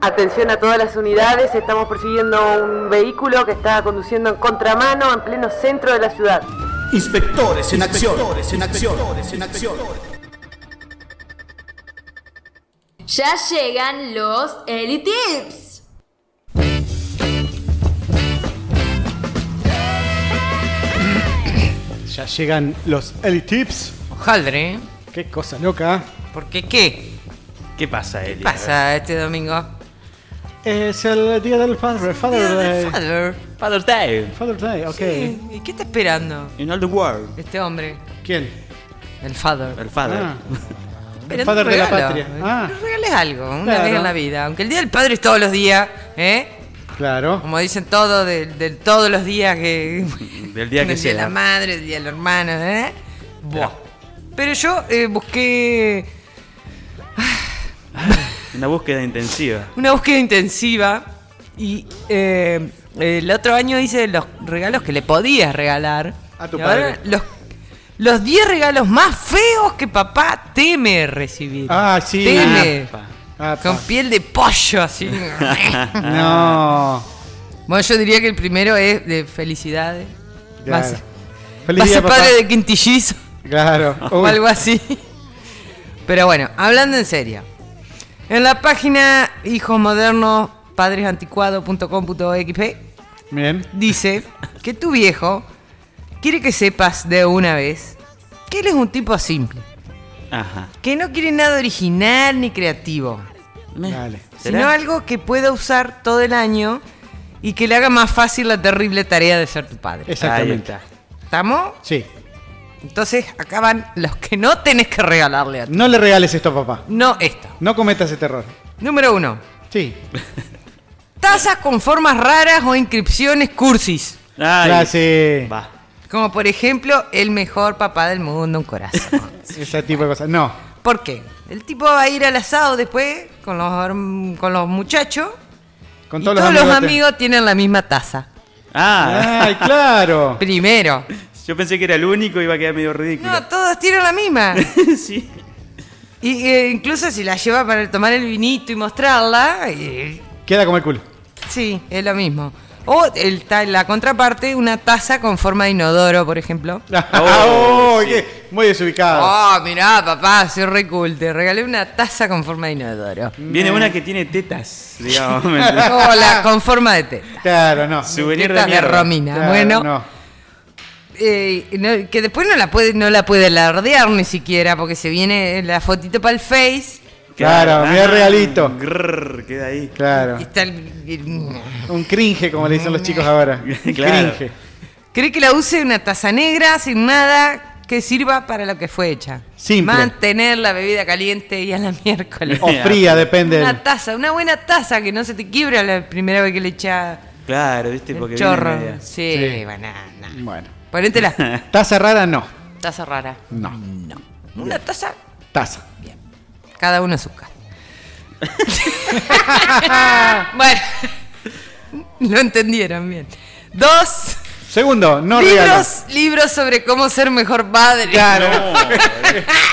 Speaker 23: Atención a todas las unidades, estamos persiguiendo un vehículo que está conduciendo en contramano en pleno centro de la ciudad.
Speaker 25: Inspectores en acción.
Speaker 23: Inspectores en acción.
Speaker 25: Inspectores en acción.
Speaker 26: Ya llegan los Eli Tips.
Speaker 5: Ya llegan los Eli Tips.
Speaker 7: Ojaldre.
Speaker 5: Qué cosa loca.
Speaker 7: ¿eh?
Speaker 5: ¿eh?
Speaker 7: ¿Por qué qué?
Speaker 10: ¿Qué pasa, Eli?
Speaker 7: ¿Qué pasa este domingo?
Speaker 5: Es el día del Father, Father Day.
Speaker 7: Father.
Speaker 10: Father Day.
Speaker 5: Father Day, ok.
Speaker 7: Sí, ¿Y qué está esperando?
Speaker 10: In all the world.
Speaker 7: Este hombre.
Speaker 5: ¿Quién?
Speaker 7: El Father.
Speaker 10: El Father.
Speaker 7: Ah.
Speaker 5: El father de la patria.
Speaker 7: Ah. regales algo, una
Speaker 5: Claro.
Speaker 7: vez en la vida. Aunque el Día del Padre es todos los días, ¿eh?
Speaker 5: Claro.
Speaker 7: Como dicen todo, de, de todos los días que...
Speaker 10: Del
Speaker 7: el Día
Speaker 10: día que
Speaker 7: de
Speaker 10: sea.
Speaker 7: la Madre, el Día del Hermano, ¿eh? Buah. Pero yo eh, busqué
Speaker 10: Una búsqueda intensiva.
Speaker 7: una búsqueda intensiva y eh, el otro año hice los regalos que le podías regalar.
Speaker 5: A tu
Speaker 7: Y ahora
Speaker 5: padre.
Speaker 7: Los, los 10 regalos más feos que papá teme recibir.
Speaker 5: Ah, sí.
Speaker 7: Teme.
Speaker 5: Apa.
Speaker 7: Con piel de pollo, así.
Speaker 5: No.
Speaker 7: Ah. Bueno, yo diría que el primero es de felicidades. Va a
Speaker 5: Claro.
Speaker 7: ser,
Speaker 5: Feliz
Speaker 7: va a
Speaker 5: día,
Speaker 7: ser
Speaker 5: papá.
Speaker 7: padre de quintillizo.
Speaker 5: Claro.
Speaker 7: O
Speaker 5: Uy.
Speaker 7: algo así. Pero bueno, hablando en serio. En la página hijosmodernospadresanticuados.com.xp
Speaker 5: Bien.
Speaker 7: dice que tu viejo quiere que sepas de una vez que él es un tipo simple,
Speaker 10: Ajá.
Speaker 7: que no quiere nada original ni creativo,
Speaker 5: Dale.
Speaker 7: sino algo que pueda usar todo el año y que le haga más fácil la terrible tarea de ser tu padre.
Speaker 5: Exactamente.
Speaker 7: ¿Estamos?
Speaker 5: Sí.
Speaker 7: Entonces acaban los que no tenés que regalarle a tu
Speaker 5: No le regales esto a papá.
Speaker 7: No esto.
Speaker 5: No cometas ese error.
Speaker 7: Número uno.
Speaker 5: Sí.
Speaker 7: Tazas con formas raras o inscripciones cursis.
Speaker 5: Gracias.
Speaker 7: Como por ejemplo, el mejor papá del mundo, un corazón.
Speaker 5: Ese tipo de cosas. No.
Speaker 7: ¿Por qué? El tipo va a ir al asado después con los, herm- con los muchachos.
Speaker 5: Con
Speaker 7: y
Speaker 5: todos los
Speaker 7: los
Speaker 5: amigotes.
Speaker 7: amigos tienen la misma taza.
Speaker 10: Ah.
Speaker 5: Ay, claro.
Speaker 7: Primero.
Speaker 10: Yo pensé que era el único y iba a quedar medio ridículo.
Speaker 7: No, todos tienen la misma.
Speaker 10: sí.
Speaker 7: Y eh, incluso si la lleva para tomar el vinito y mostrarla, eh,
Speaker 5: Queda como el culo.
Speaker 7: Sí, es lo mismo. O el ta- la contraparte, una taza con forma de inodoro, por ejemplo.
Speaker 5: Oh, Ah. qué- Muy desubicado.
Speaker 7: Oh, mirá, papá, soy re cool. Te regalé una taza con forma de inodoro.
Speaker 10: Viene
Speaker 5: Mm.
Speaker 10: una que tiene tetas, digamos.
Speaker 7: Hola, con forma de té.
Speaker 5: Claro, no.
Speaker 10: Souvenir de
Speaker 7: Tetas de
Speaker 10: mierda.
Speaker 7: Romina. bueno, eh, no, que después no la puede no la puede alardear ni siquiera, porque se viene la fotito para el Face.
Speaker 5: Claro, ah, mira el regalito.
Speaker 10: queda ahí.
Speaker 5: Claro.
Speaker 7: Está el- el-
Speaker 5: Un cringe, como le dicen los chicos ahora.
Speaker 10: Claro.
Speaker 5: Cringe.
Speaker 7: ¿Cree que la use una taza negra sin nada que sirva para lo que fue hecha?
Speaker 5: Simple.
Speaker 7: Mantener la bebida caliente y a la miércoles.
Speaker 5: O fría, depende del-
Speaker 7: Una taza, una buena taza que no se te quiebre a la primera vez que le echa
Speaker 10: Claro, viste,
Speaker 7: El
Speaker 10: porque
Speaker 7: chorro.
Speaker 10: viene media-
Speaker 7: Sí, banana.
Speaker 5: Bueno.
Speaker 7: Ponétela.
Speaker 5: Taza rara, no.
Speaker 7: taza rara.
Speaker 5: No.
Speaker 7: Una taza,
Speaker 5: Taza.
Speaker 7: cada uno su casa. bueno, lo entendieron bien. Dos
Speaker 5: Segundo, no regalo.
Speaker 7: libros, libros sobre cómo ser mejor padre.
Speaker 5: Claro.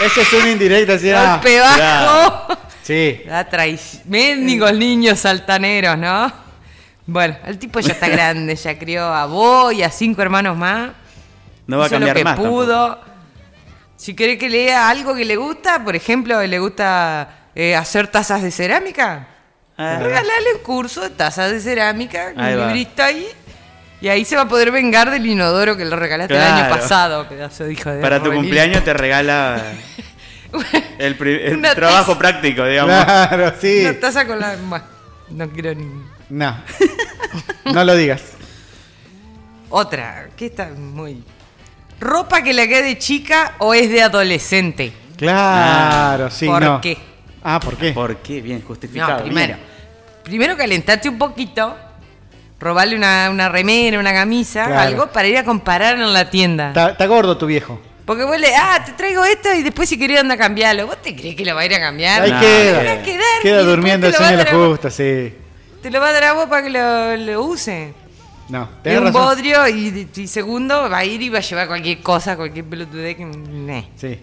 Speaker 5: Ese es un indirecto. Así, ah.
Speaker 7: Golpe bajo.
Speaker 5: Sí.
Speaker 7: La traición.
Speaker 10: Eh.
Speaker 7: Mendigos niños saltaneros, ¿no? Bueno, el tipo ya está grande, ya crió a vos y a cinco hermanos más.
Speaker 10: No va a
Speaker 7: Hizo
Speaker 10: cambiar
Speaker 7: lo que
Speaker 10: más
Speaker 7: pudo. Si querés que lea algo que le gusta, por ejemplo, le gusta eh, hacer tazas de cerámica, regálale un curso de tazas de cerámica,
Speaker 10: Ah. Ahí
Speaker 7: un
Speaker 10: va.
Speaker 7: librito ahí. Y ahí se va a poder vengar del inodoro que le regalaste el año
Speaker 10: Claro.
Speaker 7: pasado, pedazo de hijo de
Speaker 10: Para tu
Speaker 7: Rubén.
Speaker 10: cumpleaños te regala el, pri- el
Speaker 7: Una
Speaker 10: trabajo
Speaker 7: taza.
Speaker 10: práctico, digamos.
Speaker 5: Claro, sí.
Speaker 7: Una taza con la. Bueno, no quiero ni.
Speaker 5: No. No lo digas.
Speaker 7: Otra, que está muy. Ropa que le quede de chica o es de adolescente.
Speaker 5: Claro, sí,
Speaker 7: ¿Por
Speaker 5: no.
Speaker 7: qué?
Speaker 5: Ah, ¿por qué?
Speaker 10: ¿Por qué? Bien, justificado.
Speaker 7: No, primero. Primero calentate un poquito. Robale una, una remera, una camisa,
Speaker 5: Claro.
Speaker 7: algo para ir a comparar en la tienda.
Speaker 5: Está está gordo tu viejo.
Speaker 7: Porque vos le, ah, te traigo esto y después si querés anda a cambiarlo. ¿Vos te crees que lo va a ir a cambiar?
Speaker 5: Ahí
Speaker 7: No,
Speaker 5: queda.
Speaker 7: te va a quedar y
Speaker 5: Queda
Speaker 7: después
Speaker 5: durmiendo el
Speaker 7: te este lo
Speaker 5: sueño
Speaker 7: va a
Speaker 5: de los
Speaker 7: dar a-
Speaker 5: justos, sí.
Speaker 7: Te lo va a dar a vos para que lo, lo use.
Speaker 5: No,
Speaker 7: Es
Speaker 5: tenés
Speaker 7: un
Speaker 5: razón.
Speaker 7: bodrio y, y segundo va a ir y va a llevar cualquier cosa, cualquier pelotudez que... Neh.
Speaker 5: Sí.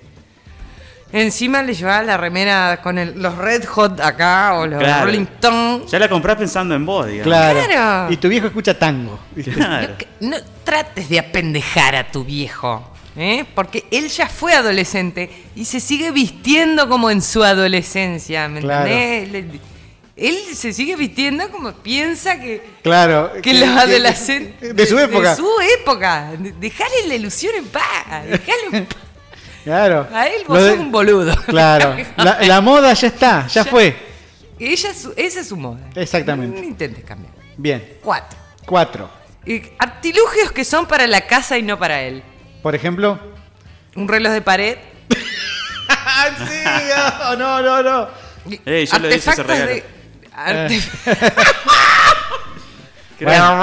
Speaker 7: Encima le llevaba la remera con el- los Red Hot acá o los
Speaker 10: Claro.
Speaker 7: Rolling Stone.
Speaker 10: Ya la comprás pensando en vos, digamos.
Speaker 5: Claro.
Speaker 7: Claro.
Speaker 5: Y tu viejo escucha tango. ¿viste?
Speaker 7: No, que- no trates de apendejar a tu viejo, ¿eh? porque él ya fue adolescente y se sigue vistiendo como en su adolescencia, ¿me
Speaker 5: Claro.
Speaker 7: entendés? Él, él se sigue vistiendo como piensa que,
Speaker 5: Claro.
Speaker 7: que los adolescentes...
Speaker 5: De su época.
Speaker 7: De su época. Dejale la ilusión en paz. Dejale en paz.
Speaker 5: Claro.
Speaker 7: A él vos
Speaker 5: Lo de-
Speaker 7: sos un boludo.
Speaker 5: Claro. La, la moda ya está, ya fue.
Speaker 7: Ella, es su- esa es su moda.
Speaker 5: Exactamente.
Speaker 7: No intentes cambiar.
Speaker 5: Bien.
Speaker 7: Cuatro.
Speaker 5: Cuatro.
Speaker 7: Y Artilugios que son para la casa y no para él.
Speaker 5: Por ejemplo.
Speaker 7: Un reloj de pared.
Speaker 5: sí,
Speaker 7: oh,
Speaker 5: no, no, no.
Speaker 10: Eh, yo lo hice ese
Speaker 7: Artefactos
Speaker 10: regalo.
Speaker 7: de. arte-
Speaker 5: Eh.
Speaker 10: Bueno.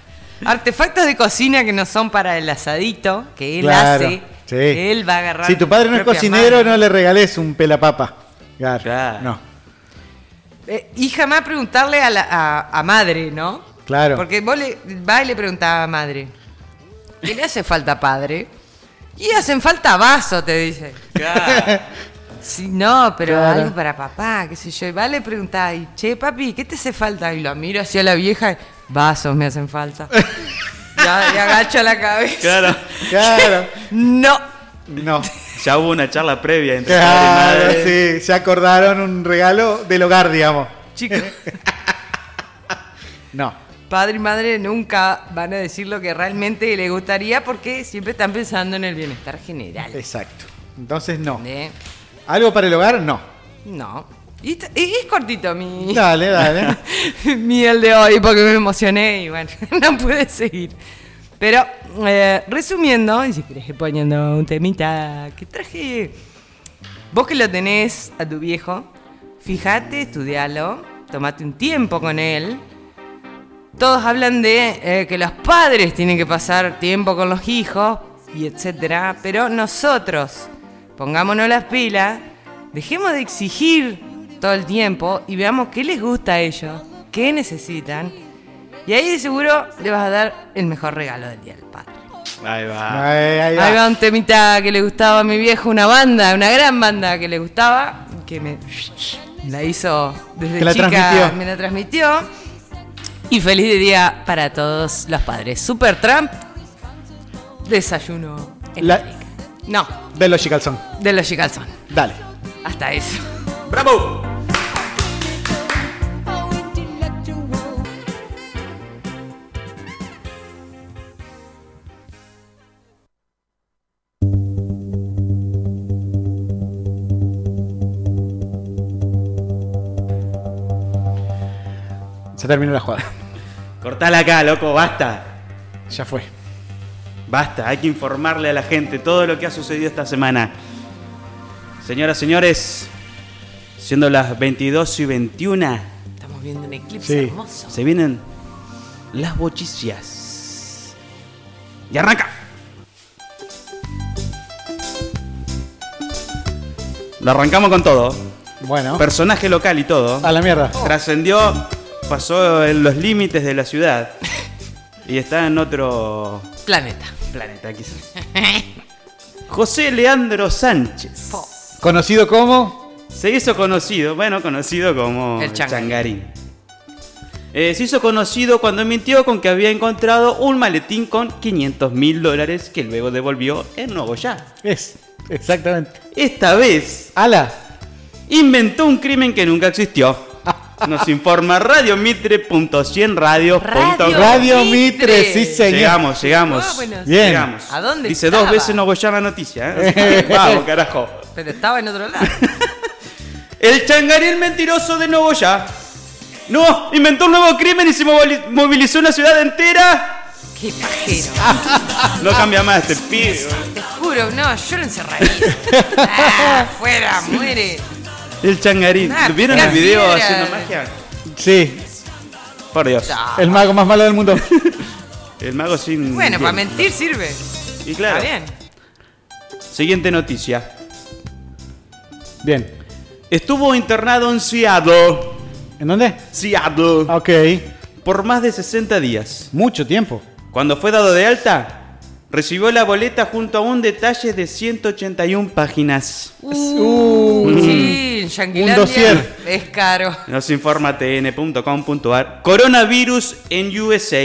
Speaker 7: Artefactos de cocina que no son para el asadito, que él
Speaker 5: Claro,
Speaker 7: hace.
Speaker 5: sí.
Speaker 7: que él va a agarrar.
Speaker 5: Si tu padre no es
Speaker 7: con su propia
Speaker 5: cocinero,
Speaker 7: mano.
Speaker 5: no le regales un pelapapa. Claro. No,
Speaker 7: Eh, y jamás preguntarle a, la, a, a madre, ¿no?
Speaker 5: claro.
Speaker 7: Porque vos le, va y le preguntaba a madre. ¿Qué le hace falta padre? Y hacen falta vaso, te dice. Sí, no, pero
Speaker 5: Claro.
Speaker 7: algo para papá, qué sé yo. Y vale preguntar, y, che, papi, ¿qué te hace falta? Y lo miro hacia la vieja, vasos me hacen falta. ya, ya agacho la cabeza.
Speaker 10: Claro.
Speaker 5: Claro.
Speaker 7: no.
Speaker 5: No.
Speaker 10: Ya hubo una charla previa entre padre y
Speaker 5: Claro,
Speaker 10: madre.
Speaker 5: Ah, sí. Se acordaron un regalo del hogar, digamos.
Speaker 7: Chicos,
Speaker 5: No.
Speaker 7: padre y madre nunca van a decir lo que realmente le gustaría porque siempre están pensando en el bienestar general.
Speaker 5: Exacto. Entonces, no.
Speaker 7: ¿eh?
Speaker 5: ¿Algo para el hogar? No.
Speaker 7: No. Y t- y es cortito mi.
Speaker 5: Dale, dale.
Speaker 7: mi el de hoy porque me emocioné y bueno, no pude seguir. Pero eh, resumiendo, y si querés ir poniendo un temita que traje. Vos que lo tenés a tu viejo, fíjate, estudialo, tomate un tiempo con él. Todos hablan de eh, que los padres tienen que pasar tiempo con los hijos y etcétera, pero nosotros, pongámonos las pilas, dejemos de exigir todo el tiempo y veamos qué les gusta a ellos, qué necesitan. Y ahí de seguro le vas a dar el mejor regalo del día del padre.
Speaker 10: Ahí va.
Speaker 5: Ahí, ahí va.
Speaker 7: Ahí va un temita que le gustaba a mi viejo, una banda, una gran banda que le gustaba, que me la hizo desde
Speaker 5: Te la
Speaker 7: chica,
Speaker 5: transmitió.
Speaker 7: me la transmitió. Y feliz día para todos los padres. Supertramp, desayuno en
Speaker 5: La-
Speaker 7: América. No,
Speaker 5: De los Chicalzón.
Speaker 7: de los Chicalzón.
Speaker 5: Dale.
Speaker 7: Hasta eso.
Speaker 9: ¡Bravo!
Speaker 5: Se terminó la jugada.
Speaker 10: Cortala acá, loco, basta.
Speaker 5: Ya fue.
Speaker 10: Basta, hay que informarle a la gente todo lo que ha sucedido esta semana. Señoras, señores, siendo las 22 y 21,
Speaker 7: Estamos viendo un eclipse
Speaker 10: Sí.
Speaker 7: hermoso.
Speaker 10: se vienen las bochicias. Y arranca. Lo arrancamos con todo.
Speaker 5: Bueno.
Speaker 10: Personaje local y todo.
Speaker 5: A la mierda.
Speaker 10: Trascendió, pasó en los límites de la ciudad. Y está en otro
Speaker 7: Planeta.
Speaker 10: planeta, quizás. José Leandro Sánchez.
Speaker 5: Conocido como.
Speaker 10: Se hizo conocido, bueno, conocido como el changarín. Eh, se hizo conocido cuando mintió con que había encontrado un maletín con 500 mil dólares que luego devolvió en Nogoyá.
Speaker 5: Es, exactamente.
Speaker 10: Esta vez.
Speaker 5: ¡Ala!
Speaker 10: Inventó un crimen que nunca existió. Nos informa radiomitre.100radios.com.
Speaker 5: Radio Mitre, sí, señor.
Speaker 10: Llegamos, llegamos.
Speaker 7: Vámonos.
Speaker 5: Bien.
Speaker 10: Llegamos.
Speaker 7: ¿A dónde
Speaker 10: Dice
Speaker 7: estaba?
Speaker 10: dos veces Nogoyá la noticia. ¿eh? Vamos, carajo.
Speaker 7: Pero estaba en otro lado.
Speaker 10: El changarín mentiroso de Nogoyá. No, inventó un nuevo crimen y se movili- movilizó una ciudad entera.
Speaker 7: Qué pajero.
Speaker 5: Ah.
Speaker 10: No cambia más este pibe.
Speaker 7: Te juro, no, yo lo encerraría. Ah, fuera, muere.
Speaker 10: El changarín.
Speaker 7: Ah,
Speaker 10: ¿Vieron el
Speaker 7: casi
Speaker 10: video
Speaker 7: era-
Speaker 10: haciendo magia?
Speaker 5: Sí.
Speaker 10: Por Dios.
Speaker 5: El mago más malo del mundo.
Speaker 10: El mago sin.
Speaker 7: Bueno, para
Speaker 10: dientes.
Speaker 7: mentir sirve.
Speaker 10: Y claro.
Speaker 7: Está bien.
Speaker 10: Siguiente noticia.
Speaker 5: Bien.
Speaker 10: Estuvo internado en Seattle.
Speaker 5: ¿En dónde?
Speaker 10: Seattle.
Speaker 5: Ok.
Speaker 10: Por más de 60 días.
Speaker 5: Mucho tiempo.
Speaker 10: Cuando fue dado de alta, recibió la boleta junto a un detalle de 181 páginas.
Speaker 7: Uh,
Speaker 10: Mm.
Speaker 7: sí, en Yanquilandia
Speaker 10: Un dossier.
Speaker 7: Es caro.
Speaker 10: Nos informa tn.com.ar. Coronavirus en USA.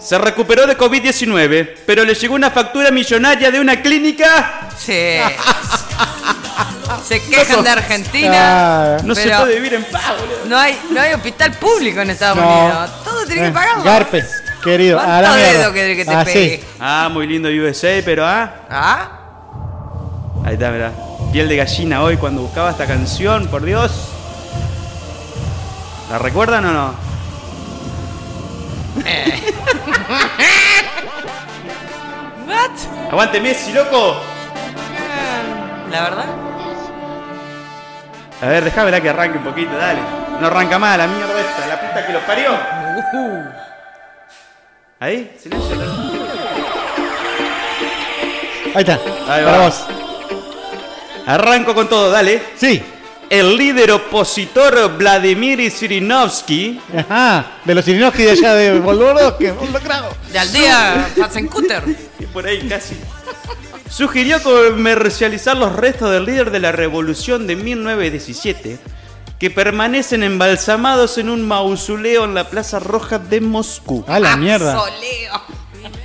Speaker 10: Se recuperó de COVID-19, pero le llegó una factura millonaria de una clínica.
Speaker 7: Sí. Se quejan de
Speaker 10: Ah.
Speaker 7: Argentina.
Speaker 10: No se
Speaker 7: pero
Speaker 10: puede vivir en paz,
Speaker 7: No hay, no hay hospital público en Estados
Speaker 5: No.
Speaker 7: Unidos. Todo tiene que
Speaker 5: Eh,
Speaker 7: pagarlo.
Speaker 5: Garpe, querido. A la
Speaker 7: ¿Cuánto
Speaker 5: mierda.
Speaker 7: dedo querés que te
Speaker 5: Ah,
Speaker 7: pegue?
Speaker 5: sí.
Speaker 10: Ah, muy lindo USA, pero ah.
Speaker 7: Ah.
Speaker 10: Ahí está, mirá. Piel de gallina hoy cuando buscaba esta canción, por Dios. ¿La recuerdan o no?
Speaker 7: What?
Speaker 10: ¡Aguante Messi, loco!
Speaker 7: La verdad.
Speaker 10: A ver, déjame que arranque un poquito, dale. No arranca más la mierda esta, la puta que los parió. Ahí, silencio.
Speaker 5: Ahí está.
Speaker 10: Ahí
Speaker 5: para
Speaker 10: va.
Speaker 5: vos.
Speaker 10: Arranco con todo, dale.
Speaker 5: Sí.
Speaker 10: El líder opositor Vladimir Sirinovsky
Speaker 5: Ajá. De los Sirinovsky de allá de Bolvoro. Que hemos logrado.
Speaker 7: De aldea Fatsenkuter.
Speaker 10: Y por ahí casi. sugirió comercializar los restos del líder de la revolución de 1917 que permanecen embalsamados en un mausoleo en la Plaza Roja de Moscú.
Speaker 5: A la mierda.
Speaker 7: Soleo.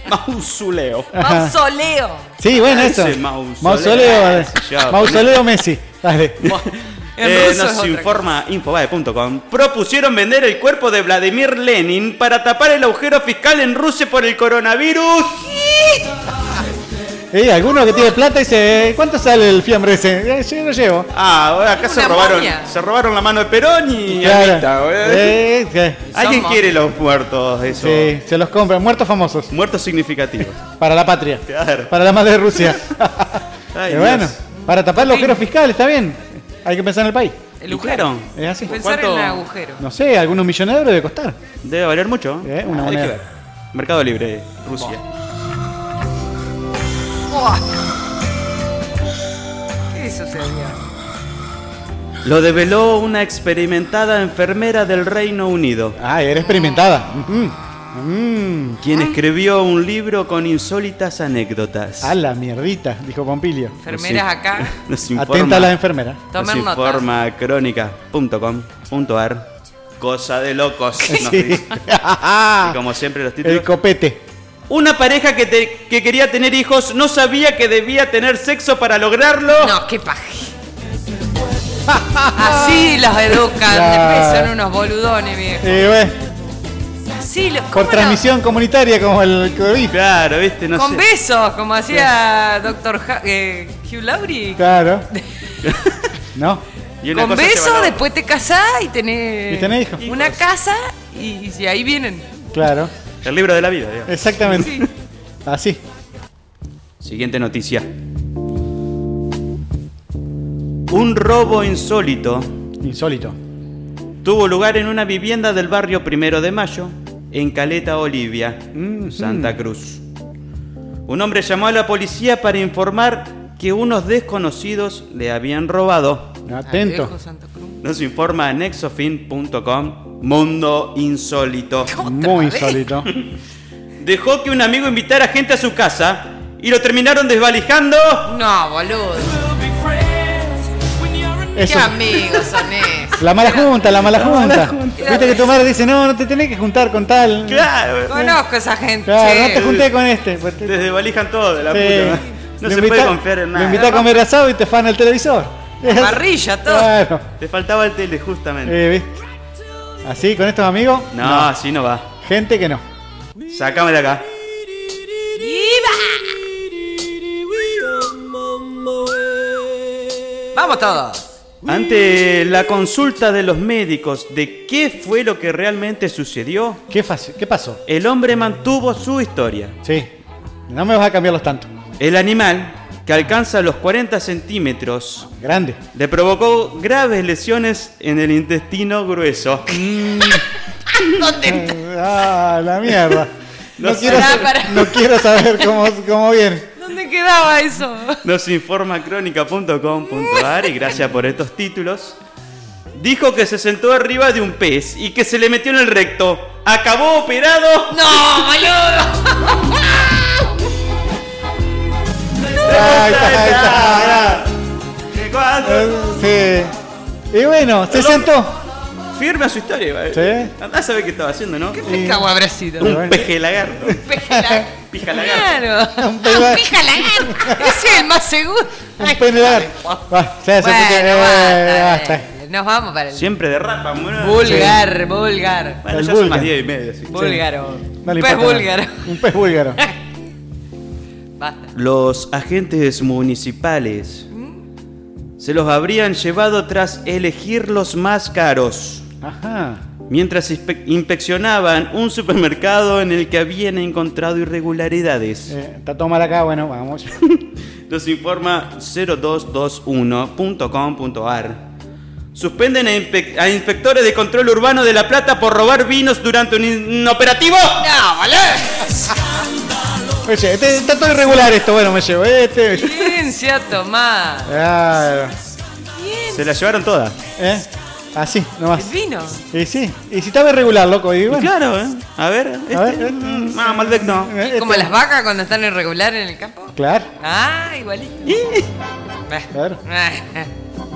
Speaker 10: Mausoleo.
Speaker 5: Ajá.
Speaker 7: Mausoleo.
Speaker 5: Sí, bueno,
Speaker 10: Ah,
Speaker 5: eso.
Speaker 10: ese mausoleo. eh,
Speaker 5: Mausoleo. eh,
Speaker 10: Ya, poné.
Speaker 5: Mausoleo Messi. Dale.
Speaker 10: Eh,
Speaker 5: ruso es
Speaker 10: nos
Speaker 5: otra
Speaker 10: informa infobae.com. Propusieron vender el cuerpo de Vladimir Lenin para tapar el agujero fiscal en Rusia por el coronavirus.
Speaker 5: Eh, alguno que tiene plata dice, eh, ¿cuánto sale el fiambre ese? Eh, yo lo llevo.
Speaker 10: Ah, ahora acá se
Speaker 5: Una
Speaker 10: robaron,
Speaker 5: momia.
Speaker 10: se robaron la mano de Perón y
Speaker 5: Claro.
Speaker 10: ahí está, eh.
Speaker 5: Eh, eh.
Speaker 10: Alguien
Speaker 5: Somos.
Speaker 10: quiere los muertos, eso.
Speaker 5: Sí, se los compran. Muertos famosos.
Speaker 10: Muertos significativos.
Speaker 5: Para la patria.
Speaker 10: Claro.
Speaker 5: Para la madre de Rusia.
Speaker 10: Ay,
Speaker 5: Pero
Speaker 10: Dios.
Speaker 5: bueno, para tapar los agujeros fiscales, está bien. Hay que pensar en el país.
Speaker 10: ¿El agujero?
Speaker 5: Es así.
Speaker 7: Pensar en el agujero.
Speaker 5: No sé, algunos millonarios debe costar.
Speaker 10: Debe valer mucho.
Speaker 5: Eh, una
Speaker 10: Hay que
Speaker 5: moneda.
Speaker 10: ver. Mercado Libre, Rusia.
Speaker 7: Buah. ¿Qué sucedió?
Speaker 10: Lo develó una experimentada enfermera del Reino Unido.
Speaker 5: Ah, era experimentada.
Speaker 10: Quien
Speaker 5: Ah.
Speaker 10: escribió un libro con insólitas anécdotas.
Speaker 5: A la mierdita, dijo Pompilio.
Speaker 7: Enfermeras acá.
Speaker 10: Nos informa-
Speaker 5: Atenta a las enfermeras.
Speaker 10: Nos
Speaker 7: Tomen nota.
Speaker 10: informa crónica.com.ar Cosa de locos. nos
Speaker 5: Sí.
Speaker 10: dice. Ah. Y como siempre los títulos.
Speaker 5: El copete.
Speaker 10: Una pareja que, te- que quería tener hijos no sabía que debía tener sexo para lograrlo. No,
Speaker 7: qué paja. Así los educan, después son unos boludones, viejo.
Speaker 5: Eh, bueno,
Speaker 7: Así los- ¿cómo
Speaker 5: por
Speaker 7: no?
Speaker 5: transmisión comunitaria como el COVID.
Speaker 10: Claro, viste,
Speaker 7: Con besos, como hacía Doctor eh, Hugh Laurie.
Speaker 5: Claro. ¿No?
Speaker 7: Con besos, después te casás y tenés,
Speaker 5: Y tenés hijos.
Speaker 7: una casa y, y ahí vienen.
Speaker 5: Claro.
Speaker 10: El libro de la vida, digamos.
Speaker 5: Exactamente. Así.
Speaker 10: Siguiente noticia. Un robo insólito.
Speaker 5: Insólito.
Speaker 10: Tuvo lugar en una vivienda del barrio Primero de Mayo, en Caleta, Olivia, Santa Cruz. Un hombre llamó a la policía para informar que unos desconocidos le habían robado.
Speaker 5: Atento.
Speaker 10: Nos informa nexofin.com Mundo Insólito.
Speaker 5: Muy insólito.
Speaker 10: Dejó que un amigo invitara gente a su casa y lo terminaron desvalijando.
Speaker 7: No, boludo.
Speaker 5: Eso.
Speaker 7: Qué amigos son esos.
Speaker 5: La mala junta, la mala
Speaker 7: La
Speaker 5: junta.
Speaker 7: mala
Speaker 5: Viste que tu madre dice, no, no te tenés que juntar con tal.
Speaker 10: Claro.
Speaker 7: Conozco a esa gente.
Speaker 5: Claro,
Speaker 7: che.
Speaker 5: no te junté con este. pues, te-
Speaker 10: Desde valijan todo, de la
Speaker 5: Sí.
Speaker 10: puta madre. No
Speaker 5: Lo
Speaker 10: se
Speaker 5: invitá-
Speaker 10: puede confiar en nada.
Speaker 5: Lo invitás a comer asado y te fan el televisor.
Speaker 10: La parrilla, todo.
Speaker 5: Claro.
Speaker 10: Te faltaba el tele, justamente.
Speaker 5: Eh, ¿viste? Así, con estos amigos.
Speaker 10: no, así no va.
Speaker 5: Gente que no.
Speaker 10: Sácame de acá.
Speaker 7: Vamos todos.
Speaker 10: Ante la consulta de los médicos de qué fue lo que realmente sucedió,
Speaker 5: ¿Qué, ¿Qué pasó?
Speaker 10: El hombre mantuvo su historia.
Speaker 5: Sí. No me vas a cambiarlos tanto.
Speaker 10: El animal, que alcanza los 40 centímetros,
Speaker 5: grande,
Speaker 10: le provocó graves lesiones en el intestino grueso.
Speaker 7: ¿Dónde está?
Speaker 5: Ah, la mierda. No,
Speaker 10: Los-
Speaker 5: quiero,
Speaker 10: Pará,
Speaker 5: sa-
Speaker 10: pará.
Speaker 5: no quiero saber cómo, cómo viene.
Speaker 7: ¿Dónde quedaba eso?
Speaker 10: Nos informa crónica.com.ar y gracias por estos títulos. Dijo que se sentó arriba de un pez y que se le metió en el recto. ¿Acabó operado?
Speaker 7: ¡No, boludo!
Speaker 5: Ahí está, ahí está, pará. Eh, Sí. Y bueno, se sentó.
Speaker 10: Firme a su historia, eh.
Speaker 5: Sí.
Speaker 10: Andá a saber qué estaba haciendo, ¿no? ¿Qué
Speaker 5: Eh,
Speaker 7: pescado habrá sido?
Speaker 10: Un peje lagarto. Pija
Speaker 7: Claro. Un
Speaker 5: pega-
Speaker 7: pija lagarto. Ese es el más seguro.
Speaker 5: Un pene lagarto. Ah, ya, se
Speaker 7: Bueno,
Speaker 5: puso- eh,
Speaker 7: basta.
Speaker 5: basta.
Speaker 7: Nos vamos para el.
Speaker 10: Siempre derrapa, boludo.
Speaker 7: Vulgar, vulgar.
Speaker 10: Bueno,
Speaker 5: El
Speaker 10: ya son
Speaker 5: vulgar.
Speaker 10: más 10 y media. así.
Speaker 7: Búlgaro.
Speaker 5: No le
Speaker 7: Pez
Speaker 5: importa
Speaker 7: búlgaro.
Speaker 5: nada. Un pez búlgaro.
Speaker 10: Los agentes municipales se los habrían llevado tras elegir los más caros.
Speaker 5: Ajá.
Speaker 10: Mientras inspe- inspeccionaban un supermercado en el que habían encontrado irregularidades.
Speaker 5: Eh, está todo mal acá, bueno, vamos.
Speaker 10: Los informa 0221.com.ar. Suspenden a, inpe- a inspectores de control urbano de La Plata por robar vinos durante un, in- un operativo.
Speaker 7: ¡No,
Speaker 5: Oye, este- está todo irregular esto, bueno, me llevo este.
Speaker 7: ¿Quién se ha tomado?
Speaker 5: Claro.
Speaker 10: Se la llevaron todas.
Speaker 5: ¿Eh? Así, nomás.
Speaker 7: ¿El vino?
Speaker 5: Y sí, y si estaba irregular, loco. Y bueno.
Speaker 10: claro, ¿eh? A ver, este, mm, ah, Malbec no.
Speaker 7: Como las vacas cuando están irregular en el campo.
Speaker 5: este, Claro,
Speaker 7: Ah, igualito.
Speaker 5: claro.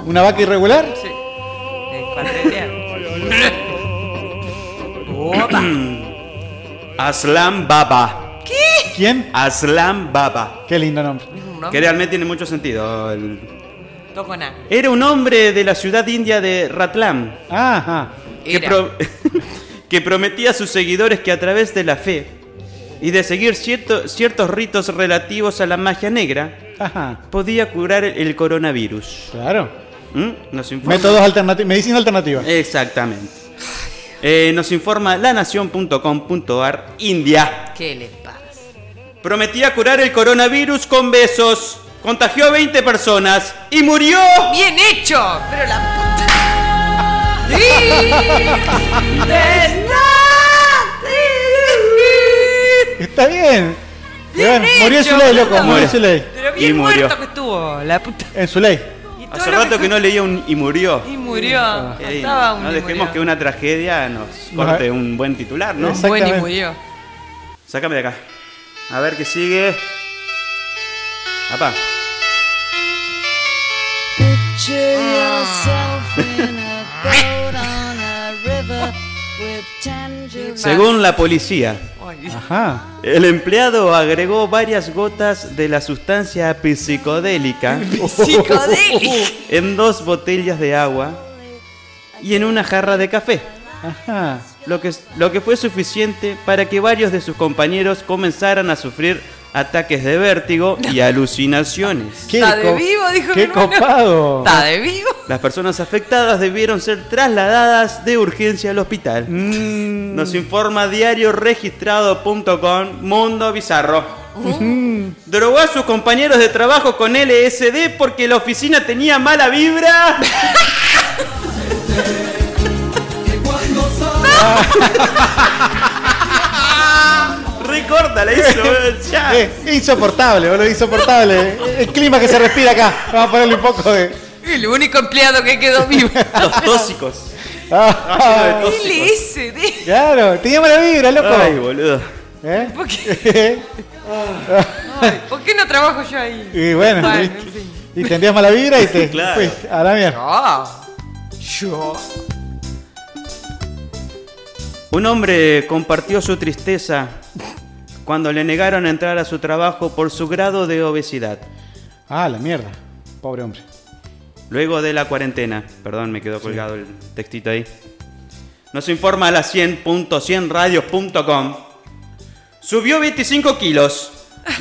Speaker 5: ¿Una vaca irregular?
Speaker 7: Sí. Eh, cuartetea. Opa.
Speaker 10: Aslan Baba.
Speaker 7: ¿Qué?
Speaker 5: ¿Quién?
Speaker 10: Aslan Baba.
Speaker 5: Qué lindo nombre.
Speaker 10: Que realmente tiene mucho sentido. El-
Speaker 7: Toco nada.
Speaker 10: Era un hombre de la ciudad india de Ratlam.
Speaker 5: Ajá.
Speaker 10: Que, pro- que prometía a sus seguidores que a través de la fe y de seguir cierto- ciertos ritos relativos a la magia negra,
Speaker 5: Ajá.
Speaker 10: podía curar el coronavirus.
Speaker 5: Claro.
Speaker 10: ¿Mm? Nos informa-
Speaker 5: Métodos alternativos, medicina alternativa.
Speaker 10: Exactamente. Eh, nos informa lanación.com.ar India.
Speaker 7: ¿Qué le pasa?
Speaker 10: Prometía curar el coronavirus con besos. Contagió a 20 personas y murió.
Speaker 7: ¡Bien hecho! Pero la puta. ¡Sí! ¡Desnace!
Speaker 5: Está bien. Y
Speaker 7: Bien
Speaker 5: bueno, murió en
Speaker 7: hecho,
Speaker 5: su ley, loco.
Speaker 7: boludo.
Speaker 5: Murió en su ley.
Speaker 7: Pero bien
Speaker 10: Y murió.
Speaker 7: muerto que estuvo, la puta.
Speaker 5: En su ley.
Speaker 10: Hace rato que no leía un y murió.
Speaker 7: Y murió.
Speaker 10: Eh,
Speaker 7: Faltaba un
Speaker 10: no
Speaker 7: y
Speaker 10: dejemos
Speaker 7: murió.
Speaker 10: que una tragedia nos corte un buen titular, ¿no?
Speaker 7: Un buen y murió.
Speaker 10: Sácame de acá. A ver qué sigue. Apá.
Speaker 3: Ah.
Speaker 27: Picture yourself in a boat on a river
Speaker 10: Según la policía,
Speaker 5: Ajá.
Speaker 10: el empleado agregó varias gotas de la sustancia psicodélica
Speaker 7: Psicodélica.
Speaker 10: en dos botellas de agua y en una jarra de café.
Speaker 5: Ajá.
Speaker 10: Lo que, lo que fue suficiente para que varios de sus compañeros comenzaran a sufrir ataques de vértigo y alucinaciones.
Speaker 7: Está de vivo, dijo mi hermano. Está de vivo.
Speaker 10: Las personas afectadas debieron ser trasladadas de urgencia al hospital. Nos informa diario registrado.com Mundo Bizarro. Drogó a sus compañeros de trabajo con LSD porque la oficina tenía mala vibra. Recorta, la hizo. ya.
Speaker 5: Eh, insoportable, boludo, insoportable. El clima que se respira acá. Vamos a ponerle un poco de.
Speaker 7: El único empleado que quedó vivo.
Speaker 10: Los tóxicos.
Speaker 5: Ah,
Speaker 7: LSD.
Speaker 5: claro, tenía mala vibra, loco.
Speaker 10: Ay, boludo.
Speaker 5: ¿Eh?
Speaker 7: ¿Por qué? Ay, ¿Por qué no trabajo yo ahí?
Speaker 5: Y bueno,
Speaker 7: en
Speaker 5: y-
Speaker 7: fin.
Speaker 5: y tendrías mala vibra y te
Speaker 10: Claro.
Speaker 5: fuiste a la mierda.
Speaker 7: Ah, yo.
Speaker 10: Un hombre compartió su tristeza cuando le negaron entrar a su trabajo por su grado de obesidad.
Speaker 5: Ah, la mierda. Pobre hombre.
Speaker 10: Luego de la cuarentena, perdón, me quedó colgado el textito ahí. Nos informa la 100.100radios.com. Subió 25 kilos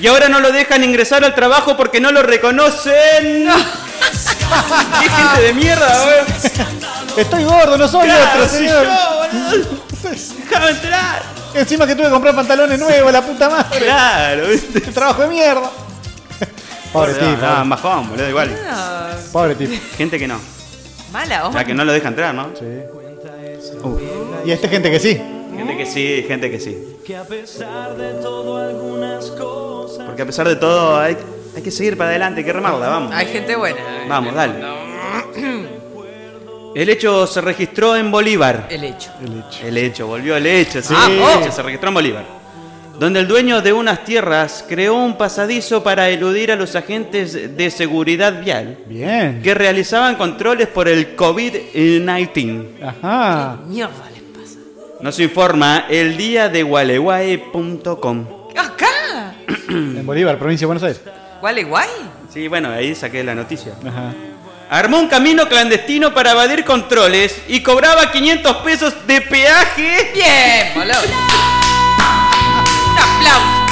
Speaker 10: y ahora no lo dejan ingresar al trabajo porque no lo reconocen. ¡Qué gente de mierda, weón!
Speaker 5: Estoy gordo, no soy
Speaker 10: Claro,
Speaker 5: otro,
Speaker 10: soy
Speaker 5: señor.
Speaker 10: yo, boludo. Déjame entrar.
Speaker 5: Encima que tuve que comprar pantalones nuevos, la puta madre.
Speaker 10: Claro, ¿viste?
Speaker 5: El trabajo de mierda. Pobre
Speaker 10: No,
Speaker 5: tipo.
Speaker 10: no, bajón, boludo, igual.
Speaker 7: Ah,
Speaker 5: Pobre tipo.
Speaker 10: Gente que no.
Speaker 7: Mala
Speaker 10: La
Speaker 7: onda.
Speaker 10: que no lo deja entrar, ¿no?
Speaker 5: Sí. Y esta gente que sí.
Speaker 10: Gente que sí, gente que sí. Porque a pesar de todo hay, hay que seguir para adelante, hay que remarla, vamos.
Speaker 7: Hay gente buena. eh.
Speaker 10: Vamos, dale. El hecho se registró en Bolívar.
Speaker 7: El hecho.
Speaker 10: El hecho, volvió el hecho, sí.
Speaker 7: Ah, oh.
Speaker 10: El hecho se registró en Bolívar. Donde el dueño de unas tierras creó un pasadizo para eludir a los agentes de seguridad vial
Speaker 5: Bien.
Speaker 10: que realizaban controles por el COVID-19.
Speaker 5: Ajá.
Speaker 7: Mierda les pasa.
Speaker 10: Nos informa el día de gualeguae.com.
Speaker 7: ¿Acá?
Speaker 5: En Bolívar, provincia de Buenos Aires.
Speaker 7: ¿Cuál es guay?
Speaker 10: Sí, bueno, ahí saqué la noticia.
Speaker 5: Ajá.
Speaker 10: Armó un camino clandestino para evadir controles y cobraba 500 pesos de peaje.
Speaker 7: Bien, boludo. Un aplauso.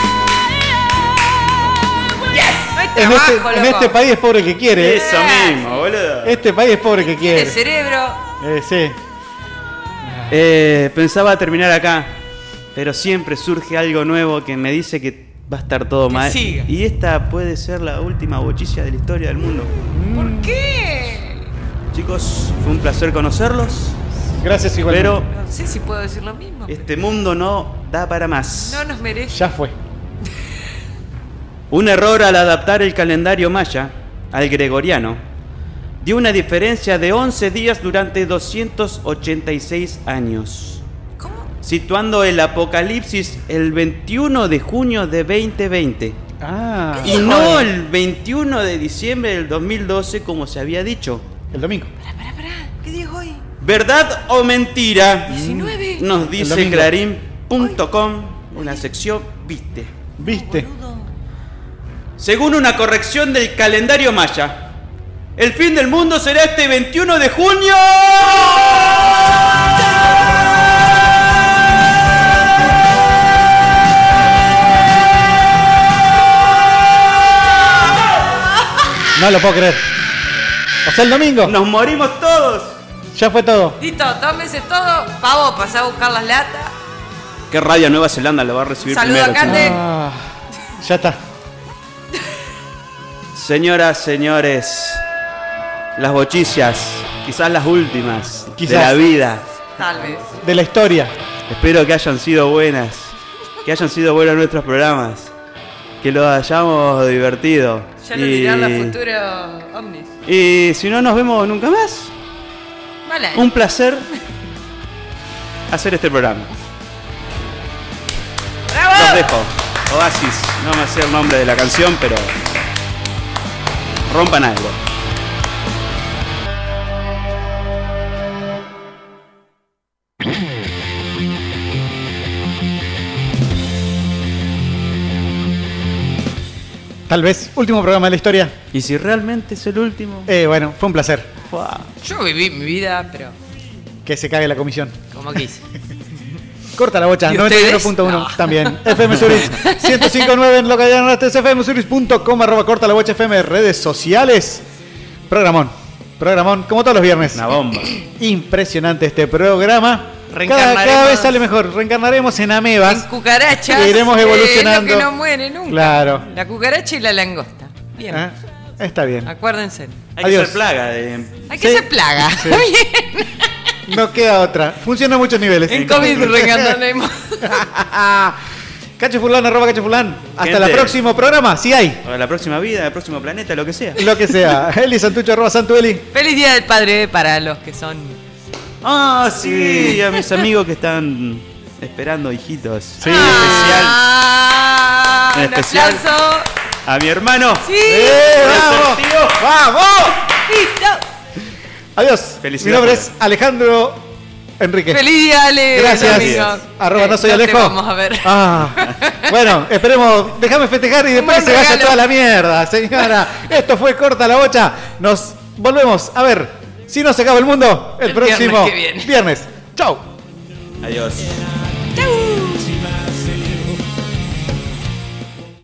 Speaker 7: Yes. No hay
Speaker 5: En
Speaker 7: trabajo,
Speaker 5: este,
Speaker 7: loco.
Speaker 5: en este país es pobre el que quiere.
Speaker 10: Eso mismo, boludo.
Speaker 5: Este país es pobre el que
Speaker 7: Tiene
Speaker 5: quiere.
Speaker 7: cerebro.
Speaker 5: Eh, sí.
Speaker 10: Eh, pensaba terminar acá, pero siempre surge algo nuevo que me dice que va a estar todo mal.
Speaker 7: siga.
Speaker 10: Y esta puede ser la última bochicia de la historia del mundo.
Speaker 5: Mm.
Speaker 7: ¿Por qué?
Speaker 10: Chicos, fue un placer conocerlos,
Speaker 5: Gracias igual.
Speaker 10: pero
Speaker 7: No sé si puedo decir lo mismo.
Speaker 10: este mundo no da para más.
Speaker 7: No nos merece.
Speaker 5: Ya fue.
Speaker 10: Un error al adaptar el calendario maya al gregoriano dio una diferencia de 11 días durante 286 años,
Speaker 7: ¿Cómo?
Speaker 10: situando el apocalipsis el 21 de junio de 2020
Speaker 5: Ah.
Speaker 10: y no el 21 de diciembre del 2012 como se había dicho.
Speaker 5: El domingo.
Speaker 7: ¿Qué día es hoy?
Speaker 10: ¿Verdad o mentira?
Speaker 7: 19.
Speaker 10: Nos dice
Speaker 5: domingo.
Speaker 10: clarín.com, una sección viste.
Speaker 5: ¿Viste?
Speaker 10: Según una corrección del calendario maya, el fin del mundo será este 21 de junio.
Speaker 5: No lo puedo creer. O sea, el domingo.
Speaker 10: Nos morimos todos.
Speaker 5: Ya fue todo.
Speaker 7: Listo, tómese todo. Pavo, pasá a buscar las latas.
Speaker 10: Qué rabia Nueva Zelanda lo va a recibir
Speaker 7: Saludo
Speaker 10: primero.
Speaker 7: a Cande.
Speaker 5: Ah, ya está.
Speaker 10: Señoras, señores, las bochicias, quizás las últimas de
Speaker 5: Quizás.
Speaker 10: la vida.
Speaker 7: Tal vez.
Speaker 5: De la historia.
Speaker 10: Espero que hayan sido buenas, que hayan sido buenos nuestros programas, que los hayamos divertido.
Speaker 7: Ya lo dirán los futuros ovnis.
Speaker 10: Y si no nos vemos nunca más,
Speaker 7: Vale.
Speaker 10: un placer hacer este programa.
Speaker 7: ¡Bravo!
Speaker 10: Los dejo. Oasis, no me sé el nombre de la canción, pero rompan algo.
Speaker 5: Tal vez, último programa de la historia.
Speaker 6: ¿Y si realmente es el último?
Speaker 5: Eh, bueno, fue un placer.
Speaker 7: Yo viví mi vida, pero
Speaker 5: Que se cague la comisión.
Speaker 7: como quise.
Speaker 5: Corta la bocha,
Speaker 7: ¿Y ustedes?
Speaker 5: 91.1 también. FM Suris 105.9 en localidad norte, es fmsuris.com, arroba corta la bocha FM, redes sociales. Programón, programón, como todos los viernes. Una
Speaker 6: bomba.
Speaker 5: Impresionante este programa. Cada,
Speaker 7: Reencarnaremos.
Speaker 5: cada vez sale mejor. Reencarnaremos en amebas.
Speaker 7: Cucarachas.
Speaker 5: Y iremos
Speaker 7: eh,
Speaker 5: evolucionando.
Speaker 7: lo que no muere nunca.
Speaker 5: Claro.
Speaker 7: La cucaracha y la langosta. Bien,
Speaker 5: Ah, Está bien.
Speaker 7: acuérdense.
Speaker 6: Hay que
Speaker 5: Adiós.
Speaker 6: ser plaga de...
Speaker 7: Hay que
Speaker 5: Sí.
Speaker 7: ser plaga.
Speaker 5: Sí.
Speaker 7: Bien.
Speaker 5: No queda otra. Funciona a muchos niveles.
Speaker 7: En COVID reencarnaremos.
Speaker 5: Cacho Fulán, arroba Cacho Fulán. Hasta el
Speaker 6: Gente.
Speaker 5: próximo programa. Si hay,
Speaker 6: o la próxima vida, el próximo planeta, lo que sea.
Speaker 5: lo que sea. Eli Santucho, arroba Santueli.
Speaker 7: Feliz Día del Padre para los que son.
Speaker 6: Ah, sí, a mis amigos que están esperando hijitos. Sí,
Speaker 7: Ah,
Speaker 6: En
Speaker 7: un
Speaker 6: especial.
Speaker 7: aplauso.
Speaker 6: especial a mi hermano.
Speaker 7: Sí.
Speaker 5: Eh.
Speaker 6: ¡Vamos!
Speaker 5: ¡Vamos!
Speaker 7: Listo.
Speaker 5: Adiós. Mi
Speaker 6: Felicidades.
Speaker 5: nombre es Alejandro Enrique.
Speaker 7: Feliz Día, Ale.
Speaker 5: Gracias.
Speaker 7: Domingo.
Speaker 5: Arroba no soy
Speaker 7: te
Speaker 5: Alejo.
Speaker 7: vamos a ver.
Speaker 5: Ah, bueno, esperemos, déjame festejar y después
Speaker 7: buen
Speaker 5: se vaya
Speaker 7: regalo.
Speaker 5: toda la mierda, señora. Esto fue corta la bocha. Nos volvemos a ver si no se acaba el mundo el,
Speaker 7: El viernes
Speaker 5: próximo
Speaker 7: que viene.
Speaker 5: viernes. Chau.
Speaker 6: Adiós.